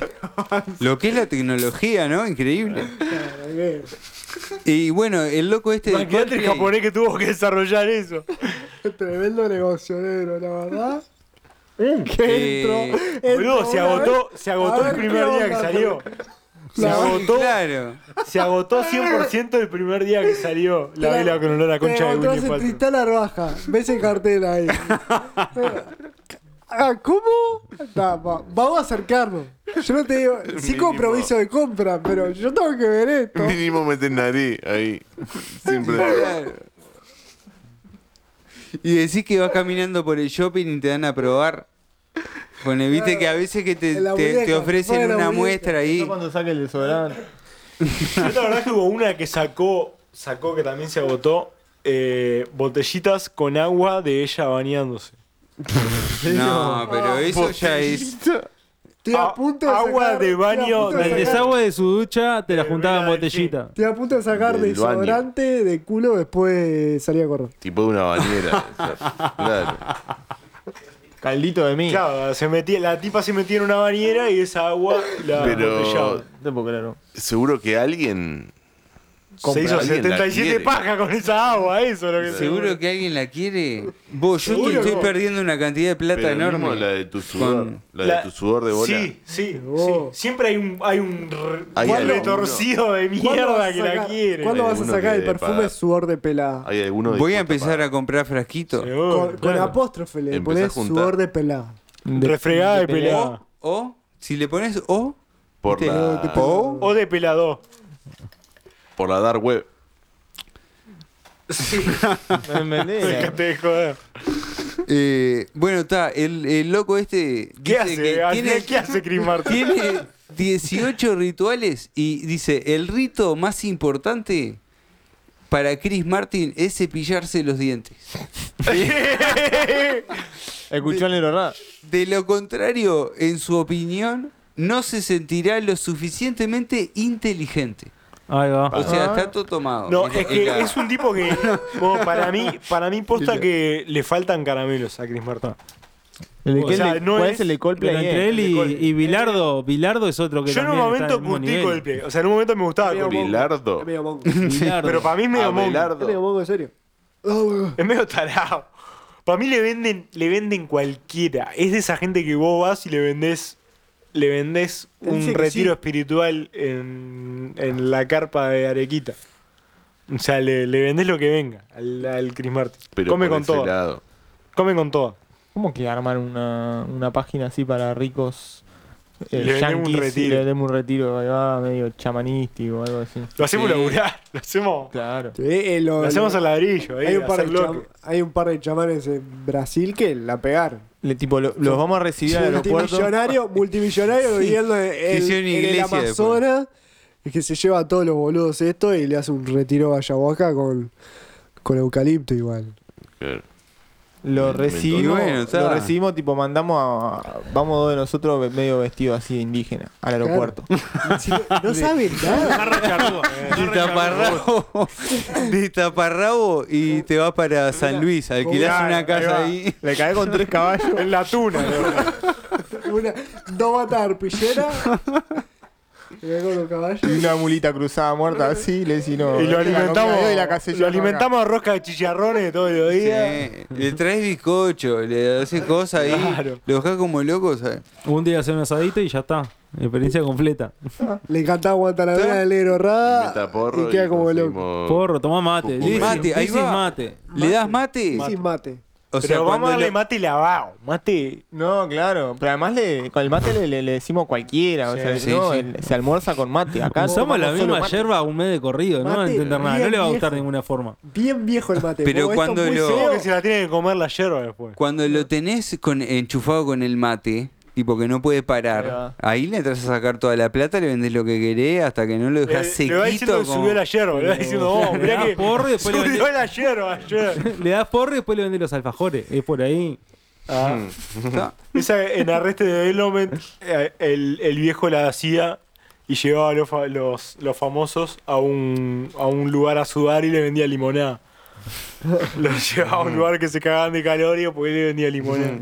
[SPEAKER 4] Lo que es la tecnología, ¿no? Increíble. Y bueno, el loco este del
[SPEAKER 9] Imagínate el
[SPEAKER 4] Coldplay-
[SPEAKER 9] japonés que tuvo que desarrollar eso.
[SPEAKER 7] Tremendo negocio, negro, la verdad.
[SPEAKER 4] Eh,
[SPEAKER 7] Que entró. entró
[SPEAKER 9] Boludo, se
[SPEAKER 7] una
[SPEAKER 9] agotó,
[SPEAKER 7] vez.
[SPEAKER 9] se agotó
[SPEAKER 7] A
[SPEAKER 9] el
[SPEAKER 7] ver
[SPEAKER 9] primer
[SPEAKER 7] qué
[SPEAKER 9] día que
[SPEAKER 7] onda,
[SPEAKER 9] salió. Se
[SPEAKER 4] sí,
[SPEAKER 9] agotó,
[SPEAKER 4] Claro.
[SPEAKER 9] se agotó 100% el primer día que salió la
[SPEAKER 7] Te
[SPEAKER 9] vela con olor a
[SPEAKER 7] te
[SPEAKER 9] concha de
[SPEAKER 7] encontrás
[SPEAKER 9] Willy
[SPEAKER 7] en
[SPEAKER 9] Paltrow.
[SPEAKER 7] Tristán Arbaja. Ves el cartel ahí. Ah, ¿Cómo? Nah, va- vamos a acercarnos. Yo no te digo, sí
[SPEAKER 10] Mínimo.
[SPEAKER 7] compromiso de compra, pero yo tengo que ver esto.
[SPEAKER 10] Mínimo meter nariz ahí. Siempre.
[SPEAKER 4] Claro. Y decís que vas caminando por el shopping y te dan a probar. Bueno, viste que a veces que te,
[SPEAKER 7] En la
[SPEAKER 4] te- te
[SPEAKER 7] muñeca,
[SPEAKER 4] ofrecen
[SPEAKER 7] fuera la
[SPEAKER 4] una
[SPEAKER 7] muñeca.
[SPEAKER 4] muestra ahí.
[SPEAKER 2] Yo cuando saque el desodorante.
[SPEAKER 9] Yo la verdad que hubo una que sacó, sacó que también se agotó, eh, botellitas con agua de ella bañándose.
[SPEAKER 4] No, pero eso ya es.
[SPEAKER 7] Estoy a
[SPEAKER 9] A-
[SPEAKER 7] punto de
[SPEAKER 9] agua
[SPEAKER 7] sacar-
[SPEAKER 9] de baño
[SPEAKER 7] estoy a punto de
[SPEAKER 9] del
[SPEAKER 3] El
[SPEAKER 7] sacar-
[SPEAKER 3] desagüe de su ducha te la
[SPEAKER 9] Eh,
[SPEAKER 3] juntaba en
[SPEAKER 9] mira,
[SPEAKER 3] botellita.
[SPEAKER 7] Estoy a punto de sacar
[SPEAKER 10] Del baño.
[SPEAKER 7] desodorante de culo después salí a correr.
[SPEAKER 10] Tipo de una bañera. o sea, claro.
[SPEAKER 2] Caldito de mí.
[SPEAKER 9] Claro, se metía, la tipa se metía en una bañera y esa agua la
[SPEAKER 10] Pero-
[SPEAKER 9] embotellaba.
[SPEAKER 2] No puedo creerlo.
[SPEAKER 10] Seguro que alguien.
[SPEAKER 9] Se hizo
[SPEAKER 10] alguien la
[SPEAKER 9] 77
[SPEAKER 10] quiere.
[SPEAKER 9] paja con esa agua, eso es lo que
[SPEAKER 4] Seguro que alguien la quiere. Vos, yo te
[SPEAKER 9] Seguro
[SPEAKER 4] estoy
[SPEAKER 9] que-
[SPEAKER 4] perdiendo una cantidad de plata
[SPEAKER 10] Pero
[SPEAKER 4] enorme.
[SPEAKER 10] mismo la de tu sudor.
[SPEAKER 4] Con-
[SPEAKER 10] La, de tu sudor de bola.
[SPEAKER 9] Sí, sí,
[SPEAKER 7] Oh.
[SPEAKER 9] sí. Siempre hay un, hay un re-
[SPEAKER 10] Hay
[SPEAKER 9] un
[SPEAKER 10] alguno.
[SPEAKER 9] retorcido de
[SPEAKER 7] ¿Cuándo vas
[SPEAKER 9] mierda
[SPEAKER 7] a
[SPEAKER 9] que la
[SPEAKER 7] sacar-
[SPEAKER 9] quiere.
[SPEAKER 7] ¿Cuándo
[SPEAKER 10] Hay
[SPEAKER 7] vas a
[SPEAKER 10] alguno
[SPEAKER 7] sacar
[SPEAKER 10] que
[SPEAKER 7] el
[SPEAKER 10] debe
[SPEAKER 7] perfume
[SPEAKER 10] pagar.
[SPEAKER 7] sudor de pelada?
[SPEAKER 10] Hay alguno
[SPEAKER 4] Voy a
[SPEAKER 10] dispuesto
[SPEAKER 4] empezar
[SPEAKER 10] para-
[SPEAKER 4] a comprar frasquitos.
[SPEAKER 9] Seguro.
[SPEAKER 7] Con, con apóstrofe le
[SPEAKER 10] Empezá a
[SPEAKER 7] pones
[SPEAKER 10] juntar.
[SPEAKER 7] sudor de pelada.
[SPEAKER 9] Refregada de
[SPEAKER 4] O,
[SPEAKER 9] pelada.
[SPEAKER 4] o, si le pones O,
[SPEAKER 10] Por
[SPEAKER 4] te-
[SPEAKER 10] la,
[SPEAKER 4] o,
[SPEAKER 9] O de pelado.
[SPEAKER 10] por la dark web.
[SPEAKER 2] No me entendés.
[SPEAKER 9] Déjate de joder.
[SPEAKER 4] eh, bueno, está, el, el loco este
[SPEAKER 9] ¿Qué
[SPEAKER 4] dice
[SPEAKER 9] hace?
[SPEAKER 4] que
[SPEAKER 9] Al
[SPEAKER 4] tiene,
[SPEAKER 9] final, ¿Qué hace Chris Martin?
[SPEAKER 4] tiene 18 rituales y dice, el rito más importante para Chris Martin es cepillarse los dientes.
[SPEAKER 2] Escuchó al negro Ra.
[SPEAKER 4] De lo contrario, en su opinión, no se sentirá lo suficientemente inteligente.
[SPEAKER 3] Ahí va.
[SPEAKER 9] Ah,
[SPEAKER 4] O sea, está todo tomado.
[SPEAKER 9] No,
[SPEAKER 4] En la- en
[SPEAKER 9] es que
[SPEAKER 4] la-
[SPEAKER 9] es un tipo que. como para mí, para mí posta que le faltan caramelos a Chris Martin.
[SPEAKER 2] El de
[SPEAKER 9] O
[SPEAKER 2] que
[SPEAKER 9] sea,
[SPEAKER 2] le-
[SPEAKER 9] no
[SPEAKER 2] ¿Cuál
[SPEAKER 9] es-
[SPEAKER 2] es el de
[SPEAKER 3] Pero
[SPEAKER 2] Coldplay?
[SPEAKER 3] entre él y,
[SPEAKER 9] Nicole.
[SPEAKER 3] y Bilardo, Bilardo es otro que
[SPEAKER 9] Yo en un
[SPEAKER 3] también está
[SPEAKER 9] momento
[SPEAKER 3] en el mismo
[SPEAKER 9] curtí
[SPEAKER 3] nivel.
[SPEAKER 9] Coldplay. O sea, en un momento me gustaba
[SPEAKER 7] Había
[SPEAKER 9] Coldplay.
[SPEAKER 10] Bilardo.
[SPEAKER 7] Es medio mongo.
[SPEAKER 3] Bilardo.
[SPEAKER 9] Pero para mí es
[SPEAKER 10] Ah,
[SPEAKER 9] medio mongo.
[SPEAKER 7] Es medio
[SPEAKER 10] Abelardo.
[SPEAKER 7] mongo, en serio. Ah, bueno.
[SPEAKER 9] Es medio tarado. Para mí le venden, le venden cualquiera. Es de esa gente que vos vas y le vendés, le vendés
[SPEAKER 7] Él
[SPEAKER 9] un
[SPEAKER 7] dice que
[SPEAKER 9] retiro
[SPEAKER 7] sí.
[SPEAKER 9] espiritual en, en la carpa de Arequita. O sea, le, le vendés lo que venga al, al Chris Martin.
[SPEAKER 10] Pero
[SPEAKER 9] Come
[SPEAKER 10] por
[SPEAKER 9] con
[SPEAKER 10] ese
[SPEAKER 9] todo.
[SPEAKER 10] lado.
[SPEAKER 9] Come con todo.
[SPEAKER 2] ¿Cómo que armar una, una página así para ricos? Eh,
[SPEAKER 9] Le vendemos un
[SPEAKER 2] yanquis,
[SPEAKER 9] retiro.
[SPEAKER 2] Le vendemos un retiro, ahí va, medio chamanístico o algo así.
[SPEAKER 9] Lo hacemos
[SPEAKER 4] Sí.
[SPEAKER 9] laburar. Lo hacemos,
[SPEAKER 2] Claro.
[SPEAKER 7] Sí, eh, lo-
[SPEAKER 9] lo hacemos
[SPEAKER 7] lo-
[SPEAKER 9] al ladrillo. ahí,
[SPEAKER 7] hay, un
[SPEAKER 9] a
[SPEAKER 7] par de
[SPEAKER 9] hacer bloque.
[SPEAKER 7] cham- hay un par de chamanes en Brasil que la pegaron.
[SPEAKER 2] Le- tipo, lo- los vamos a recibir al aeropuerto.
[SPEAKER 7] Multimillonario, multimillonario
[SPEAKER 4] Sí.
[SPEAKER 7] viviendo en, en-
[SPEAKER 4] Hicieron
[SPEAKER 7] en el
[SPEAKER 4] iglesia
[SPEAKER 7] Amazonas. y que se lleva a todos los boludos esto y le hace un retiro a ayahuasca con, con eucalipto igual.
[SPEAKER 10] Claro.
[SPEAKER 2] Lo
[SPEAKER 4] Y
[SPEAKER 2] recibimos,
[SPEAKER 4] bueno, está.
[SPEAKER 2] lo recibimos, tipo, mandamos a, a- Vamos dos de nosotros ve- medio vestidos así de indígena al aeropuerto.
[SPEAKER 7] Si no, no saben nada.
[SPEAKER 4] De taparrabo, de taparrabo y te vas para San Luis, alquilás
[SPEAKER 9] Claro,
[SPEAKER 4] una casa
[SPEAKER 9] ahí
[SPEAKER 4] ahí.
[SPEAKER 2] Le cae con tres caballos.
[SPEAKER 9] En la tuna. ¿no?
[SPEAKER 7] Una, dos batas de arpillera. y ve con los caballos.
[SPEAKER 2] Y una mulita cruzada muerta así, le decís no.
[SPEAKER 9] y lo
[SPEAKER 2] esta es la comida de
[SPEAKER 9] alimentamos.
[SPEAKER 2] hoy, la casé yo
[SPEAKER 9] lo
[SPEAKER 2] acá.
[SPEAKER 9] alimentamos a rosca de chicharrones todos los
[SPEAKER 4] Sí,
[SPEAKER 9] días.
[SPEAKER 4] Le traes bizcocho, le haces cosas ahí,
[SPEAKER 9] Claro.
[SPEAKER 4] lo dejás como loco, ¿sabes?
[SPEAKER 3] Un día hacer un asadito y ya está. Experiencia completa.
[SPEAKER 7] Le encantaba Guantanamera del negro
[SPEAKER 10] Meta
[SPEAKER 7] Rada.
[SPEAKER 10] porro.
[SPEAKER 7] Ah, Y queda como loco.
[SPEAKER 4] Oh.
[SPEAKER 10] conseguimos-
[SPEAKER 3] Porro, toma mate.
[SPEAKER 10] Mate,
[SPEAKER 3] Mate,
[SPEAKER 4] ahí va.
[SPEAKER 3] mate.
[SPEAKER 4] ¿Le das mate?
[SPEAKER 7] Y sin mate.
[SPEAKER 4] O sea,
[SPEAKER 9] Pero vamos
[SPEAKER 4] cuando
[SPEAKER 9] a darle
[SPEAKER 4] lo-
[SPEAKER 9] mate lavado. Mate.
[SPEAKER 2] No, claro. Pero además le, con el mate le, le- le decimos cualquiera. o sea,
[SPEAKER 4] sí,
[SPEAKER 2] no,
[SPEAKER 4] sí.
[SPEAKER 2] el- se almuerza con mate. Acá
[SPEAKER 3] Usamos la
[SPEAKER 2] tomamos solo
[SPEAKER 3] misma
[SPEAKER 2] mate.
[SPEAKER 3] yerba un mes de corrido, no van a
[SPEAKER 7] Mate,
[SPEAKER 3] entender nada, no
[SPEAKER 7] bien
[SPEAKER 3] le va a gustar
[SPEAKER 7] viejo.
[SPEAKER 3] de ninguna forma.
[SPEAKER 7] Bien viejo el mate.
[SPEAKER 4] Pero
[SPEAKER 7] Como esto
[SPEAKER 4] cuando
[SPEAKER 7] muy
[SPEAKER 4] lo-
[SPEAKER 7] feo,
[SPEAKER 9] que se la tiene que comer la yerba después.
[SPEAKER 4] Cuando lo tenés con, enchufado con el mate, tipo que no puede parar, ahí le entras a sacar toda la plata, le vendés lo que querés hasta que no lo
[SPEAKER 9] Le,
[SPEAKER 4] dejás
[SPEAKER 9] Eh, le va diciendo
[SPEAKER 4] sequito.
[SPEAKER 9] que
[SPEAKER 4] como- Ah,
[SPEAKER 9] subió la yerba. Le va diciendo, oh,
[SPEAKER 3] Le
[SPEAKER 9] mirá
[SPEAKER 3] das
[SPEAKER 9] que
[SPEAKER 3] porro y después le
[SPEAKER 9] subió
[SPEAKER 3] vendés-
[SPEAKER 9] la yerba ayer.
[SPEAKER 3] le das porro y después le vendés los alfajores. Es por ahí.
[SPEAKER 2] Ah.
[SPEAKER 4] Está.
[SPEAKER 9] Esa en Arrested Development, eh, el, el viejo la hacía y llevaba a los, fa- los, los famosos a un, a un lugar a sudar y le vendía limonada. Lo llevaba a un lugar que se cagaban de calor porque él le vendía limonada.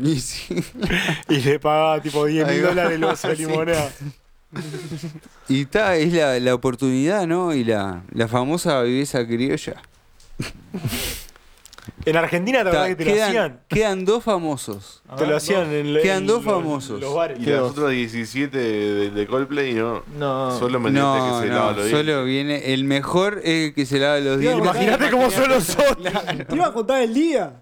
[SPEAKER 9] y le pagaba tipo 10
[SPEAKER 4] Ahí
[SPEAKER 9] mil
[SPEAKER 4] va.
[SPEAKER 9] dólares el vaso de
[SPEAKER 4] Sí.
[SPEAKER 9] limonada.
[SPEAKER 4] Y está, es la, la oportunidad, ¿no? Y la, la famosa viveza criolla.
[SPEAKER 9] En Argentina, la verdad
[SPEAKER 4] Ta,
[SPEAKER 9] que te lo
[SPEAKER 4] quedan,
[SPEAKER 9] hacían.
[SPEAKER 4] quedan dos famosos.
[SPEAKER 9] Te lo hacían en la-
[SPEAKER 4] Quedan
[SPEAKER 9] en
[SPEAKER 4] dos
[SPEAKER 9] los-
[SPEAKER 4] famosos.
[SPEAKER 9] Los bares.
[SPEAKER 10] Y las otras 17 de, de Coldplay, no.
[SPEAKER 2] No.
[SPEAKER 10] Solo me dijiste
[SPEAKER 4] No,
[SPEAKER 10] que se
[SPEAKER 4] no,
[SPEAKER 10] lava los dientes.
[SPEAKER 4] solo viene. El mejor es el que se lava los dientes.
[SPEAKER 9] Imagínate cómo son los otros.
[SPEAKER 7] Te iba a contar el día.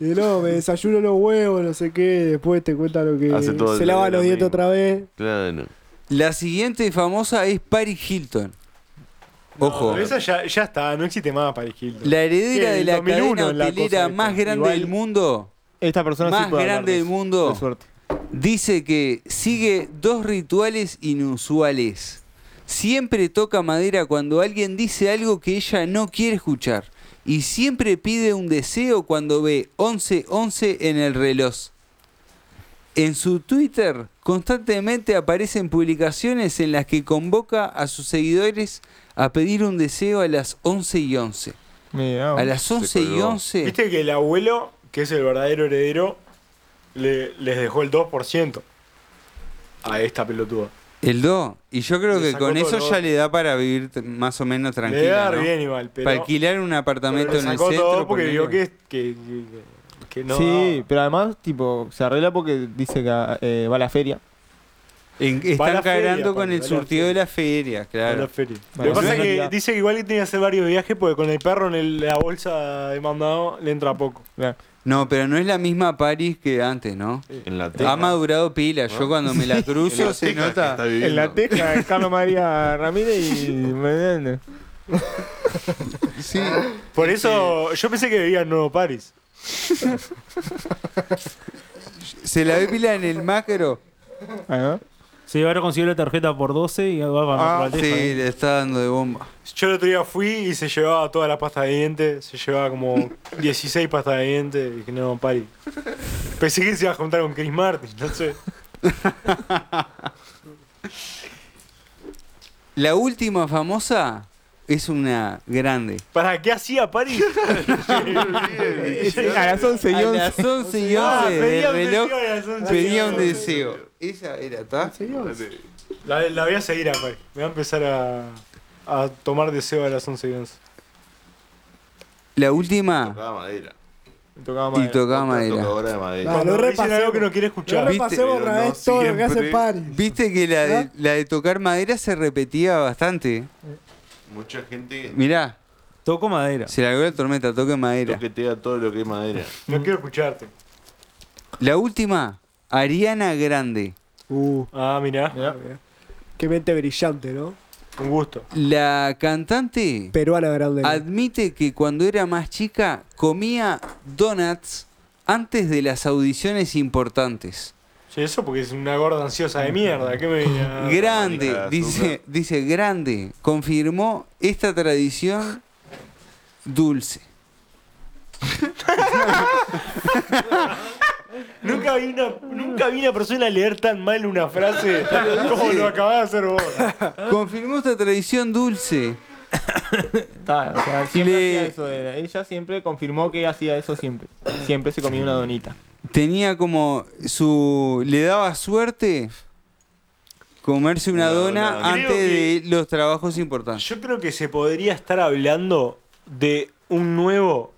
[SPEAKER 7] Y no, me desayuno los huevos, no sé qué. Después te cuenta lo que.
[SPEAKER 10] Hace todo
[SPEAKER 7] Se
[SPEAKER 10] el-
[SPEAKER 7] lava los
[SPEAKER 10] lo
[SPEAKER 7] dientes
[SPEAKER 10] mismo.
[SPEAKER 7] otra vez.
[SPEAKER 10] Claro.
[SPEAKER 4] La siguiente famosa es Paris Hilton. Ojo.
[SPEAKER 9] Pero esa ya, ya está, no existe más para Hilton.
[SPEAKER 4] la heredera
[SPEAKER 9] Sí,
[SPEAKER 4] de la
[SPEAKER 9] 2001
[SPEAKER 4] cadena
[SPEAKER 9] la cosa
[SPEAKER 4] hotelera
[SPEAKER 9] esta.
[SPEAKER 4] más grande
[SPEAKER 2] Igual-
[SPEAKER 4] del mundo,
[SPEAKER 2] Esta persona
[SPEAKER 4] Más
[SPEAKER 2] sí puede
[SPEAKER 4] grande del mundo.
[SPEAKER 2] De suerte.
[SPEAKER 4] dice que sigue dos rituales inusuales. Siempre toca madera cuando alguien dice algo que ella no quiere escuchar. Y siempre pide un deseo cuando ve 11-11 en el reloj. En su Twitter constantemente aparecen publicaciones en las que convoca a sus seguidores a pedir un deseo a las 11 y 11.
[SPEAKER 2] Mirá,
[SPEAKER 4] A las 11 y
[SPEAKER 10] colgó.
[SPEAKER 4] 11.
[SPEAKER 9] Viste que el abuelo, que es el verdadero heredero, le- les dejó el 2% a esta pelotuda.
[SPEAKER 4] El 2. Y yo creo
[SPEAKER 9] Le
[SPEAKER 4] que
[SPEAKER 9] sacó
[SPEAKER 4] con
[SPEAKER 9] todo
[SPEAKER 4] eso
[SPEAKER 9] el
[SPEAKER 4] ya
[SPEAKER 9] do.
[SPEAKER 4] le da para vivir t- más o menos
[SPEAKER 9] Le debe
[SPEAKER 4] tranquila.
[SPEAKER 9] dar
[SPEAKER 4] ¿no?
[SPEAKER 9] bien igual, pero.
[SPEAKER 4] para alquilar un apartamento
[SPEAKER 9] pero le
[SPEAKER 4] en el
[SPEAKER 9] sacó
[SPEAKER 4] centro.
[SPEAKER 9] todo porque
[SPEAKER 4] ponele.
[SPEAKER 9] vio que, que, que- que no.
[SPEAKER 2] sí,
[SPEAKER 9] daba.
[SPEAKER 2] pero además, tipo, se arregla porque dice que eh, va a la feria.
[SPEAKER 4] En-
[SPEAKER 9] Va a
[SPEAKER 4] están
[SPEAKER 9] la feria,
[SPEAKER 4] cagando con
[SPEAKER 9] aparte,
[SPEAKER 4] el
[SPEAKER 9] va a la
[SPEAKER 4] surtido de la feria,
[SPEAKER 9] A la
[SPEAKER 4] claro.
[SPEAKER 9] feria. Lo
[SPEAKER 2] Bueno,
[SPEAKER 9] que pasa
[SPEAKER 2] sí,
[SPEAKER 9] es
[SPEAKER 2] en
[SPEAKER 9] que
[SPEAKER 2] realidad.
[SPEAKER 9] dice que igual que tiene que hacer varios viajes porque con el perro en el- la bolsa de mandado le entra poco.
[SPEAKER 4] No, pero no es la misma París que antes, ¿no?
[SPEAKER 10] En la
[SPEAKER 4] Ha
[SPEAKER 10] teja.
[SPEAKER 4] madurado pila. Yo cuando me la
[SPEAKER 10] En la
[SPEAKER 4] cruzo se
[SPEAKER 10] teja que está
[SPEAKER 4] nota.
[SPEAKER 10] viviendo.
[SPEAKER 2] En la teja, en Carlos María Ramírez y Menéndez.
[SPEAKER 4] Sí.
[SPEAKER 9] Por eso yo pensé que vivía en Nuevo París.
[SPEAKER 4] Se la ve pila en el macro.
[SPEAKER 2] Ah, ¿no?
[SPEAKER 3] Sí, ahora consiguió la tarjeta por 12 y va
[SPEAKER 2] Ah,
[SPEAKER 3] para
[SPEAKER 4] Ah, Sí,
[SPEAKER 3] la
[SPEAKER 4] le está dando de bomba.
[SPEAKER 9] Yo el otro día fui y se llevaba toda la pasta de dientes, se llevaba como 16 pastas de dientes. Dije, no, París. Pensé que se iba a juntar con Chris Martin, no sé.
[SPEAKER 4] La última famosa es una grande.
[SPEAKER 9] ¿Para qué hacía París?
[SPEAKER 2] A las 11
[SPEAKER 4] A
[SPEAKER 2] y 11.
[SPEAKER 4] las 11 y
[SPEAKER 9] Ah,
[SPEAKER 4] 11 del
[SPEAKER 9] pedía un
[SPEAKER 4] reloj
[SPEAKER 9] deseo a las 11 y
[SPEAKER 4] pedía un
[SPEAKER 9] 11.
[SPEAKER 4] deseo. Esa era, ¿está?
[SPEAKER 9] La, la voy a seguir a París. Me voy a empezar a, a tomar deseo a las 11 y 11.
[SPEAKER 4] La última
[SPEAKER 10] Tocaba madera.
[SPEAKER 2] Tocaba
[SPEAKER 4] y
[SPEAKER 2] madera.
[SPEAKER 4] tocaba madera.
[SPEAKER 10] Tocadora de madera.
[SPEAKER 7] Ah,
[SPEAKER 9] Cuando
[SPEAKER 7] lo
[SPEAKER 9] dicen algo
[SPEAKER 7] repasemos.
[SPEAKER 9] que no quiere
[SPEAKER 7] Yo
[SPEAKER 9] escuchar.
[SPEAKER 4] ¿Viste?
[SPEAKER 7] repasé
[SPEAKER 10] Pero
[SPEAKER 7] otra
[SPEAKER 10] no
[SPEAKER 7] vez todo lo que hace
[SPEAKER 10] siempre.
[SPEAKER 7] Paris.
[SPEAKER 4] Viste que la de,
[SPEAKER 7] ¿Ah?
[SPEAKER 4] la de tocar madera se repetía bastante.
[SPEAKER 10] Mucha gente
[SPEAKER 4] Mirá,
[SPEAKER 3] Toco madera.
[SPEAKER 4] se largó la tormenta, toque madera.
[SPEAKER 10] toquetea todo lo que es madera.
[SPEAKER 9] No quiero escucharte.
[SPEAKER 4] La última, Ariana Grande.
[SPEAKER 7] Uh,
[SPEAKER 9] Ah, mirá.
[SPEAKER 7] qué mente brillante, ¿no?
[SPEAKER 9] Un gusto.
[SPEAKER 4] La cantante
[SPEAKER 7] Peruana grande.
[SPEAKER 4] admite que cuando era más chica comía donuts antes de las audiciones importantes.
[SPEAKER 9] Che, eso porque es una gorda ansiosa de mierda. ¿Qué me venía?
[SPEAKER 4] Grande,
[SPEAKER 10] azúcar.
[SPEAKER 4] dice, dice grande, confirmó esta tradición dulce.
[SPEAKER 9] Nunca vi, una, nunca vi una persona leer tan mal una frase como lo acabas de hacer vos.
[SPEAKER 4] Confirmó esta tradición dulce.
[SPEAKER 2] Está, o sea, siempre
[SPEAKER 4] Le-
[SPEAKER 2] hacía eso. era- Ella siempre confirmó que hacía eso siempre. Siempre se comía una donita.
[SPEAKER 4] Tenía como su... Le daba suerte comerse una,
[SPEAKER 10] Una
[SPEAKER 4] dona,
[SPEAKER 10] dona.
[SPEAKER 4] antes
[SPEAKER 9] Creo
[SPEAKER 4] de los trabajos importantes.
[SPEAKER 9] Yo creo que se podría estar hablando de un nuevo,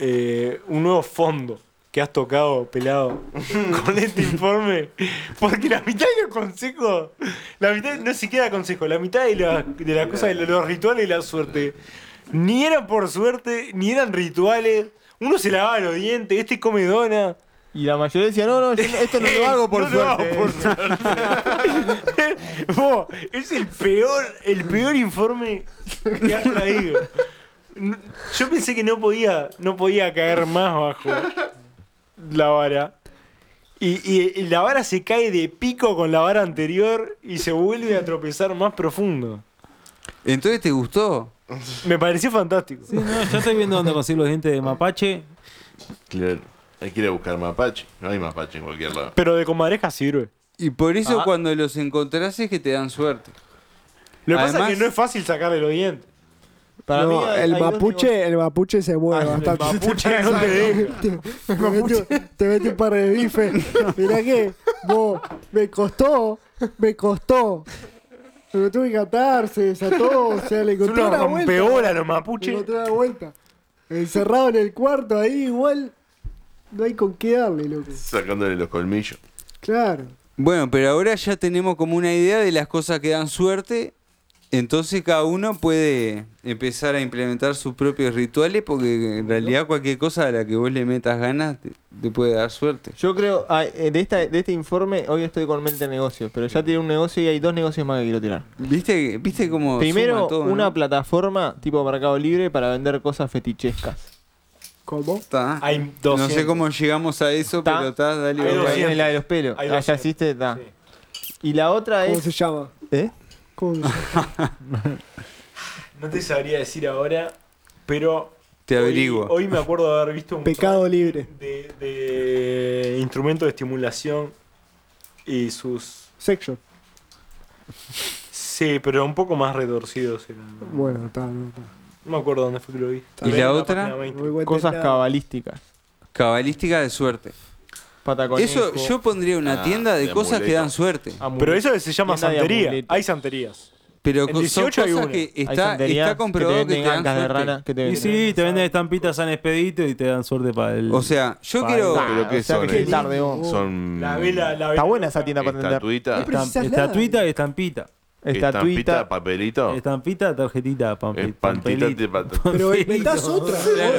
[SPEAKER 9] eh, un nuevo fondo que has tocado pelado con este informe. Porque la mitad de los consejos, la mitad, no siquiera consejos, la mitad de, la- de las cosas, de los rituales y la suerte, ni eran por suerte, ni eran rituales. Uno se lavaba los dientes, este come dona.
[SPEAKER 2] Y la mayoría decía, no, no, yo esto no lo hago por
[SPEAKER 9] No lo hago
[SPEAKER 2] suerte.
[SPEAKER 9] por Vos, es el peor, el peor informe que has traído. No- Yo pensé que no podía, no podía caer más bajo la vara. Y, y- y la vara se cae de pico con la vara anterior y se vuelve a tropezar más profundo.
[SPEAKER 4] Entonces, ¿te gustó?
[SPEAKER 9] Me pareció fantástico.
[SPEAKER 3] Sí, no, yo estoy viendo dónde consigo los dientes de mapache.
[SPEAKER 10] Claro. Hay que ir a buscar mapache. No hay mapache en cualquier lado.
[SPEAKER 9] Pero de comadreja sirve.
[SPEAKER 4] Y por
[SPEAKER 2] Ah.
[SPEAKER 4] eso cuando los encontrás es que te dan suerte.
[SPEAKER 9] Lo que pasa es
[SPEAKER 4] Además-
[SPEAKER 9] que no es fácil sacarle los dientes.
[SPEAKER 2] Para
[SPEAKER 7] No,
[SPEAKER 2] mí hay-
[SPEAKER 7] el
[SPEAKER 2] hay dos
[SPEAKER 7] mapuche, el mapuche se mueve
[SPEAKER 2] Ah, el
[SPEAKER 7] bastante.
[SPEAKER 9] mapuche no te deja.
[SPEAKER 7] Te, te mete, te mete un par de bifes. Mirá que vos, me costó, me costó. Me lo tuve que atar, se desató, o sea, le
[SPEAKER 9] Son
[SPEAKER 7] encontré
[SPEAKER 9] unos
[SPEAKER 7] una vuelta.
[SPEAKER 9] rompeolas los
[SPEAKER 7] Le
[SPEAKER 9] mapuches.
[SPEAKER 7] encontré una vuelta. Encerrado en el cuarto ahí igual. No hay con qué darle, loco.
[SPEAKER 10] Sacándole los colmillos.
[SPEAKER 7] Claro.
[SPEAKER 4] Bueno, pero ahora ya tenemos como una idea de las cosas que dan suerte. Entonces cada uno puede empezar a implementar sus propios rituales porque en realidad cualquier cosa a la que vos le metas ganas te, te puede dar suerte.
[SPEAKER 2] Yo creo, ah, eh, de, esta, de este informe, hoy estoy con mente de negocios, pero ya tiene un negocio y hay dos negocios más que quiero tirar.
[SPEAKER 4] ¿Viste, viste cómo
[SPEAKER 2] Primero,
[SPEAKER 4] suma todo,
[SPEAKER 2] una
[SPEAKER 4] ¿no?
[SPEAKER 2] plataforma tipo Mercado Libre para vender cosas fetichescas.
[SPEAKER 7] ¿Cómo?
[SPEAKER 4] Está.
[SPEAKER 9] Hay
[SPEAKER 4] No
[SPEAKER 9] 200.
[SPEAKER 4] sé cómo llegamos a eso,
[SPEAKER 2] Está.
[SPEAKER 4] pero está, dale.
[SPEAKER 9] Hay
[SPEAKER 4] vos
[SPEAKER 9] doscientos.
[SPEAKER 4] ahí.
[SPEAKER 2] En la de los pelos.
[SPEAKER 9] Hay
[SPEAKER 2] Ah, ya
[SPEAKER 9] doscientos.
[SPEAKER 2] existe, está. Y la otra
[SPEAKER 7] ¿Cómo
[SPEAKER 2] es...
[SPEAKER 7] se llama?
[SPEAKER 2] ¿Eh?
[SPEAKER 7] ¿Cómo se llama?
[SPEAKER 9] No te sabría decir ahora, pero.
[SPEAKER 4] Te
[SPEAKER 9] hoy-
[SPEAKER 4] averiguo.
[SPEAKER 9] Hoy, me acuerdo de haber visto un.
[SPEAKER 7] Pecado libre.
[SPEAKER 9] De, de instrumento de estimulación y sus.
[SPEAKER 7] Section.
[SPEAKER 9] Sí, pero un poco más retorcidos. eran.
[SPEAKER 7] Bueno, está, no, está.
[SPEAKER 9] No me acuerdo dónde fue que lo vi.
[SPEAKER 4] ¿Y la
[SPEAKER 9] En
[SPEAKER 4] otra?
[SPEAKER 9] página
[SPEAKER 7] No
[SPEAKER 9] 20.
[SPEAKER 7] me cuentes
[SPEAKER 2] Cosas
[SPEAKER 7] nada.
[SPEAKER 2] cabalísticas.
[SPEAKER 4] Cabalística de suerte.
[SPEAKER 2] Pataconejo,
[SPEAKER 4] Eso, yo pondría una
[SPEAKER 10] Ah,
[SPEAKER 4] tienda de,
[SPEAKER 10] de
[SPEAKER 4] cosas que
[SPEAKER 10] amuleto.
[SPEAKER 4] dan suerte.
[SPEAKER 2] amuleto.
[SPEAKER 9] Pero eso se llama
[SPEAKER 2] Tienda de
[SPEAKER 9] santería.
[SPEAKER 2] amuletos.
[SPEAKER 9] Hay santerías.
[SPEAKER 4] Pero
[SPEAKER 9] En
[SPEAKER 4] co- son
[SPEAKER 9] 18 hay
[SPEAKER 4] cosas
[SPEAKER 9] una.
[SPEAKER 4] que
[SPEAKER 2] Hay
[SPEAKER 4] está,
[SPEAKER 2] santerías
[SPEAKER 4] está comprobado
[SPEAKER 2] que
[SPEAKER 4] que
[SPEAKER 2] te
[SPEAKER 4] te
[SPEAKER 2] venden
[SPEAKER 4] dan
[SPEAKER 2] ancas de
[SPEAKER 4] suerte.
[SPEAKER 2] rana que te
[SPEAKER 3] Y
[SPEAKER 2] venden.
[SPEAKER 3] sí, te venden estampitas San Expedito y te dan suerte para el.
[SPEAKER 4] O sea, yo
[SPEAKER 3] Para
[SPEAKER 4] quiero...
[SPEAKER 10] Pero
[SPEAKER 2] Ah,
[SPEAKER 10] qué
[SPEAKER 2] o sea
[SPEAKER 10] son,
[SPEAKER 2] que
[SPEAKER 10] eh?
[SPEAKER 2] es tarde vos.
[SPEAKER 10] Son
[SPEAKER 9] La vela, la vela.
[SPEAKER 2] Está buena esa tienda para vender.
[SPEAKER 10] estatuitas,
[SPEAKER 7] Pero
[SPEAKER 3] estam-
[SPEAKER 7] si salada.
[SPEAKER 3] estatuita y estampita.
[SPEAKER 10] estampita,
[SPEAKER 2] Estatuita.
[SPEAKER 10] papelito.
[SPEAKER 3] Estampita, tarjetita, pampita.
[SPEAKER 10] Espantita, te-
[SPEAKER 7] Pero inventás otra.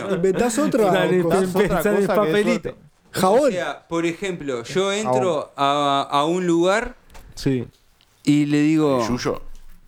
[SPEAKER 7] ¿no? Inventás otra.
[SPEAKER 3] Dale,
[SPEAKER 7] cosa.
[SPEAKER 3] te- Pensá en el
[SPEAKER 2] cosa que es
[SPEAKER 3] papelito.
[SPEAKER 2] suerte.
[SPEAKER 4] O
[SPEAKER 7] Jabón.
[SPEAKER 4] sea, por ejemplo, yo entro a, a un lugar
[SPEAKER 3] Sí.
[SPEAKER 4] y le digo,
[SPEAKER 10] Yuyo.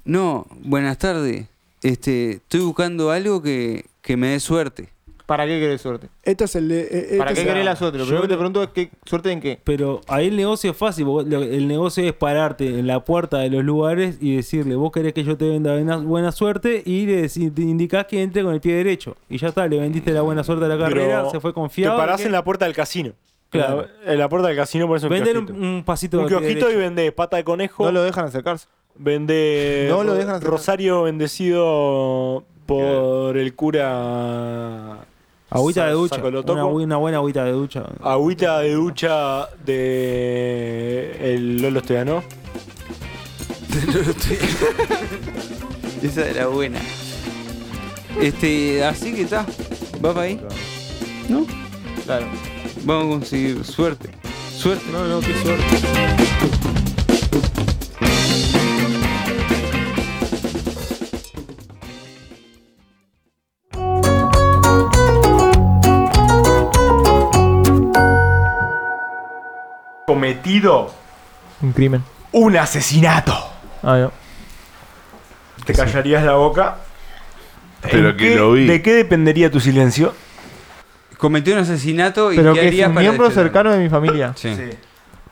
[SPEAKER 4] no, buenas tardes, este, estoy buscando algo que, que me dé suerte.
[SPEAKER 2] ¿Para qué querés suerte?
[SPEAKER 7] Esto es el de. eh, este
[SPEAKER 2] ¿Para
[SPEAKER 7] es
[SPEAKER 2] qué
[SPEAKER 7] el-
[SPEAKER 2] querés la suerte? Lo
[SPEAKER 3] yo
[SPEAKER 2] primero que te
[SPEAKER 3] lo-
[SPEAKER 2] pregunto es qué suerte en qué.
[SPEAKER 3] Pero ahí el negocio es fácil. porque lo- El negocio es pararte en la puerta de los lugares y decirle, vos querés que yo te venda buena, buena suerte y le decí- te indicás que entre con el pie derecho. Y ya está, le vendiste la buena suerte a la carrera,
[SPEAKER 9] Pero
[SPEAKER 3] se fue confiado.
[SPEAKER 9] Te parás
[SPEAKER 3] porque-
[SPEAKER 9] en la puerta del casino.
[SPEAKER 3] Claro.
[SPEAKER 9] En la puerta del casino por eso un
[SPEAKER 3] Vender un,
[SPEAKER 9] kiosquito.
[SPEAKER 3] un pasito
[SPEAKER 9] Un
[SPEAKER 3] de pie
[SPEAKER 9] kiosquito y
[SPEAKER 3] derecho.
[SPEAKER 9] vendés pata de conejo.
[SPEAKER 2] No lo dejan acercarse.
[SPEAKER 9] Vende
[SPEAKER 2] No lo dejan hacer.
[SPEAKER 9] Rosario bendecido por el cura
[SPEAKER 3] Agüita de
[SPEAKER 9] Sa-
[SPEAKER 3] ducha.
[SPEAKER 9] Sacolotoco.
[SPEAKER 3] Una, bu- una buena agüita de ducha.
[SPEAKER 9] Agüita de ducha de el Lolo Estebanó.
[SPEAKER 4] Esa era buena. Este, así que está, va para ahí. ¿No?
[SPEAKER 2] Claro.
[SPEAKER 4] Vamos a conseguir suerte. Suerte.
[SPEAKER 2] No, no, qué suerte.
[SPEAKER 9] Cometido
[SPEAKER 2] Un crimen.
[SPEAKER 9] un asesinato.
[SPEAKER 2] Ah, no.
[SPEAKER 9] Te callarías la boca.
[SPEAKER 10] Pero
[SPEAKER 9] ¿En
[SPEAKER 10] que
[SPEAKER 9] qué-
[SPEAKER 10] lo vi.
[SPEAKER 9] ¿De qué dependería tu silencio?
[SPEAKER 4] Cometió un asesinato y
[SPEAKER 2] Pero
[SPEAKER 4] ¿qué
[SPEAKER 2] que es
[SPEAKER 4] harías
[SPEAKER 2] un
[SPEAKER 4] para
[SPEAKER 2] miembro
[SPEAKER 4] detenerlo?
[SPEAKER 2] cercano de mi familia.
[SPEAKER 4] Sí.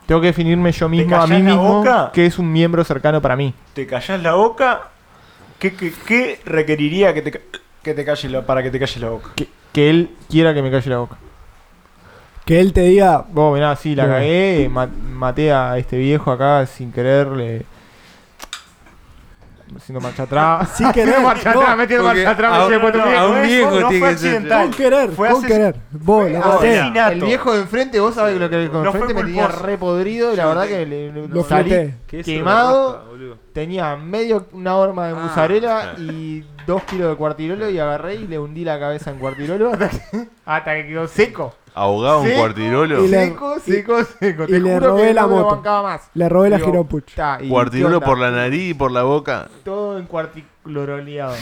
[SPEAKER 2] Tengo que definirme yo mismo a mí
[SPEAKER 9] callás la
[SPEAKER 2] mismo
[SPEAKER 9] boca?
[SPEAKER 2] que es un miembro cercano para mí.
[SPEAKER 9] ¿Te callás la boca? ¿Qué, qué- qué requeriría que te, ca- que te calle la- para que te calles la boca?
[SPEAKER 2] Que, que él quiera que me calle la boca.
[SPEAKER 7] Que él te diga.
[SPEAKER 2] Vos, mirá, sí, la
[SPEAKER 7] No.
[SPEAKER 2] cagué, ma- maté a este viejo acá sin querer, le... Haciendo marcha atrás.
[SPEAKER 7] Sin querer.
[SPEAKER 2] marcha
[SPEAKER 7] No,
[SPEAKER 2] atrás, metiendo
[SPEAKER 4] porque
[SPEAKER 2] marcha atrás, me
[SPEAKER 4] a
[SPEAKER 2] decía,
[SPEAKER 4] un-
[SPEAKER 2] "Pues, tu
[SPEAKER 4] no,
[SPEAKER 2] viejo".
[SPEAKER 4] a un viejo
[SPEAKER 9] no
[SPEAKER 4] tiene
[SPEAKER 9] fue
[SPEAKER 4] que ser-
[SPEAKER 9] accidental.
[SPEAKER 7] Con querer.
[SPEAKER 9] Fue
[SPEAKER 7] con
[SPEAKER 9] ases-
[SPEAKER 7] querer. Vos,
[SPEAKER 2] Ah,
[SPEAKER 7] la
[SPEAKER 9] Ahora,
[SPEAKER 7] maté.
[SPEAKER 9] asesinato.
[SPEAKER 2] El viejo de enfrente, vos sabés que lo que el
[SPEAKER 9] No fue
[SPEAKER 2] enfrente me tenía
[SPEAKER 9] culposo.
[SPEAKER 2] re podrido y la verdad que le, le-
[SPEAKER 7] Lo
[SPEAKER 2] salí
[SPEAKER 7] floté.
[SPEAKER 2] quemado. Tenía medio una horma de
[SPEAKER 4] Ah.
[SPEAKER 2] mozzarella y dos kilos de cuartirolo y agarré y le hundí la cabeza en cuartirolo hasta que, hasta que quedó seco.
[SPEAKER 10] Ahogado un
[SPEAKER 2] Seco.
[SPEAKER 10] cuartirolo.
[SPEAKER 7] Y le-
[SPEAKER 2] seco, seco, seco.
[SPEAKER 7] y le robé
[SPEAKER 2] que
[SPEAKER 7] la
[SPEAKER 2] no me lo
[SPEAKER 7] moto.
[SPEAKER 2] bancaba más.
[SPEAKER 7] Le robé la
[SPEAKER 2] Digo,
[SPEAKER 7] Giropuch.
[SPEAKER 2] "Ta", y
[SPEAKER 10] Cuartirolo
[SPEAKER 2] ¿qué onda?
[SPEAKER 10] por la nariz y por la boca.
[SPEAKER 2] Todo en cuarticloroleado.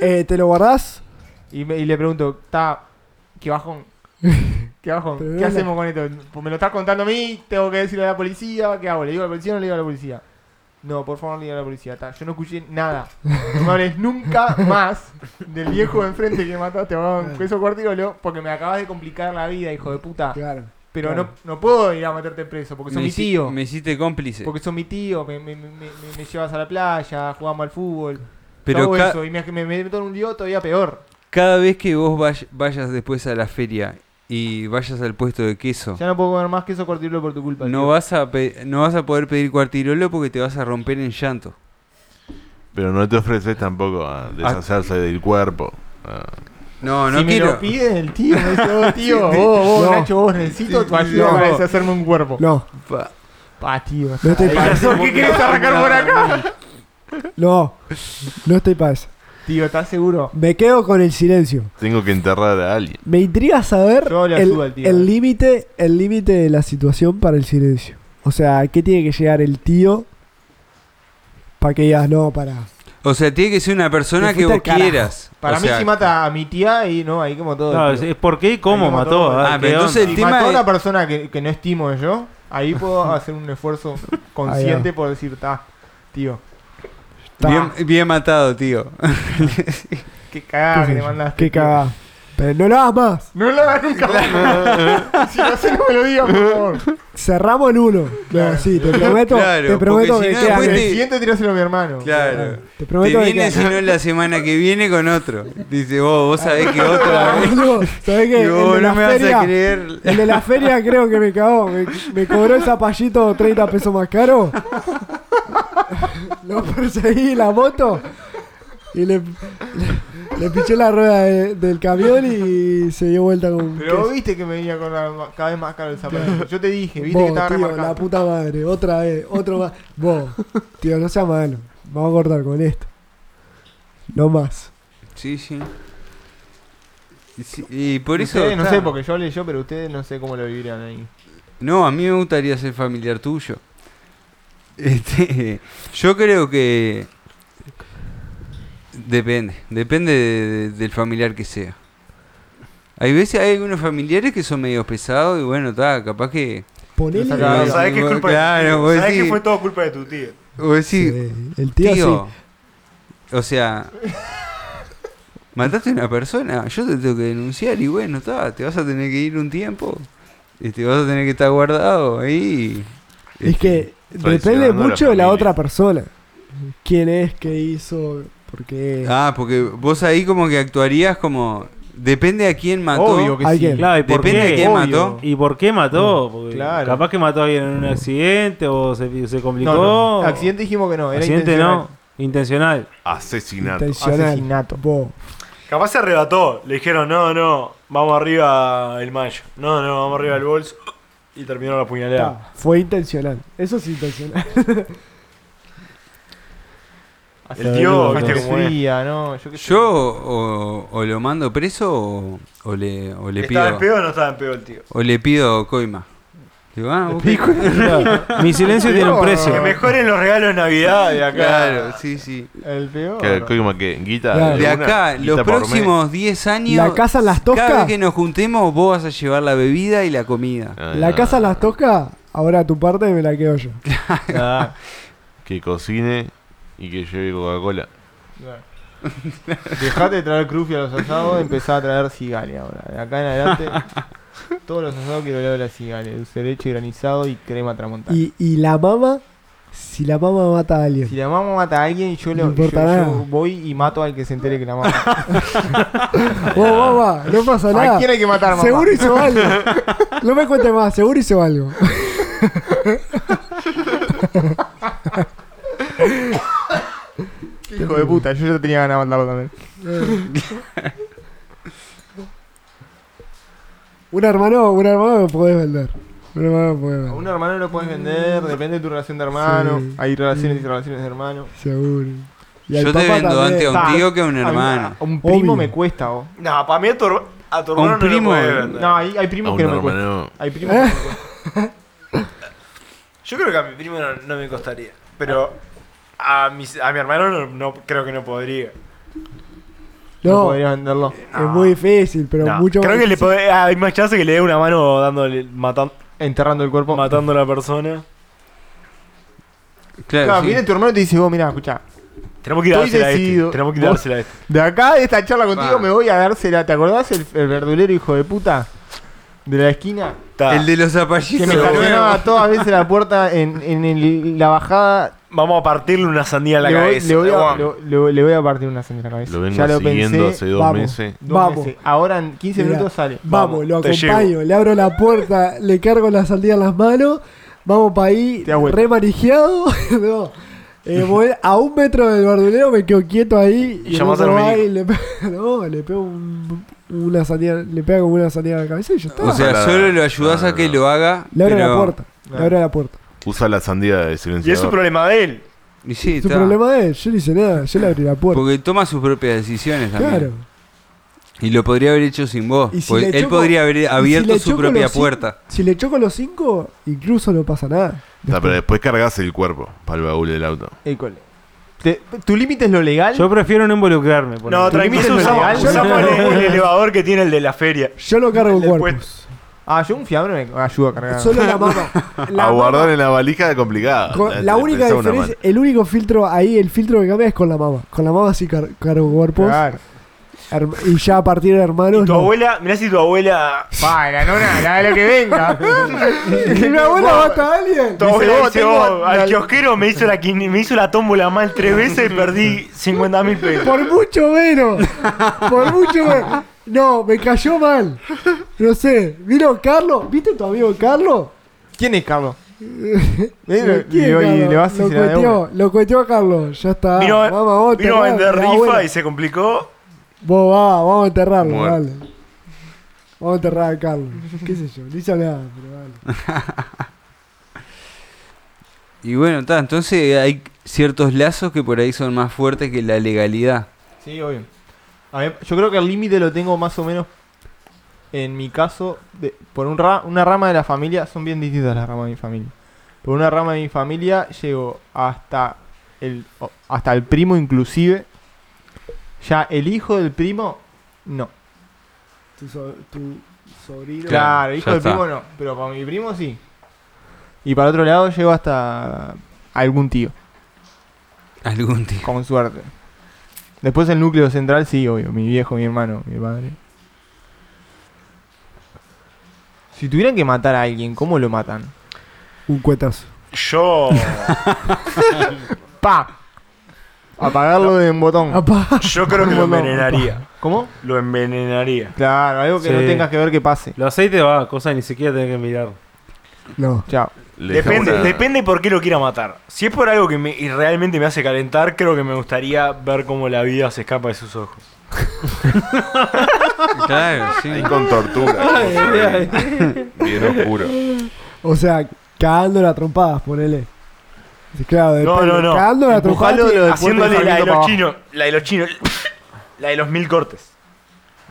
[SPEAKER 7] Eh, ¿Te lo guardás?
[SPEAKER 2] Y, me- y le pregunto, está, qué bajón. ¿Qué bajón?
[SPEAKER 7] Pero
[SPEAKER 2] ¿Qué
[SPEAKER 7] no la-
[SPEAKER 2] hacemos con esto? Pues me lo estás contando a mí, tengo que decirle a la policía, ¿qué hago? ¿Le digo a la policía o no le digo a la policía? No, por favor, no le digo a la policía. está, Yo no escuché nada. No me hables nunca más del viejo de enfrente que mataste a un peso cuartirolo porque me acabas de complicar la vida, hijo de puta.
[SPEAKER 7] Claro.
[SPEAKER 2] Pero no, no puedo ir a meterte preso porque
[SPEAKER 4] Me
[SPEAKER 2] son mi
[SPEAKER 4] hici-
[SPEAKER 2] tío.
[SPEAKER 4] Me hiciste cómplice.
[SPEAKER 2] Porque son mi tío, me, me- me- me- me llevas a la playa, jugamos al fútbol.
[SPEAKER 4] Pero
[SPEAKER 2] todo
[SPEAKER 4] ca-
[SPEAKER 2] eso. Y me, me, me meto en un lío todavía peor.
[SPEAKER 4] Cada vez que vos vay- vayas después a la feria y vayas al puesto de queso,
[SPEAKER 2] Ya no puedo comer más queso cuartirolo por tu culpa.
[SPEAKER 4] no
[SPEAKER 2] tío.
[SPEAKER 4] vas, a pe- no vas a poder pedir cuartirolo porque te vas a romper en llanto.
[SPEAKER 10] Pero no te ofreces tampoco a deshacerse del cuerpo. Ah,
[SPEAKER 4] No, no
[SPEAKER 2] si me
[SPEAKER 4] quiero.
[SPEAKER 2] lo piden el tío, me dice, "Oh, tío, vos, vos,
[SPEAKER 7] No.
[SPEAKER 2] Nacho, vos necesito tu ayuda
[SPEAKER 7] No.
[SPEAKER 2] para deshacerme un cuerpo.
[SPEAKER 7] No,
[SPEAKER 2] Pa, Ah, tío. o sea,
[SPEAKER 7] no estoy para eso.
[SPEAKER 2] ¿Por qué querés arrancar por acá?
[SPEAKER 7] No, no estoy para eso.
[SPEAKER 2] Tío, ¿estás seguro?
[SPEAKER 7] Me quedo con el silencio.
[SPEAKER 10] tengo que enterrar a alguien.
[SPEAKER 7] Me intriga saber
[SPEAKER 2] Yo le
[SPEAKER 7] el-
[SPEAKER 2] ayudo al tío. eh.
[SPEAKER 7] el límite el límite de la situación para el silencio. O sea, ¿a ¿qué tiene que llegar el tío para que digas no, para?
[SPEAKER 4] O sea, tiene que ser una persona
[SPEAKER 7] Te
[SPEAKER 4] que
[SPEAKER 7] fuiste
[SPEAKER 4] vos
[SPEAKER 7] al carajo.
[SPEAKER 4] quieras.
[SPEAKER 2] Para
[SPEAKER 4] O
[SPEAKER 2] mí
[SPEAKER 4] sea,
[SPEAKER 2] si mata a mi tía y no, ahí como todo.
[SPEAKER 3] Claro,
[SPEAKER 2] el
[SPEAKER 3] es,
[SPEAKER 2] tío.
[SPEAKER 3] es por qué y
[SPEAKER 2] Ahí
[SPEAKER 3] cómo
[SPEAKER 2] lo
[SPEAKER 3] mató.
[SPEAKER 2] mató.
[SPEAKER 3] a ver
[SPEAKER 4] Ah,
[SPEAKER 3] qué
[SPEAKER 4] pero entonces
[SPEAKER 3] onda.
[SPEAKER 4] el
[SPEAKER 2] si mató
[SPEAKER 4] tema
[SPEAKER 2] a
[SPEAKER 4] es-
[SPEAKER 2] una persona que, que no estimo yo, ahí puedo hacer un esfuerzo consciente por decir, ta, tío,
[SPEAKER 7] Ta,
[SPEAKER 4] bien, bien matado, tío.
[SPEAKER 2] qué cagada que te mandaste.
[SPEAKER 7] qué
[SPEAKER 2] tío".
[SPEAKER 7] cagada. Pero no lo hagas más.
[SPEAKER 2] No lo hagas nunca. más. si lo haces, no me lo digas, por favor.
[SPEAKER 7] Cerramos en uno. No,
[SPEAKER 2] Claro.
[SPEAKER 7] sí, te prometo,
[SPEAKER 4] Claro,
[SPEAKER 7] te prometo
[SPEAKER 4] porque
[SPEAKER 7] que
[SPEAKER 4] si no,
[SPEAKER 7] queda
[SPEAKER 4] después
[SPEAKER 2] El
[SPEAKER 7] bien.
[SPEAKER 4] te-
[SPEAKER 2] siguiente tiráselo a mi hermano.
[SPEAKER 4] Claro.
[SPEAKER 7] Te
[SPEAKER 4] Te
[SPEAKER 7] prometo que
[SPEAKER 4] viene,
[SPEAKER 7] queda
[SPEAKER 4] si no, la semana que viene con otro. Dice, vos, vos sabés que otro va a venir.
[SPEAKER 7] Boludo, ¿Sabés qué?
[SPEAKER 4] Y
[SPEAKER 7] El
[SPEAKER 4] vos
[SPEAKER 7] de la
[SPEAKER 4] no me vas a
[SPEAKER 7] feria-
[SPEAKER 4] creer.
[SPEAKER 7] el de la feria creo que me cagó. Me, me cobró el zapallito 30 pesos más caro. Lo perseguí en la moto. Y le, le, le piché la rueda de- del camión y se dio vuelta con.
[SPEAKER 2] Pero vos
[SPEAKER 7] que-
[SPEAKER 2] viste que me venía con la, ma- cada vez más caro el zapato. Yo te dije, viste que
[SPEAKER 7] Vos,
[SPEAKER 2] estaba
[SPEAKER 7] tío, la
[SPEAKER 2] remarcado.
[SPEAKER 7] puta madre. Otra vez, otro más. Vos, tío, no sea malo. Vamos a cortar con esto. No más.
[SPEAKER 4] Sí, sí. Y sí- Y por eso.
[SPEAKER 2] Ustedes, no
[SPEAKER 4] está.
[SPEAKER 2] sé, porque yo leí yo, pero ustedes no sé cómo lo vivirían ahí.
[SPEAKER 4] No, a mí me gustaría ser familiar tuyo. Este, yo creo que. Depende, depende de- de- del familiar que sea. Hay veces, hay algunos familiares que son medio pesados y bueno, está, capaz que.
[SPEAKER 7] Ponele.
[SPEAKER 2] Claro,
[SPEAKER 4] eh,
[SPEAKER 9] ¿Sabés que es
[SPEAKER 4] vos-
[SPEAKER 9] culpa de
[SPEAKER 4] Claro,
[SPEAKER 9] tu
[SPEAKER 4] vos
[SPEAKER 9] tío? ¿Sabés
[SPEAKER 4] decís-
[SPEAKER 9] que fue todo culpa de tu tío?
[SPEAKER 4] vos decís,
[SPEAKER 7] eh, el tío,
[SPEAKER 4] tío.
[SPEAKER 7] sí.
[SPEAKER 4] O sea. Mataste a una persona, yo te tengo que denunciar y bueno, está, te vas a tener que ir un tiempo. Y te vas a tener que estar guardado ahí.
[SPEAKER 7] Es que depende
[SPEAKER 10] traicionando a la
[SPEAKER 7] mucho de la
[SPEAKER 10] familia.
[SPEAKER 7] otra persona. ¿Quién es? ¿Qué hizo? Porque
[SPEAKER 4] Ah, porque vos ahí como que actuarías como... Depende a quién mató.
[SPEAKER 2] Obvio que
[SPEAKER 7] alguien.
[SPEAKER 2] sí.
[SPEAKER 3] Claro, ¿y por
[SPEAKER 4] Depende de
[SPEAKER 3] qué?
[SPEAKER 4] quién
[SPEAKER 2] Obvio.
[SPEAKER 4] mató.
[SPEAKER 3] ¿Y por qué mató? Porque
[SPEAKER 2] Claro.
[SPEAKER 3] Capaz que mató a alguien en un accidente o se, se complicó.
[SPEAKER 2] No, no, accidente dijimos que no, era
[SPEAKER 3] Accidente
[SPEAKER 2] intencional.
[SPEAKER 3] no, intencional.
[SPEAKER 10] Asesinato.
[SPEAKER 7] intencional.
[SPEAKER 2] Asesinato.
[SPEAKER 7] Vos.
[SPEAKER 9] Capaz se arrebató. Le dijeron, no, no, vamos arriba el mayo. No, no, vamos arriba el bolso. Y terminaron la puñalada.
[SPEAKER 7] Ta, fue intencional. Eso es intencional.
[SPEAKER 4] Ah,
[SPEAKER 9] El tío, viste cómo es.
[SPEAKER 2] Fría, ¿no? Yo, qué sé.
[SPEAKER 4] Yo o, o lo mando preso o, o le, o le
[SPEAKER 9] ¿Estaba
[SPEAKER 4] pido...
[SPEAKER 9] en pedo o no estaba en pedo el tío?
[SPEAKER 4] O le pido coima. Digo, ah, vos-
[SPEAKER 3] Mi silencio tiene un precio.
[SPEAKER 9] Que mejoren los regalos de Navidad de acá.
[SPEAKER 4] Claro, sí, sí.
[SPEAKER 2] El peor.
[SPEAKER 10] Ah, Que- como que, guita,
[SPEAKER 7] Claro.
[SPEAKER 4] De
[SPEAKER 10] una,
[SPEAKER 4] acá,
[SPEAKER 10] guita
[SPEAKER 4] los
[SPEAKER 10] por mes.
[SPEAKER 4] próximos 10 años...
[SPEAKER 7] La casa Las
[SPEAKER 4] Cada
[SPEAKER 7] Toscas.
[SPEAKER 4] vez que nos juntemos, vos vas a llevar la bebida y la comida.
[SPEAKER 10] Ah,
[SPEAKER 7] La
[SPEAKER 10] ah,
[SPEAKER 7] casa las toca, ahora tu parte me la quedo yo.
[SPEAKER 2] Ah,
[SPEAKER 10] Que cocine y que lleve Coca-Cola.
[SPEAKER 2] claro. Dejate de traer crufi a los asados, empezá a traer cigale ahora. De acá en adelante, todos los asados quiero hablar de la cigale. Dulce de leche granizado y crema tramontana.
[SPEAKER 7] Y, y la mama, si la mama mata a alguien.
[SPEAKER 2] Si la mamá mata a alguien, yo,
[SPEAKER 7] No
[SPEAKER 2] lo, yo,
[SPEAKER 7] importa
[SPEAKER 2] yo
[SPEAKER 7] nada.
[SPEAKER 2] voy y mato al que se entere que la mama.
[SPEAKER 7] Vos, mamá, no pasa
[SPEAKER 2] ¿A
[SPEAKER 7] nada.
[SPEAKER 2] quién hay que matar, mamá?
[SPEAKER 7] Seguro hizo algo. No me cuentes más, seguro hizo algo.
[SPEAKER 2] Hijo de puta, yo ya tenía ganas de matarlo también.
[SPEAKER 7] Un hermano, un hermano me podés vender. Un hermano me podés
[SPEAKER 2] A un
[SPEAKER 7] vender.
[SPEAKER 2] hermano lo puedes vender, depende de tu relación de hermano.
[SPEAKER 7] Sí. Mm.
[SPEAKER 2] Hay relaciones y relaciones de hermano.
[SPEAKER 7] Seguro. Y al
[SPEAKER 4] Yo te
[SPEAKER 7] papá
[SPEAKER 4] vendo
[SPEAKER 7] también.
[SPEAKER 4] antes a
[SPEAKER 2] Ta,
[SPEAKER 4] un tío que a un
[SPEAKER 2] A mí-
[SPEAKER 4] hermano.
[SPEAKER 2] A un primo
[SPEAKER 7] Obvio.
[SPEAKER 2] me cuesta, vos.
[SPEAKER 9] No, para mí a tu, a tu
[SPEAKER 4] A un
[SPEAKER 9] hermano no
[SPEAKER 4] primo.
[SPEAKER 9] lo puede vender.
[SPEAKER 2] No, hay, hay
[SPEAKER 10] A
[SPEAKER 2] primos
[SPEAKER 10] un
[SPEAKER 2] que no me cuestan.
[SPEAKER 10] hermano.
[SPEAKER 2] Hay primos que no me cuestan.
[SPEAKER 9] Yo creo que a mi primo no, no me costaría. Pero a, mis- a mi hermano no, no- creo que no podría.
[SPEAKER 2] No,
[SPEAKER 7] No,
[SPEAKER 2] podrías venderlo.
[SPEAKER 7] es muy difícil, pero
[SPEAKER 9] No,
[SPEAKER 7] mucho
[SPEAKER 9] creo
[SPEAKER 7] más
[SPEAKER 9] que le pod- hay más chance que le dé una mano dándole, matan-
[SPEAKER 2] Enterrando el cuerpo.
[SPEAKER 9] matando a la persona.
[SPEAKER 4] Claro,
[SPEAKER 2] Claro,
[SPEAKER 4] sí.
[SPEAKER 2] viene tu hermano y te dice, vos, mirá, escuchá.
[SPEAKER 9] Tenemos que
[SPEAKER 2] Estoy
[SPEAKER 9] dársela a este.
[SPEAKER 2] decidido.
[SPEAKER 9] Tenemos que
[SPEAKER 2] Vos-
[SPEAKER 9] dársela a este.
[SPEAKER 2] De acá, de esta charla contigo,
[SPEAKER 4] Va.
[SPEAKER 2] me voy a dársela. ¿Te acordás el, el verdulero hijo de puta? De la esquina.
[SPEAKER 9] Ta.
[SPEAKER 4] El de los
[SPEAKER 2] Que
[SPEAKER 4] zapallitos.
[SPEAKER 2] me
[SPEAKER 4] de
[SPEAKER 2] estacionaba
[SPEAKER 4] nuevo.
[SPEAKER 2] todas veces la puerta en, en el- la bajada.
[SPEAKER 9] Vamos a partirle una sandía en la
[SPEAKER 2] Le voy,
[SPEAKER 9] cabeza.
[SPEAKER 2] le voy a,
[SPEAKER 9] Guam.
[SPEAKER 2] lo- lo- le voy a partir una sangre en la cabeza.
[SPEAKER 10] Lo vengo
[SPEAKER 2] ya lo
[SPEAKER 10] siguiendo
[SPEAKER 2] pensé.
[SPEAKER 10] hace dos
[SPEAKER 7] vamos.
[SPEAKER 10] meses.
[SPEAKER 2] dos
[SPEAKER 7] Vamos.
[SPEAKER 2] veces. Ahora en 15
[SPEAKER 7] Mirá,
[SPEAKER 2] minutos sale.
[SPEAKER 7] Vamos, lo
[SPEAKER 9] te
[SPEAKER 7] acompaño, le abro la puerta, le cargo la sandía en las manos, vamos para ahí,
[SPEAKER 2] Te das vuelta.
[SPEAKER 7] re manijeado. no, Eh, voy a un metro del verdulero me quedo quieto ahí
[SPEAKER 9] Y
[SPEAKER 7] el
[SPEAKER 9] llamás
[SPEAKER 7] otro
[SPEAKER 9] al
[SPEAKER 7] va
[SPEAKER 9] médico.
[SPEAKER 7] y le pega, no, le pego un- una sandía, le pega como una sandía a la cabeza y ya está.
[SPEAKER 4] O sea,
[SPEAKER 10] Ojalá.
[SPEAKER 4] solo lo ayudás a que lo haga.
[SPEAKER 7] le abre
[SPEAKER 4] pero...
[SPEAKER 7] la puerta, le abre la puerta.
[SPEAKER 10] Usa la sandía de
[SPEAKER 9] Y es un
[SPEAKER 10] silenciador.
[SPEAKER 9] problema de él.
[SPEAKER 4] Y sí,
[SPEAKER 7] Su
[SPEAKER 4] está.
[SPEAKER 7] problema de él, yo no hice nada, yo le abrí la puerta.
[SPEAKER 4] Porque toma sus propias decisiones también.
[SPEAKER 7] claro.
[SPEAKER 4] Y lo podría haber hecho sin vos.
[SPEAKER 7] Y si
[SPEAKER 4] porque
[SPEAKER 7] le
[SPEAKER 4] él
[SPEAKER 7] choco-
[SPEAKER 4] podría haber
[SPEAKER 7] y si
[SPEAKER 4] abierto
[SPEAKER 7] le
[SPEAKER 4] su
[SPEAKER 7] choco
[SPEAKER 4] propia
[SPEAKER 7] los cin-
[SPEAKER 4] puerta.
[SPEAKER 7] Si le choco los cinco, incluso no pasa nada.
[SPEAKER 10] Está, pero después cargas el cuerpo para el baúl del auto.
[SPEAKER 2] El cole. Te- ¿Tu límite es lo legal?
[SPEAKER 14] Yo prefiero no involucrarme. por
[SPEAKER 9] No,
[SPEAKER 14] ejemplo.
[SPEAKER 9] tranquilo,
[SPEAKER 2] ¿Tú viste
[SPEAKER 9] usamos,
[SPEAKER 2] lo legal?
[SPEAKER 9] usamos el, el elevador que tiene el de la feria.
[SPEAKER 7] Yo lo cargo
[SPEAKER 9] Después-
[SPEAKER 7] cuerpos.
[SPEAKER 2] Ah, yo un fiambre me ayudo a cargar.
[SPEAKER 7] Solo la mama. La
[SPEAKER 10] a guardar
[SPEAKER 7] mama-
[SPEAKER 10] en la valija es complicado.
[SPEAKER 7] con-
[SPEAKER 9] Ah,
[SPEAKER 10] Eh,
[SPEAKER 7] la
[SPEAKER 10] te-
[SPEAKER 7] única
[SPEAKER 10] te saca una
[SPEAKER 7] diferencia, el único filtro ahí, el filtro que cambia es con la mama. Con la mama sí car- cargo cuerpos.
[SPEAKER 2] Claro.
[SPEAKER 7] herma- Y ya a partir de hermanos.
[SPEAKER 9] Ah. Y tu
[SPEAKER 7] no.
[SPEAKER 9] abuela, mirá si tu abuela.
[SPEAKER 2] Pa, la nona, la de lo que venga.
[SPEAKER 7] Si mi abuela mata a alguien.
[SPEAKER 9] Tu
[SPEAKER 2] Dice,
[SPEAKER 9] abuela
[SPEAKER 2] "Vos,
[SPEAKER 9] dice,
[SPEAKER 2] tengo
[SPEAKER 9] "Oh,
[SPEAKER 2] la-
[SPEAKER 9] al kiosquero me hizo, la, quin- me hizo la tómbola mal tres veces y perdí 50 mil pesos.
[SPEAKER 7] Por mucho menos. Por mucho menos. No, me cayó mal. No sé. Vino Carlos. ¿Viste tu amigo Carlos?
[SPEAKER 2] ¿Quién es Carlos?
[SPEAKER 7] ¿Quién es
[SPEAKER 2] Y- y-
[SPEAKER 7] Carlos?
[SPEAKER 2] y le vas a
[SPEAKER 7] lo
[SPEAKER 2] decir a la de
[SPEAKER 7] cueteó, lo cueteó a Carlos. Ya está.
[SPEAKER 9] Vino,
[SPEAKER 7] vamos, vamos a
[SPEAKER 9] vino a
[SPEAKER 7] enterrar,
[SPEAKER 9] vender
[SPEAKER 7] la
[SPEAKER 9] rifa
[SPEAKER 7] abuela.
[SPEAKER 9] y se complicó.
[SPEAKER 7] Vos va, vamos a enterrarlo,
[SPEAKER 10] Muerto.
[SPEAKER 7] dale. Vamos a enterrar a Carlos. ¿Qué sé yo? No hizo nada, pero dale.
[SPEAKER 4] Y bueno, está. Entonces hay ciertos lazos que por ahí son más fuertes que la legalidad.
[SPEAKER 2] Sí, obvio. A ver, yo creo que el límite lo tengo más o menos. En mi caso, de- por un ra- una rama de la familia, son bien distintas las ramas de mi familia. Por una rama de mi familia llego hasta el, o- hasta el primo inclusive. Ya el hijo del primo, no.
[SPEAKER 7] Tu, so- tu sobrino.
[SPEAKER 4] Claro,
[SPEAKER 2] Claro, el hijo
[SPEAKER 4] ya
[SPEAKER 2] del
[SPEAKER 4] está.
[SPEAKER 2] primo no, pero con mi primo sí. Y para otro lado llego hasta algún tío,
[SPEAKER 4] Algún día.
[SPEAKER 2] con suerte. Después el núcleo central sí, obvio, mi viejo, mi hermano, mi padre. Si tuvieran que matar a alguien, ¿cómo lo matan?
[SPEAKER 7] Un cuetazo.
[SPEAKER 9] Yo.
[SPEAKER 2] ¡Pa! Apagarlo de un botón.
[SPEAKER 7] Apá.
[SPEAKER 9] Yo creo que lo envenenaría.
[SPEAKER 2] ¿Cómo?
[SPEAKER 9] Lo envenenaría.
[SPEAKER 2] Claro, algo que no
[SPEAKER 3] Sí.
[SPEAKER 2] tengas que ver que pase.
[SPEAKER 3] Lo aceite va, cosa ni siquiera tenés que mirar.
[SPEAKER 7] No.
[SPEAKER 2] Chao.
[SPEAKER 10] Le deja
[SPEAKER 9] Depende,
[SPEAKER 10] una-
[SPEAKER 9] depende por qué lo quiera matar. Si es por algo que me, y realmente me hace calentar, creo que me gustaría ver cómo la vida se escapa de sus ojos.
[SPEAKER 4] Claro, sí.
[SPEAKER 10] Ahí con tortura. Bien oscuro.
[SPEAKER 7] O sea, cagándola a trompadas, ponele. Sí, Claro,
[SPEAKER 9] No,
[SPEAKER 7] depende.
[SPEAKER 9] no, no.
[SPEAKER 7] Cagándola a trompadas.
[SPEAKER 2] Empujalo
[SPEAKER 7] tiene-
[SPEAKER 2] de-
[SPEAKER 9] Haciéndole la de
[SPEAKER 2] para
[SPEAKER 9] los
[SPEAKER 2] abajo.
[SPEAKER 9] chinos. La de los chinos. La de los mil cortes.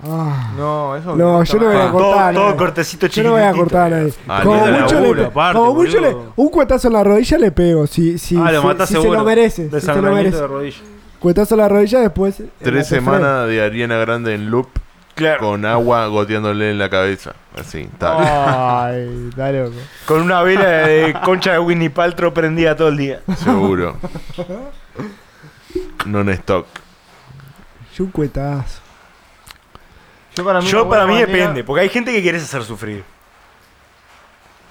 [SPEAKER 7] Ah,
[SPEAKER 2] No, eso.
[SPEAKER 7] No, yo no voy a
[SPEAKER 4] Ah.
[SPEAKER 7] cortar. a
[SPEAKER 9] Todo, todo
[SPEAKER 7] nadie.
[SPEAKER 9] cortecito
[SPEAKER 7] Yo
[SPEAKER 9] chiquitito.
[SPEAKER 7] no voy a cortar a nadie.
[SPEAKER 10] Ah,
[SPEAKER 7] Como
[SPEAKER 10] ni de
[SPEAKER 7] mucho,
[SPEAKER 10] laburo,
[SPEAKER 7] le,
[SPEAKER 3] aparte,
[SPEAKER 7] como mucho le-
[SPEAKER 3] boludo.
[SPEAKER 7] un cuetazo en la rodilla le pego. Si, si,
[SPEAKER 3] Ah, lo
[SPEAKER 7] si-
[SPEAKER 3] matás
[SPEAKER 7] si se
[SPEAKER 3] seguro.
[SPEAKER 7] lo merece. Si se lo
[SPEAKER 3] Desarmamiento de
[SPEAKER 7] merece.
[SPEAKER 3] rodilla.
[SPEAKER 7] Cuetazo en la rodilla después. en la
[SPEAKER 10] Tres
[SPEAKER 7] tercera.
[SPEAKER 10] semanas de Ariana Grande en loop
[SPEAKER 9] Claro. Con,
[SPEAKER 10] con agua goteándole en la cabeza. Así, tal.
[SPEAKER 2] Ay, está loco.
[SPEAKER 9] una vela de concha de Winnie Paltrow prendida todo el día.
[SPEAKER 7] Oh.
[SPEAKER 10] Seguro. Non-stock.
[SPEAKER 7] Yo un cuetazo.
[SPEAKER 2] Yo para mí,
[SPEAKER 9] Yo
[SPEAKER 2] una
[SPEAKER 9] para mí
[SPEAKER 2] buena manera-
[SPEAKER 9] depende, porque hay gente que quieres hacer sufrir.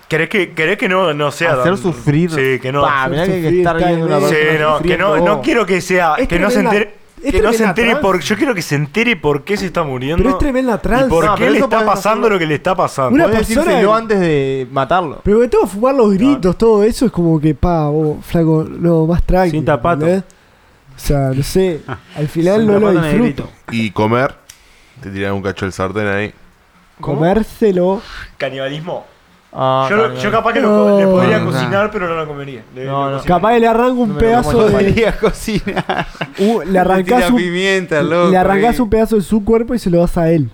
[SPEAKER 9] ¿Querés que, querés que no, no sea...
[SPEAKER 2] Hacer
[SPEAKER 9] tan-
[SPEAKER 2] sufrir.
[SPEAKER 9] Sí, que no.
[SPEAKER 2] Pa, mirá que hay
[SPEAKER 7] Sí,
[SPEAKER 2] que estar
[SPEAKER 7] está
[SPEAKER 2] viendo una
[SPEAKER 7] bien.
[SPEAKER 9] Sí,
[SPEAKER 2] persona
[SPEAKER 9] no, que
[SPEAKER 2] sufriendo.
[SPEAKER 9] no, no quiero que sea...
[SPEAKER 7] Es
[SPEAKER 9] que no se
[SPEAKER 7] tremenda-
[SPEAKER 9] entere...
[SPEAKER 7] es
[SPEAKER 9] Que no se
[SPEAKER 7] tremenda
[SPEAKER 9] entere
[SPEAKER 7] trans.
[SPEAKER 9] por... Yo quiero que se entere por qué se está muriendo.
[SPEAKER 7] Pero es tremenda
[SPEAKER 9] y
[SPEAKER 7] trans.
[SPEAKER 9] por
[SPEAKER 2] No,
[SPEAKER 9] qué
[SPEAKER 2] pero
[SPEAKER 9] le
[SPEAKER 2] eso
[SPEAKER 9] está
[SPEAKER 2] podés
[SPEAKER 9] pasando
[SPEAKER 2] hacerlo.
[SPEAKER 9] lo que le está pasando.
[SPEAKER 7] Una
[SPEAKER 2] Podés
[SPEAKER 7] persona
[SPEAKER 2] decírselo
[SPEAKER 7] que-
[SPEAKER 2] antes de matarlo.
[SPEAKER 7] Pero sobre todo fumar los gritos, todo eso es como que, pa, vos, flaco, no, más tranqui.
[SPEAKER 3] Sin tapato.
[SPEAKER 7] ¿entendés? O sea, no sé, al final no lo
[SPEAKER 3] Zapato
[SPEAKER 7] disfruto.
[SPEAKER 3] negrito.
[SPEAKER 10] Y comer. Te tiran un cacho del sartén ahí.
[SPEAKER 2] ¿Cómo?
[SPEAKER 7] Comérselo.
[SPEAKER 9] Canibalismo.
[SPEAKER 2] Ah,
[SPEAKER 9] yo,
[SPEAKER 2] claro,
[SPEAKER 9] yo
[SPEAKER 2] claro.
[SPEAKER 9] capaz que lo- le
[SPEAKER 7] No.
[SPEAKER 9] podría
[SPEAKER 4] No, no.
[SPEAKER 9] cocinar, pero no lo comería. Le-
[SPEAKER 2] No,
[SPEAKER 9] lo
[SPEAKER 2] no.
[SPEAKER 9] cocinaría.
[SPEAKER 7] Capaz que le arranco un
[SPEAKER 2] No me lo
[SPEAKER 7] pedazo
[SPEAKER 2] como yo,
[SPEAKER 7] de.
[SPEAKER 4] Podría cocinar.
[SPEAKER 7] Uh, le arrancás
[SPEAKER 4] Tira
[SPEAKER 7] un,
[SPEAKER 4] pimienta, loco.
[SPEAKER 7] le arrancás
[SPEAKER 2] eh.
[SPEAKER 4] ahí.
[SPEAKER 7] un pedazo de su cuerpo y se lo das a él.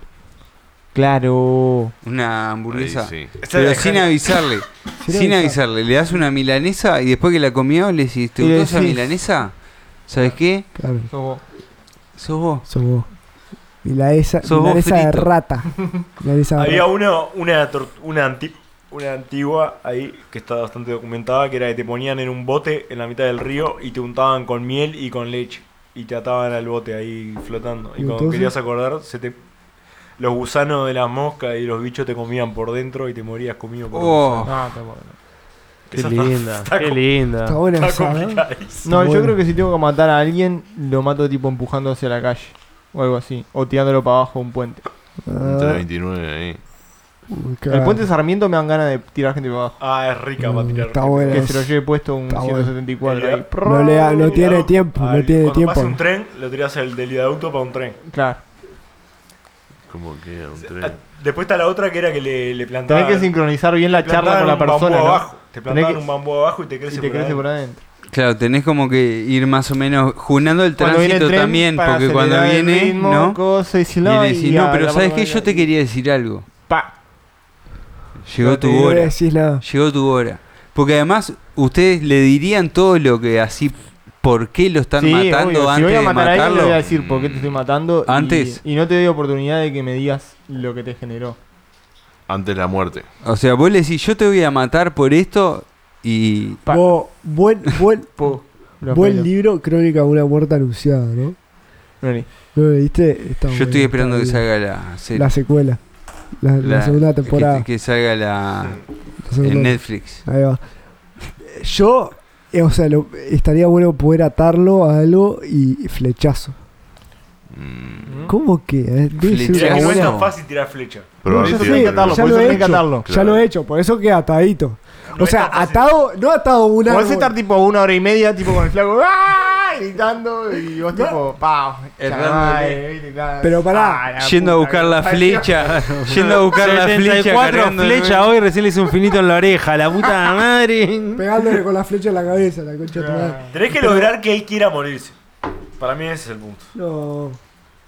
[SPEAKER 2] Claro.
[SPEAKER 4] Una
[SPEAKER 10] Ahí
[SPEAKER 4] hamburguesa.
[SPEAKER 10] sí.
[SPEAKER 4] Pero sin avisarle.
[SPEAKER 7] Sin
[SPEAKER 4] Sin
[SPEAKER 7] avisar.
[SPEAKER 4] avisarle. Le das una milanesa y después que la comió le decís, ¿te
[SPEAKER 2] Y le
[SPEAKER 4] gustó esa
[SPEAKER 2] decís-
[SPEAKER 4] milanesa? ¿Sabes qué?
[SPEAKER 7] Claro,
[SPEAKER 2] Sos vos.
[SPEAKER 4] Sos vos.
[SPEAKER 7] sos vos. Y la esa,
[SPEAKER 4] Sos vos,
[SPEAKER 7] de
[SPEAKER 4] frito.
[SPEAKER 7] rata. Milanesa de
[SPEAKER 9] Había
[SPEAKER 7] rata.
[SPEAKER 9] una, una, tor- una, anti- una antigua ahí que está bastante documentada, que era que te ponían en un bote en la mitad del río y te untaban con miel y con leche. Y te ataban al bote ahí flotando. Y,
[SPEAKER 7] ¿Y
[SPEAKER 9] cuando
[SPEAKER 7] entonces?
[SPEAKER 9] querías acordar, se te... Los gusanos de las moscas y los bichos te comían por dentro y te morías comido por
[SPEAKER 4] Oh.
[SPEAKER 2] Ah, está bueno.
[SPEAKER 3] Qué linda, qué linda.
[SPEAKER 7] Está buena
[SPEAKER 9] Está
[SPEAKER 7] esa, ¿no?
[SPEAKER 9] complicadísimo.
[SPEAKER 2] No, yo
[SPEAKER 7] Bueno.
[SPEAKER 2] creo que si tengo que matar a alguien, lo mato tipo empujando hacia la calle. O algo así. O tirándolo para abajo de un puente.
[SPEAKER 10] Entre
[SPEAKER 7] Ah,
[SPEAKER 10] 29 ahí.
[SPEAKER 7] Uy, qué-
[SPEAKER 2] El puente Sarmiento me dan ganas de tirar gente para abajo.
[SPEAKER 9] Ah, es rica para
[SPEAKER 7] Mm,
[SPEAKER 9] tirar.
[SPEAKER 7] está bueno.
[SPEAKER 2] Que se lo lleve puesto un
[SPEAKER 7] Está bueno.
[SPEAKER 2] 174 ahí.
[SPEAKER 7] No, le da- no tiene tiempo,
[SPEAKER 9] Al-
[SPEAKER 7] no tiene
[SPEAKER 9] cuando pase
[SPEAKER 7] tiempo.
[SPEAKER 9] un tren, lo tiras el del viaducto para un tren.
[SPEAKER 2] Claro.
[SPEAKER 10] Como que un
[SPEAKER 9] Ah,
[SPEAKER 10] tren.
[SPEAKER 9] Después está la otra que era que le, le plantaban.
[SPEAKER 2] Tenés que sincronizar bien la
[SPEAKER 9] te
[SPEAKER 2] charla
[SPEAKER 9] plantaban
[SPEAKER 2] con la
[SPEAKER 9] un bambú
[SPEAKER 2] persona. ¿no?
[SPEAKER 9] abajo. Te
[SPEAKER 2] Tenés
[SPEAKER 9] plantaban
[SPEAKER 2] que-
[SPEAKER 9] un bambú abajo y te crece
[SPEAKER 2] y te
[SPEAKER 9] por
[SPEAKER 2] crece
[SPEAKER 9] adentro.
[SPEAKER 2] por adentro.
[SPEAKER 4] Claro, tenés como que ir más o menos junando el
[SPEAKER 2] Cuando viene el
[SPEAKER 4] tránsito
[SPEAKER 2] tren,
[SPEAKER 4] también,
[SPEAKER 2] para
[SPEAKER 4] porque cuando
[SPEAKER 2] acelerar el
[SPEAKER 4] viene,
[SPEAKER 2] ritmo,
[SPEAKER 4] ¿no?
[SPEAKER 2] cosa, y si
[SPEAKER 4] Y
[SPEAKER 2] no,
[SPEAKER 4] le
[SPEAKER 2] y
[SPEAKER 4] decís,
[SPEAKER 2] a
[SPEAKER 4] no,
[SPEAKER 2] la
[SPEAKER 4] pero ¿sabes
[SPEAKER 2] mano
[SPEAKER 4] qué? Yo
[SPEAKER 2] ahí.
[SPEAKER 4] te quería decir algo.
[SPEAKER 2] Pa.
[SPEAKER 4] Llegó
[SPEAKER 7] Y
[SPEAKER 4] tu
[SPEAKER 7] no le
[SPEAKER 4] hora.
[SPEAKER 7] decís nada.
[SPEAKER 4] Llegó tu hora. Porque además, ustedes le dirían todo lo que así, ¿por qué lo están
[SPEAKER 2] Sí,
[SPEAKER 4] matando
[SPEAKER 2] obvio. Si
[SPEAKER 4] antes
[SPEAKER 2] voy a
[SPEAKER 4] de
[SPEAKER 2] matar a alguien, le
[SPEAKER 4] matarlo?
[SPEAKER 2] voy a decir por qué te estoy matando. y-
[SPEAKER 4] Antes.
[SPEAKER 2] Y, no te doy oportunidad de que me digas lo que te generó.
[SPEAKER 10] Antes la muerte.
[SPEAKER 4] O sea, vos le decís, yo te voy a matar por esto y...
[SPEAKER 2] Pa.
[SPEAKER 7] Vos, buen, buen,
[SPEAKER 2] Po. Lo
[SPEAKER 7] buen
[SPEAKER 2] apelo.
[SPEAKER 7] libro, Crónica de una muerte anunciada, ¿no?
[SPEAKER 2] Vení.
[SPEAKER 7] ¿No lo leíste? Está bueno,
[SPEAKER 4] Yo estoy esperando que
[SPEAKER 7] está bien.
[SPEAKER 4] salga la serie.
[SPEAKER 7] La secuela. La, la
[SPEAKER 4] La-
[SPEAKER 7] segunda
[SPEAKER 4] que-
[SPEAKER 7] temporada.
[SPEAKER 4] Que, salga la...
[SPEAKER 7] La segunda
[SPEAKER 4] en Netflix.
[SPEAKER 7] Ahí va. Yo, eh, o sea, lo- estaría bueno poder atarlo a algo y flechazo.
[SPEAKER 10] Mm,
[SPEAKER 7] ¿Cómo que? Eh, debe ser
[SPEAKER 4] Flechazo.
[SPEAKER 7] una
[SPEAKER 9] Mirá que no es
[SPEAKER 4] Bueno.
[SPEAKER 9] tan fácil tirar flecha.
[SPEAKER 10] pero
[SPEAKER 7] No,
[SPEAKER 10] ahí
[SPEAKER 7] ya
[SPEAKER 10] te
[SPEAKER 7] sé,
[SPEAKER 10] dan
[SPEAKER 7] ya
[SPEAKER 2] catarlo,
[SPEAKER 10] tres.
[SPEAKER 2] por eso
[SPEAKER 7] lo he
[SPEAKER 2] tenés que
[SPEAKER 7] hecho.
[SPEAKER 2] catarlo.
[SPEAKER 7] Ya lo he hecho, por eso queda atadito.
[SPEAKER 9] No
[SPEAKER 7] o
[SPEAKER 9] es
[SPEAKER 7] sea,
[SPEAKER 9] tan fácil.
[SPEAKER 7] atado, no atado a un
[SPEAKER 2] Podés
[SPEAKER 7] árbol.
[SPEAKER 2] estar tipo una hora y media, tipo con el flaco, ¡ah! gritando, y vos tipo, ¡pau!
[SPEAKER 7] Pero pará,
[SPEAKER 2] Ah,
[SPEAKER 4] Yendo a buscar la flecha. yendo a buscar la flecha.
[SPEAKER 3] 74
[SPEAKER 4] cargando el-
[SPEAKER 3] flechas hoy, recién le hice un finito en la oreja, la puta madre.
[SPEAKER 7] Pegándole con la flecha en la cabeza, la concha de tu madre.
[SPEAKER 9] Ah. Tenés que lograr que él quiera morirse. Para mí ese es el punto.
[SPEAKER 7] No.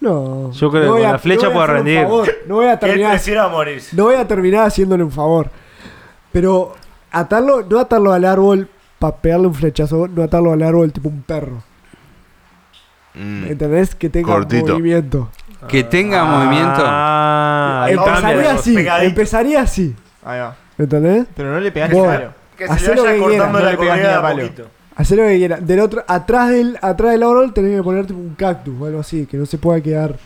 [SPEAKER 7] No.
[SPEAKER 3] Yo creo que
[SPEAKER 7] No voy
[SPEAKER 3] con
[SPEAKER 7] a-
[SPEAKER 3] la flecha
[SPEAKER 7] no voy a
[SPEAKER 3] puedo
[SPEAKER 7] hacerle un
[SPEAKER 3] rendir.
[SPEAKER 7] favor, No voy a
[SPEAKER 9] Que él
[SPEAKER 7] terminar.
[SPEAKER 9] quisiera morirse.
[SPEAKER 7] No voy a terminar haciéndole un favor. Pero atarlo, no atarlo al árbol para pegarle un flechazo, no atarlo al árbol tipo un perro.
[SPEAKER 10] Mm.
[SPEAKER 7] ¿Entendés? Que tenga
[SPEAKER 10] Cortito.
[SPEAKER 7] movimiento.
[SPEAKER 4] Que tenga movimiento.
[SPEAKER 3] Ah, ahí
[SPEAKER 7] empezaría
[SPEAKER 9] cambia.
[SPEAKER 7] así,
[SPEAKER 9] Pegadito.
[SPEAKER 7] empezaría así.
[SPEAKER 2] Ahí va.
[SPEAKER 7] ¿Entendés?
[SPEAKER 2] Pero no le pegaste
[SPEAKER 7] Vos,
[SPEAKER 2] claro.
[SPEAKER 9] Que
[SPEAKER 7] Hacé
[SPEAKER 9] se le
[SPEAKER 7] lo que
[SPEAKER 9] vaya cortando
[SPEAKER 2] quieras, no
[SPEAKER 9] la
[SPEAKER 2] le pegas ni a
[SPEAKER 9] comida de a
[SPEAKER 2] palo.
[SPEAKER 9] poquito.
[SPEAKER 7] Hacer lo que quieras. Del otro, atrás del, atrás del árbol tenés que poner tipo un cactus o algo así, que no se pueda quedar.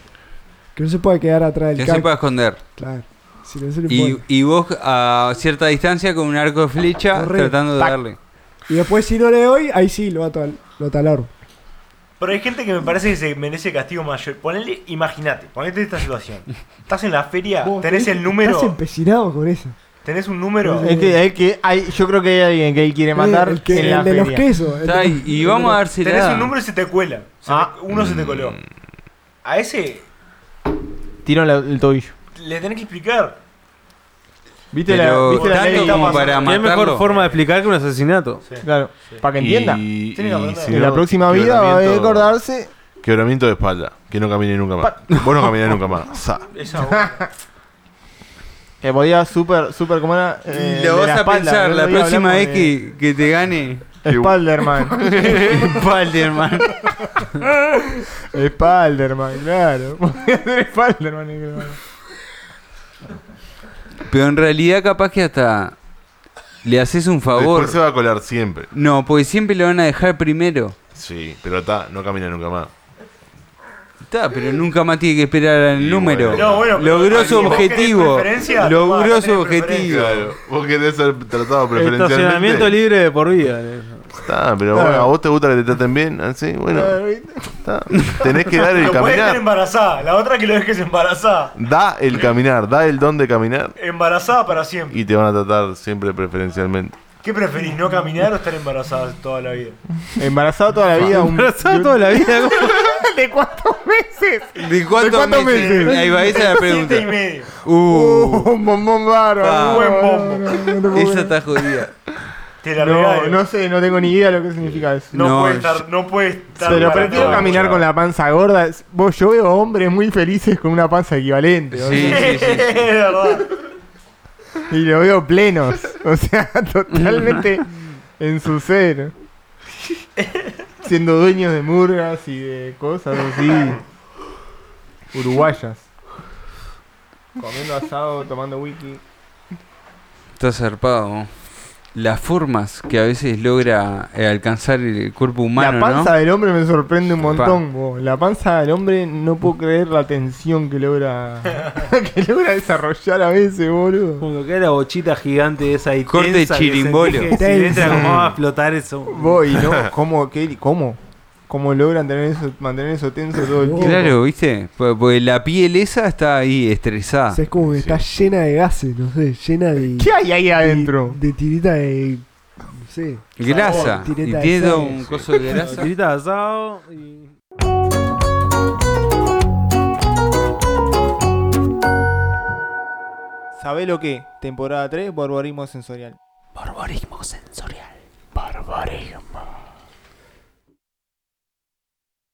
[SPEAKER 7] Que no se pueda quedar atrás
[SPEAKER 4] Que
[SPEAKER 7] del
[SPEAKER 4] se pueda
[SPEAKER 7] cactus.
[SPEAKER 4] esconder.
[SPEAKER 7] Claro. Si no se le
[SPEAKER 4] Y,
[SPEAKER 7] pone.
[SPEAKER 4] y vos a cierta distancia con un arco de flecha
[SPEAKER 7] Corre.
[SPEAKER 4] tratando de
[SPEAKER 7] Tac.
[SPEAKER 4] darle.
[SPEAKER 7] Y después si no le doy, ahí sí lo ato al, lo ato al árbol.
[SPEAKER 9] Pero hay gente que me parece que se merece castigo mayor. Ponele, imagínate, ponete esta situación. Estás en la feria,
[SPEAKER 7] Vos,
[SPEAKER 9] tenés el número,
[SPEAKER 7] Estás empecinado con eso.
[SPEAKER 9] tenés un número.
[SPEAKER 2] Es que, es que hay, yo creo que hay alguien que él quiere matar
[SPEAKER 7] Eh, el que-
[SPEAKER 2] en la
[SPEAKER 7] el de los
[SPEAKER 2] feria.
[SPEAKER 7] quesos. el
[SPEAKER 4] Está
[SPEAKER 7] de-
[SPEAKER 4] ahí, y vamos a dársela.
[SPEAKER 9] Tenés un número y se te cuela. Se
[SPEAKER 2] Ah. Mm.
[SPEAKER 9] te- uno se te coló. A ese
[SPEAKER 2] Tiro la- el tobillo.
[SPEAKER 9] le tenés que explicar.
[SPEAKER 2] ¿Viste la,
[SPEAKER 4] Pero
[SPEAKER 2] viste la
[SPEAKER 4] tanto
[SPEAKER 2] ley?
[SPEAKER 4] como para
[SPEAKER 3] ¿Qué mejor
[SPEAKER 4] matarlo.
[SPEAKER 3] forma de explicar que un asesinato?
[SPEAKER 2] Claro, para que entienda.
[SPEAKER 10] Y,
[SPEAKER 9] Tiene que
[SPEAKER 10] y
[SPEAKER 9] aprender.
[SPEAKER 10] si
[SPEAKER 2] En
[SPEAKER 10] no,
[SPEAKER 2] la próxima vida va a
[SPEAKER 10] quebramiento-
[SPEAKER 2] acordarse.
[SPEAKER 10] Quebramiento de espalda. Que no camine nunca más. Vos no caminás nunca más. Sa.
[SPEAKER 9] Esa
[SPEAKER 2] Que podía súper, súper, ¿cómo era? Eh,
[SPEAKER 4] Y lo
[SPEAKER 2] de
[SPEAKER 4] vas a
[SPEAKER 2] espalda.
[SPEAKER 4] pensar
[SPEAKER 2] El otro
[SPEAKER 4] la
[SPEAKER 2] día
[SPEAKER 4] próxima vez
[SPEAKER 2] hablamos de
[SPEAKER 4] que, que te gane.
[SPEAKER 2] Spalderman.
[SPEAKER 4] Spider-Man.
[SPEAKER 2] Spalderman, claro. Podía ser Spalderman. y que-
[SPEAKER 4] Pero en realidad capaz que hasta le haces un favor.
[SPEAKER 10] Después se va a colar siempre.
[SPEAKER 4] No, porque siempre lo van a dejar primero.
[SPEAKER 10] Sí, pero está, no camina nunca más.
[SPEAKER 4] Está, pero nunca más tiene que esperar al
[SPEAKER 10] Y
[SPEAKER 4] número.
[SPEAKER 10] bueno. No,
[SPEAKER 9] bueno, pero
[SPEAKER 4] Logró
[SPEAKER 9] si
[SPEAKER 4] su
[SPEAKER 9] vos querés
[SPEAKER 4] objetivo.
[SPEAKER 9] preferencia, vas a
[SPEAKER 4] Logró su
[SPEAKER 9] tener
[SPEAKER 4] objetivo.
[SPEAKER 10] Claro, vos querés ser tratado
[SPEAKER 3] Estacionamiento
[SPEAKER 10] preferencialmente.
[SPEAKER 3] libre de por vida.
[SPEAKER 10] Está, pero bueno, a vos te gusta que te traten bien, así, bueno, está. Tenés que dar el
[SPEAKER 9] Lo puede estar
[SPEAKER 10] caminar.
[SPEAKER 9] embarazada. La otra que lo dejes embarazada.
[SPEAKER 10] Da el caminar, da el don de caminar
[SPEAKER 9] Embarazada para siempre.
[SPEAKER 10] y te van a tratar siempre preferencialmente.
[SPEAKER 9] ¿Qué preferís, no caminar o estar embarazada toda la vida?
[SPEAKER 2] Embarazado toda la vida. un-
[SPEAKER 3] Abrazado toda la vida.
[SPEAKER 2] ¿De cuántos meses?
[SPEAKER 4] ¿De cuántos,
[SPEAKER 2] cuántos
[SPEAKER 4] meses?
[SPEAKER 2] meses?
[SPEAKER 4] Ahí va, esa es la pregunta.
[SPEAKER 9] Siete y medio.
[SPEAKER 4] Uh,
[SPEAKER 2] Un bombón bárbaro.
[SPEAKER 4] Pa.
[SPEAKER 9] Buen
[SPEAKER 2] No,
[SPEAKER 9] bombo.
[SPEAKER 2] no, no, no,
[SPEAKER 4] esa está jodida.
[SPEAKER 9] Te la
[SPEAKER 2] No,
[SPEAKER 9] regalo.
[SPEAKER 2] no sé, no tengo ni idea lo que significa eso.
[SPEAKER 9] No,
[SPEAKER 4] No,
[SPEAKER 9] puede
[SPEAKER 4] yo-
[SPEAKER 9] estar, no puede estar.
[SPEAKER 2] Pero
[SPEAKER 9] para
[SPEAKER 2] prefiero
[SPEAKER 9] todo.
[SPEAKER 2] caminar con la panza gorda. Es- Vos, yo veo hombres muy felices con una panza equivalente. o
[SPEAKER 4] Sí,
[SPEAKER 2] sea,
[SPEAKER 4] sí, sí.
[SPEAKER 9] Es verdad.
[SPEAKER 2] Y lo veo plenos. O sea, totalmente en su ser. Siendo dueños de murgas y de cosas así. Uruguayas. Comiendo asado, tomando wiki.
[SPEAKER 4] Está zarpado. ¿no? Las formas que a veces logra eh, alcanzar el cuerpo humano,
[SPEAKER 2] la panza
[SPEAKER 4] ¿no?
[SPEAKER 2] del hombre me sorprende un
[SPEAKER 4] Pa.
[SPEAKER 2] montón. bo. La panza del hombre no puedo creer la tensión que logra que logra desarrollar a veces, boludo.
[SPEAKER 3] Cuando cae la bochita gigante esa y
[SPEAKER 4] Corte
[SPEAKER 3] tensa que
[SPEAKER 4] chirimbolo.
[SPEAKER 3] sentís que Si le entra como va a explotar eso.
[SPEAKER 2] Voy, ¿no? ¿Cómo? ¿Qué? ¿Cómo? cómo logran tener eso, mantener eso tenso todo el tiempo.
[SPEAKER 4] Claro, ¿viste? Porque porque la piel esa está ahí estresada.
[SPEAKER 7] O sea, es como que está llena de gases, no sé, llena de.
[SPEAKER 2] ¿Qué hay ahí
[SPEAKER 7] de-
[SPEAKER 2] adentro?
[SPEAKER 7] De, tirita de. No sé.
[SPEAKER 4] Grasa.
[SPEAKER 7] Sabor,
[SPEAKER 4] y
[SPEAKER 7] tireta de
[SPEAKER 4] tiene todo
[SPEAKER 7] sangre.
[SPEAKER 4] un coso de grasa.
[SPEAKER 3] Tirita de asado y.
[SPEAKER 2] ¿Sabés lo que? Temporada 3, barbarismo sensorial.
[SPEAKER 1] Barbarismo sensorial. Barbarismo.